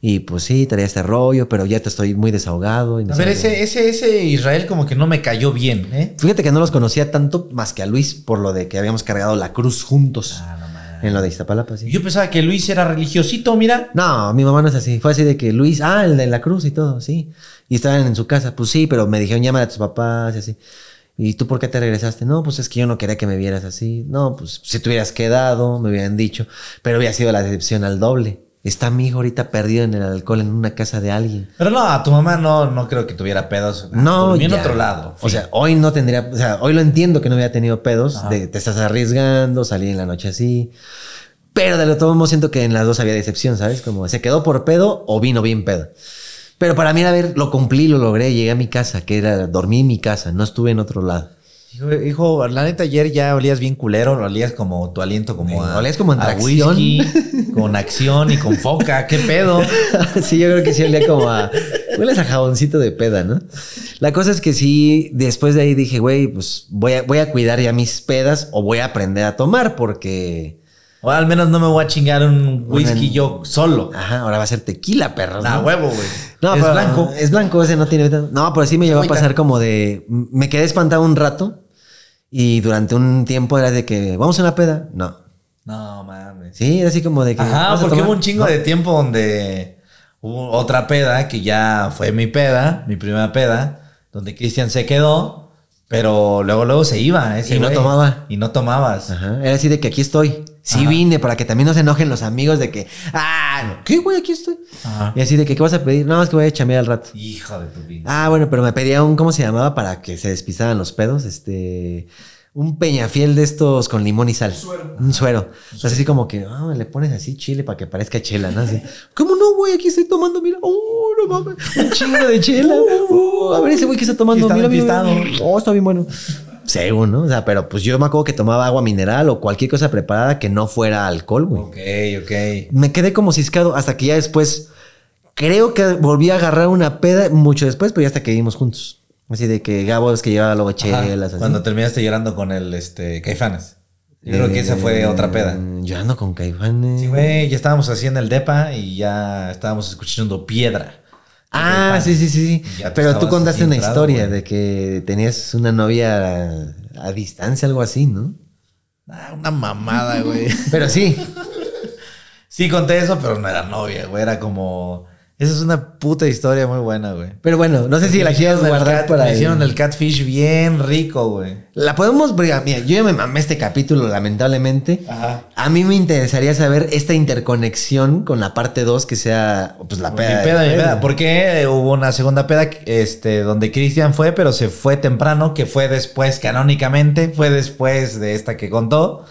S1: Y pues sí, traía este rollo, pero ya te estoy muy desahogado. Y me
S3: A ver,
S1: siento-
S3: ese, ese, ese Israel como que no me cayó bien, ¿eh?
S1: Fíjate que no los conocía tanto más que a Luis por lo de que habíamos cargado la cruz juntos
S3: Ah, no mames.
S1: en lo de Iztapalapa. Sí.
S3: Yo pensaba que Luis era religiosito, mira.
S1: No, mi mamá no es así. Fue así de que Luis, ah, el de la cruz y todo, sí. Y estaban en su casa. Pues sí, pero me dijeron, llama a tus papás y así. ¿Y tú por qué te regresaste? No, pues es que yo no quería que me vieras así. No, pues si te hubieras quedado, me hubieran dicho. Pero hubiera sido la decepción al doble. Está mi hijo ahorita perdido en el alcohol en una casa de alguien.
S3: Pero no, a tu mamá no, no creo que tuviera pedos.
S1: No,
S3: Durmió en
S1: ya.
S3: otro lado.
S1: O sea, hoy no tendría, o sea, hoy lo entiendo que no había tenido pedos,
S3: Ajá.
S1: de te estás arriesgando, salir en la noche así. Pero de lo todo modo siento que en las dos había decepción, ¿sabes? Como se quedó por pedo o vino bien pedo. Pero para mí, a ver, lo cumplí, lo logré, llegué a mi casa, que era, dormí en mi casa, no estuve en otro lado.
S3: Hijo, hijo, la neta ayer ya olías bien culero, olías como tu aliento como
S1: Eh, olías como en tracción.
S3: whisky, con acción y con foca, qué pedo.
S1: sí, yo creo que sí olía como a. Hueles a jaboncito de peda, ¿no? La cosa es que sí, después de ahí dije, güey, pues voy a, voy a cuidar ya mis pedas o voy a aprender a tomar porque.
S3: O al menos no me voy a chingar un whisky
S1: Una-
S3: yo solo.
S1: Ajá, ahora va a ser tequila, perro.
S3: A
S1: Ah, ¿no?
S3: Ah, huevo, güey.
S1: No,
S3: es
S1: pero-
S3: blanco.
S1: Es blanco, ese no tiene. No, pero sí me llegó a
S3: Agüita.
S1: pasar como de. Me quedé espantado un rato y durante un tiempo era de que vamos a una peda. No.
S3: No mames.
S1: Sí, era así como de que.
S3: Ajá,
S1: "Vamos a
S3: porque
S1: tomar".
S3: hubo un chingo de tiempo donde hubo otra peda que ya fue mi peda, mi primera peda, donde Cristian se quedó, pero luego luego se iba. Ese
S1: Y no
S3: güey.
S1: tomaba.
S3: Y no tomabas.
S1: Ajá, era así de que aquí estoy. Sí
S3: Ajá.
S1: vine para que también no se enojen los amigos de que. Ah, ¿qué güey? Aquí estoy.
S3: Ajá.
S1: Y así de que, ¿qué vas a pedir? No, es que voy a chamear al rato.
S3: Hijo de tu vida.
S1: Ah, bueno, pero me pedía un, ¿cómo se llamaba? Para que se despistaran los pedos, este... Un peñafiel de estos con limón y sal.
S4: Suero.
S1: Un suero. Entonces así como que, ah, le pones así chile para que parezca chela, ¿no? Así, ¿Cómo no, güey? Aquí estoy tomando, mira. Oh, no mames. Un chingo de chela. Oh, a ver ese güey que está tomando.
S3: Está
S1: mira,
S3: bien
S1: mira, mira.
S3: pistado.
S1: Oh, está bien bueno. Según, ¿no? O sea, pero pues yo me acuerdo que tomaba agua mineral o cualquier cosa preparada que no fuera alcohol, güey
S3: Ok, ok.
S1: me quedé como ciscado hasta que ya después, creo que volví a agarrar una peda mucho después, pero ya hasta que vivimos juntos. Así de que Gabo es que llevaba luego
S3: Ajá,
S1: chelas. así.
S3: Cuando terminaste llorando con el este Caifanes. Yo creo que esa fue otra peda.
S1: Mm, Yo ando con caifanes.
S3: Sí, güey, ya estábamos así en el depa y ya estábamos escuchando piedra.
S1: Ah,
S3: Caifanes.
S1: sí, sí, sí.
S3: Y
S1: sí.
S3: ya tú
S1: Pero tú
S3: estabas
S1: contaste
S3: bien
S1: una
S3: entrado,
S1: historia
S3: güey.
S1: de que tenías una novia a, a distancia, algo así, ¿no?
S3: Ah, una mamada, güey.
S1: Pero sí.
S3: Sí, conté eso, pero no era novia, güey. Era como. Esa es una puta historia muy buena, güey.
S1: Pero bueno, no sé si la
S3: Me
S1: quieres
S3: hicieron el
S1: guardar
S3: cat-
S1: para
S3: Me
S1: ahí.
S3: hicieron el catfish bien rico, güey.
S1: La podemos... Mira, mira, yo ya me mamé este capítulo, lamentablemente.
S3: Ajá.
S1: A mí me interesaría saber esta interconexión con la parte 2 que sea pues la
S3: Mi
S1: peda. de
S3: peda, mi
S1: Freddy.
S3: peda. Porque hubo una segunda peda este, donde Cristian fue, pero se fue temprano, que fue después, canónicamente, fue después de esta que contó.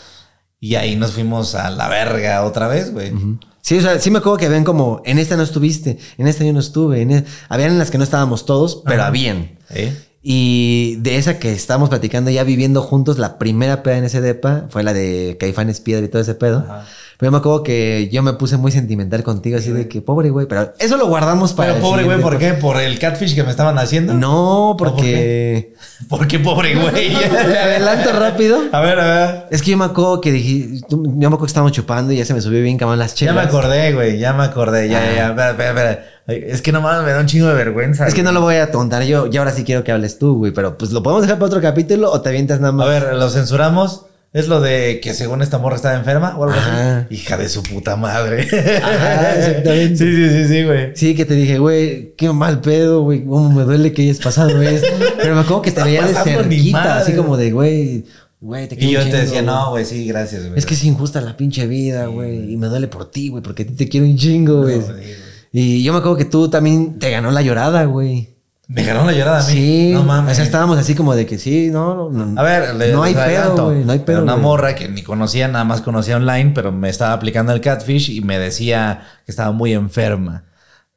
S3: Y ahí nos fuimos a la verga otra vez, güey.
S1: Sí, o sea, sí me acuerdo que habían como, en esta no estuviste, en esta yo no estuve, en e- habían en las que no estábamos todos, pero
S3: Ajá.
S1: habían.
S3: ¿Eh?
S1: Y de esa que estábamos platicando ya viviendo juntos, la primera peda en ese depa fue la de Caifanes Piedra y todo ese pedo.
S3: Ajá.
S1: Pero yo me acuerdo que yo me puse muy sentimental contigo, así de que pobre güey, pero eso lo guardamos para.
S3: Pero
S1: el
S3: pobre güey,
S1: siguiente
S3: ¿por qué? ¿Por el catfish que me estaban haciendo?
S1: podcast. No, porque.
S3: ¿Por qué? ¿Por qué pobre güey?
S1: ¿Me adelanto rápido?
S3: A ver, a ver.
S1: Es que yo me acuerdo que dije, tú- yo me acuerdo que estábamos chupando y ya se me subió bien cabrón las
S3: Ya
S1: chelas.
S3: me acordé, güey, ya me acordé, ya,
S1: Ah.
S3: ya, ya, espera, espera, espera. Ay, Es que nomás me da un chingo de vergüenza.
S1: Es que no
S3: güey.
S1: lo voy a contar yo. Y ahora sí quiero que hables tú, güey. Pero pues lo podemos dejar para otro capítulo o te avientas nada
S3: A
S1: más.
S3: ver, lo censuramos. Es lo de que según esta morra estaba enferma o algo
S1: Ajá.
S3: así. Hija de su puta madre.
S1: Ajá, exactamente.
S3: Sí, sí, sí, sí, güey.
S1: Sí, que te dije, güey, qué mal pedo, güey. Cómo me duele que hayas pasado esto. Pero me acuerdo que te
S3: No
S1: veía de
S3: pasamos ni
S1: cerquita,
S3: madre,
S1: así como
S3: güey.
S1: de, güey, güey, te quiero
S3: Y yo
S1: un
S3: te
S1: chingo,
S3: decía,
S1: güey.
S3: no, güey, sí, gracias, güey.
S1: Es que es injusta la pinche vida, güey. Y me duele por ti, güey, porque a ti te quiero un chingo, güey.
S3: No, sí, güey.
S1: y yo me acuerdo que tú también te ganó la llorada, güey.
S3: Dejaron la llorada a mí.
S1: Sí,
S3: No mames.
S1: O sea, estábamos así como de que sí, no, no, no.
S3: A ver, le-
S1: no hay
S3: les adelanto.
S1: pedo, güey, no hay pedo.
S3: Era una
S1: güey.
S3: morra que ni conocía, nada más conocía online, pero me estaba aplicando el catfish y me decía que estaba muy enferma.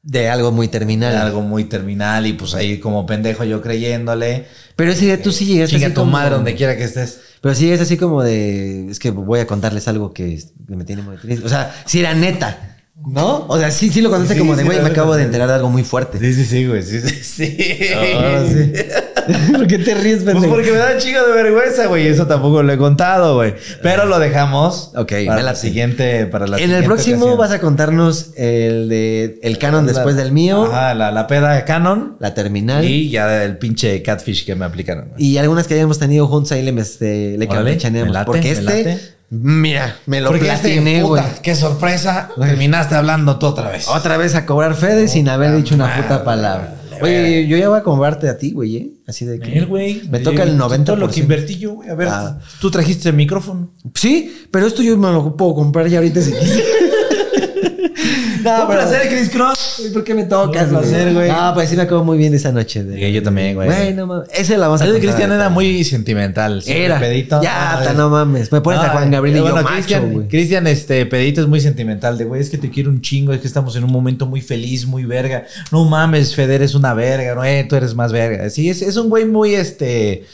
S1: De algo muy terminal.
S3: Era algo muy terminal y pues ahí como pendejo yo creyéndole.
S1: Pero ese día tú sí llegaste
S3: Chinga
S1: así
S3: tu
S1: como-
S3: madre donde quiera que estés.
S1: Pero sí es así como de... Es que voy a contarles algo que, es- que me tiene muy triste. O sea, si era neta, ¿no? O sea, sí, sí lo contaste
S3: Sí,
S1: como de,
S3: sí,
S1: güey,
S3: la
S1: me
S3: neta,
S1: acabo de
S3: sí.
S1: enterar de algo muy fuerte.
S3: Sí, sí, sí, güey. Sí, sí, sí.
S1: Ah, sí. ¿Por qué te ríes,
S3: Pues
S1: pendejo?
S3: porque me da chico de vergüenza, güey. Eso tampoco lo he contado, güey. Pero lo dejamos.
S1: Ok, me
S3: para la
S1: late.
S3: siguiente. Para la
S1: en el próximo vas a contarnos el de el canon después del mío,
S3: Ajá, la, la peda de Canon.
S1: la terminal y,
S3: Y ya el pinche catfish que me aplicaron. güey.
S1: algunas que hayamos tenido juntos ahí le, este, le
S3: Órale,
S1: campechaneamos.
S3: me late,
S1: porque
S3: me
S1: este,
S3: late.
S1: mira, me lo
S3: Porque
S1: platiné,
S3: este,
S1: güey.
S3: puta, Qué sorpresa. Terminaste hablando tú otra vez.
S1: Otra vez a cobrar Fede sin haber dicho una puta palabra. Oye, yo ya voy a cobrarte a ti, güey, ¿eh? Así de que.
S3: Él, güey. Eh,
S1: Me toca el
S3: Todo
S1: 90%.
S3: lo que invertí yo, güey. A ver,
S1: Ah.
S3: tú trajiste el micrófono.
S1: Sí, pero esto yo me lo puedo comprar ya ahorita si quieres. no, pero-
S3: Chris Cross.
S1: Ay, ¿Por qué me tocas,
S3: Un placer, güey.
S1: Ah, pues sí me acabo muy bien de esa noche. De...
S3: Sí, yo también, güey.
S1: Bueno, mames. Ese la vamos a
S3: El de
S1: contar
S3: Cristian
S1: ahorita.
S3: era muy sentimental. siempre
S1: Era.
S3: pedito.
S1: Ya,
S3: Ah,
S1: ta, no mames. Me pones
S3: No,
S1: a Juan Gabriel y
S3: bueno,
S1: yo macho,
S3: Cristian-
S1: güey.
S3: Cristian, este, pedito es muy sentimental de, güey, es que te quiero un chingo, es que estamos en un momento muy feliz, muy verga. No mames, Feder es una verga, no, eh, tú eres más verga. Sí, es, es un güey muy, este,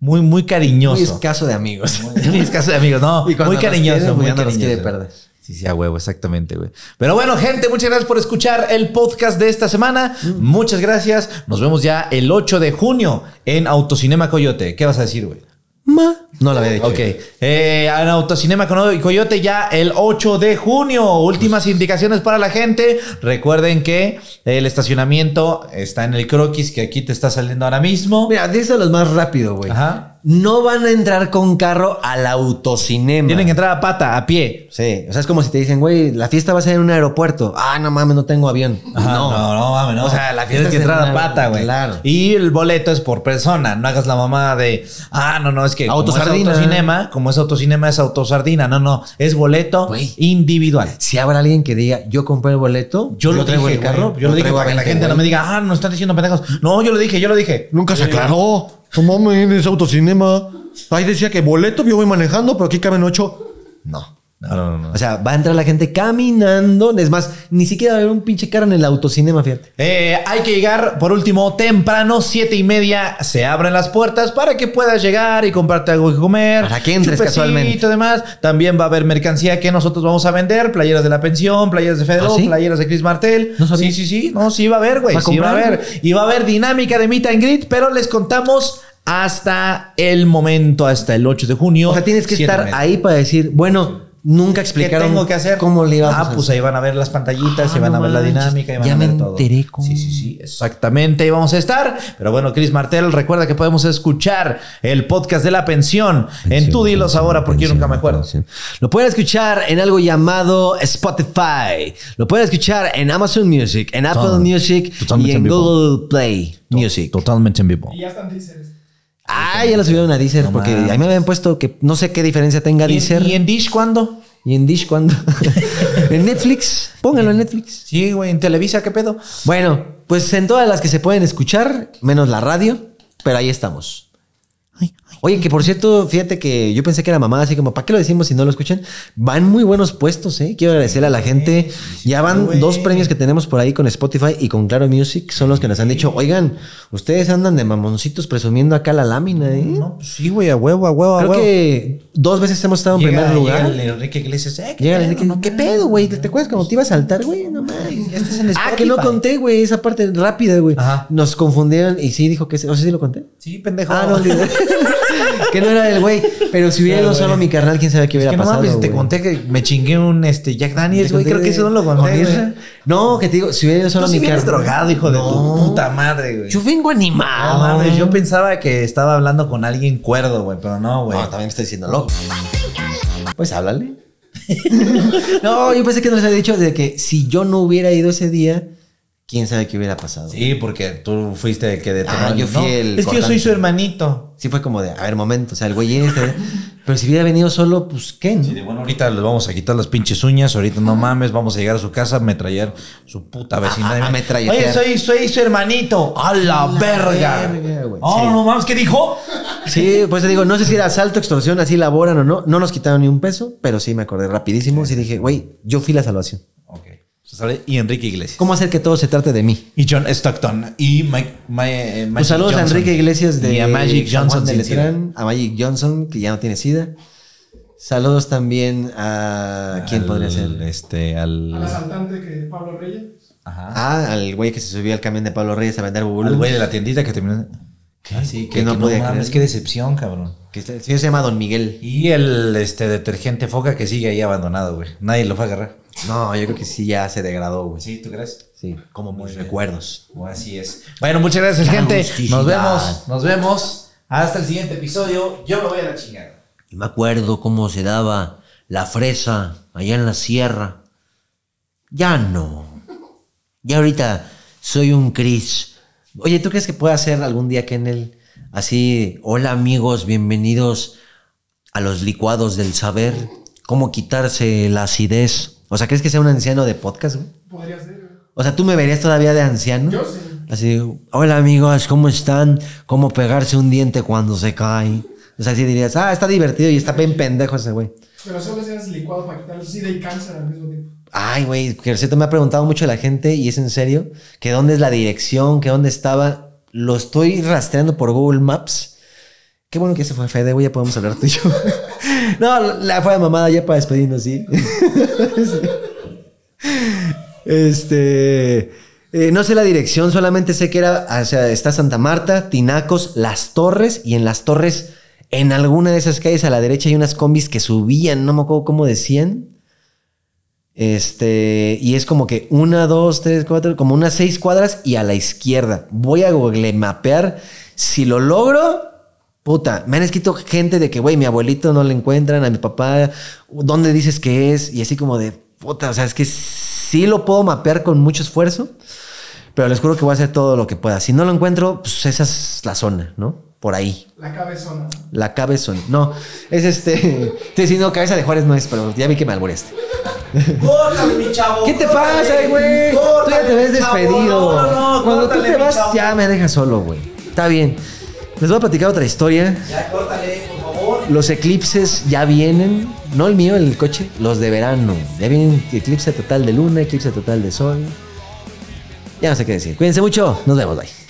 S3: muy, muy cariñoso.
S1: Muy escaso de amigos.
S3: Muy escaso de amigos, no.
S1: Y cuando
S3: Muy
S1: los
S3: cariñoso,
S1: quiere,
S3: muy
S1: ya no los
S3: cariñoso.
S1: quiere perder.
S3: Sí, sí, a huevo, exactamente, güey. Pero bueno, gente, muchas gracias por escuchar el podcast de esta semana.
S1: Mm.
S3: Muchas gracias. Nos vemos ya el 8 de junio en Autocinema Coyote. ¿Qué vas a decir, güey?
S1: Ma. No lo había dicho.
S3: Ok. Eh, en Autocinema Cono- Coyote ya el 8 de junio. Últimas
S1: Pues.
S3: indicaciones para la gente. Recuerden que el estacionamiento está en el croquis que aquí te está saliendo ahora mismo.
S1: Mira, díselos más rápido, güey.
S3: Ajá.
S1: No van a entrar con carro al autocinema.
S3: Tienen que entrar a pata, a pie.
S1: Sí, o sea, es como si te dicen, güey, la fiesta va a ser en un aeropuerto. Ah, no mames, no tengo avión.
S3: Ajá,
S1: no.
S3: no, no, mames, no.
S1: O sea, la fiesta
S3: Tienes que
S1: es en
S3: entrar a
S1: una-
S3: pata, güey.
S1: claro.
S3: Y el boleto es por persona. No hagas la mamada de, ah, no, no, es que
S1: Autosardina.
S3: como es autocinema, como es autocinema es autosardina. No, no, es boleto
S1: Güey.
S3: individual.
S1: Si habrá alguien que diga, yo compré el boleto,
S3: Yo lo
S1: traigo
S3: dije,
S1: en el carro,
S3: Yo lo dije
S1: traigo a
S3: para que la
S1: 20,
S3: gente no
S1: güey.
S3: me diga, ah, nos están diciendo pendejos. No, yo lo dije, yo lo dije.
S7: Nunca se aclaró. No mames, es autocinema. Ahí decía que boleto, yo voy manejando, pero aquí caben ocho.
S1: No.
S3: No, no, no.
S1: O sea, va a entrar la gente caminando. Es más, ni siquiera va a haber un pinche carro en el autocinema, fíjate.
S3: Eh, hay que llegar, por último, temprano, siete y media, se abren las puertas para que puedas llegar y comprarte algo que comer.
S1: Para que entres
S3: chupecito,
S1: casualmente.
S3: demás. También va a haber mercancía que nosotros vamos a vender, playeras de la pensión, playeras de Fedelo,
S1: ¿Ah, sí?
S3: playeras de Chris Martel.
S1: No sabía.
S3: sí, sí, sí, no, sí va a haber, güey,
S1: ¿Va a
S3: sí va a
S1: comprar?
S3: haber. Y va a haber dinámica de meet and greet, pero les contamos hasta el momento, hasta el 8 de junio.
S1: O sea, tienes que
S3: siete y
S1: estar
S3: media.
S1: ahí para decir, bueno, Nunca
S3: ¿Qué
S1: explicaron
S3: tengo que hacer?
S1: cómo le íbamos
S3: Ah,
S1: a
S3: pues ahí van a ver las pantallitas,
S1: Ah,
S3: se van
S1: no
S3: a ver la
S1: manches.
S3: dinámica, y van
S1: Ya
S3: a
S1: me
S3: ver todo.
S1: enteré, ¿cómo?
S3: Sí, sí, sí, exactamente. Ahí vamos a estar. Pero bueno, Cris Martel, recuerda que podemos escuchar el podcast de la pensión, en
S1: Pensión,
S3: Tú Dilos
S1: pensión,
S3: ahora, porque yo
S1: pensión,
S3: nunca me acuerdo.
S1: pensión. Lo pueden escuchar en algo llamado Spotify. Lo pueden escuchar en Amazon Music, en Apple
S3: Total-
S1: Music y
S3: totalmente
S1: en
S3: en vivo.
S1: Google Play Music.
S3: Totalmente en vivo.
S4: Y ya están este, teasers.
S1: Ah, ya lo subieron a Deezer
S3: No
S1: porque
S3: manches.
S1: a mí me habían puesto que no sé qué diferencia tenga
S3: ¿Y,
S1: Deezer.
S3: en- y en Dish cuándo?
S1: Dish cuando? en Netflix. Pónganlo en Netflix.
S3: Sí, güey, en Televisa, ¿qué pedo?
S1: Bueno, pues en todas las que se pueden escuchar, menos la radio, pero ahí estamos. Oye, que por cierto, fíjate que yo pensé que era mamada, así como, ¿para qué lo decimos si no lo escuchan? Van muy buenos puestos, ¿eh? Quiero agradecerle a la gente. Ya van dos premios que tenemos por ahí con Spotify y con Claro Music, son los que nos han dicho, oigan, ustedes andan de mamoncitos presumiendo acá la lámina, ¿eh?
S3: No, pues sí, güey, a huevo, a huevo, a
S1: Creo
S3: huevo.
S1: que dos veces hemos estado en
S3: Llega-
S1: primer lugar.
S3: llega el Enrique Iglesias, eh, ¿qué
S1: Llega
S3: pedo,
S1: el Enrique,
S3: no?
S1: ¿Qué pedo, güey? ¿Te acuerdas cuando te iba a saltar, güey? No mames.
S3: Ya estás en
S1: Ah,
S3: Spotify.
S1: que no conté, güey, esa parte rápida, güey.
S3: Ajá.
S1: Nos confundieron y sí dijo que... se- O sea, sí lo conté.
S3: Sí, pendejo.
S1: Ah, no, olvidé. que no era del güey. Pero si hubiera
S3: Claro,
S1: ido solo
S3: güey.
S1: mi carnal, quién sabe qué
S3: Es
S1: hubiera
S3: que no
S1: pasado,
S3: mames, te
S1: güey.
S3: conté que me chingué un este, Jack Daniels, güey. Creo que eso no lo
S1: Con
S3: conté.
S1: Isra.
S3: güey.
S1: No, que te digo, si hubiera ido solo
S3: Tú
S1: mi
S3: sí vienes
S1: carnal.
S3: drogado, hijo de
S1: No.
S3: tu puta madre, güey.
S1: Yo Ah, vengo
S3: No
S1: animado.
S3: mames, yo pensaba que estaba hablando con alguien cuerdo, güey, pero no, güey.
S1: No, también me estoy diciendo loco. Pues háblale. no, yo pensé que no les había dicho de que si yo no hubiera ido ese día, quién sabe qué hubiera pasado. Sí,
S3: sí, porque tú fuiste el que detonó.
S1: Ah,
S3: el-
S1: yo fui
S3: no,
S1: el
S3: Es que yo soy
S1: cortante.
S3: su hermanito.
S1: fue como de, a ver, momento, o sea, el güey este. pero si hubiera venido solo, pues qué,
S3: Sí,
S1: no?
S3: de, bueno, ahorita les vamos a quitar las pinches uñas, ahorita no mames, vamos a llegar a su casa a metrallar su puta vecina.
S1: a metralletear.
S3: Oye, soy, soy su hermanito. A
S1: la
S3: la, verga.
S1: verga, güey.
S3: Oh,
S1: Sí.
S3: no mames, ¿qué dijo?
S1: Sí, pues te digo, no sé si era asalto, extorsión, así laboran o no. No nos quitaron ni un peso, pero sí me acordé rapidísimo. Sí dije, güey, yo fui la salvación.
S3: Ok. Se sale y Enrique Iglesias.
S1: ¿Cómo hacer que todo se trate de mí?
S3: Y John Stockton. Y Mike. Mike- eh, Magic
S1: Pues saludos
S3: Johnson.
S1: a Enrique Iglesias de
S3: Y a Magic
S1: San Juan
S3: Johnson.
S1: de
S3: sin sida.
S1: Letrán, a Magic Johnson, que ya no tiene sida. Saludos también a. ¿Quién
S3: Al,
S1: podría ser?
S3: Este,
S4: Al
S3: al.
S4: asaltante que Pablo Reyes.
S3: Ajá.
S1: Ah, al güey que se subió al camión de Pablo Reyes a vender
S3: Al
S1: bubulú.
S3: güey de la tiendita que terminó. Ah, sí,
S1: Que no podía
S3: mames,
S1: creer.
S3: qué decepción, cabrón.
S1: Que este- el señor se llama Don Miguel.
S3: Y el este detergente foca que sigue ahí abandonado, güey. Nadie lo fue a agarrar.
S1: No, yo creo que sí ya se degradó, güey.
S3: Sí, ¿tú crees?
S1: Sí, como mis recuerdos.
S3: O así es. Bueno, muchas gracias, gente. Nos vemos, nos vemos. Hasta el siguiente episodio. Yo me voy a la chingada.
S1: Y me acuerdo cómo se daba la fresa allá en la sierra. Ya no. Ya ahorita soy un Chris. Oye, ¿tú crees que pueda hacer algún día que en él así, hola amigos, bienvenidos a los licuados del saber, cómo quitarse la acidez? O sea, ¿crees que sea un anciano de podcast, güey?
S4: Podría ser, güey.
S1: O sea, ¿tú me verías todavía de anciano?
S4: Yo sí.
S1: Así, hola amigos, ¿cómo están? ¿Cómo pegarse un diente cuando se cae? O sea, así dirías, ah, está divertido y está bien pendejo ese güey.
S4: Pero solo seas licuado para quitar sida y cáncer al mismo tiempo.
S1: Ay, güey, que cierto me ha preguntado mucho la gente y es en serio, que dónde es la dirección, que dónde estaba. Lo estoy rastreando por Google Maps. Qué bueno que se fue Fede, güey, ya podemos hablar tú y yo. no, la fue de mamada ya para despedirnos, sí. Este. eh, no sé la dirección, solamente sé que era. O sea, está Santa Marta, Tinacos, Las Torres, y en Las Torres, en alguna de esas calles a la derecha hay unas combis que subían, no me acuerdo cómo decían. Este, y es como que una, dos, tres, cuatro, como unas seis cuadras y a la izquierda. Voy a google mapear. Si lo logro, puta, me han escrito gente de que, güey, mi abuelito no le encuentran, a mi papá, ¿dónde dices que es? Y así como de, puta, o sea, es que sí lo puedo mapear con mucho esfuerzo, pero les juro que voy a hacer todo lo que pueda. Si no lo encuentro, pues esa es la zona, ¿no? Por ahí.
S4: La cabezona.
S1: La cabezona. No, es este. Te diciendo cabeza de Juárez no es, pero ya vi que me alboreaste.
S3: Córtale, mi chavo.
S1: ¿Qué te
S3: córtale.
S1: pasa, güey? Tú ya
S3: Córtale,
S1: te ves
S3: mi chavo.
S1: despedido.
S3: No, no, no,
S1: Cuando tú
S3: córtale,
S1: te
S3: mi
S1: vas,
S3: chavo.
S1: ya me dejas solo, güey. Está bien. Les voy a platicar otra historia.
S3: Ya, córtale, por favor.
S1: Los eclipses ya vienen. No el mío, el coche. Los de verano. Ya vienen eclipse total de luna, eclipse total de sol. Ya no sé qué decir. Cuídense mucho. Nos vemos, bye.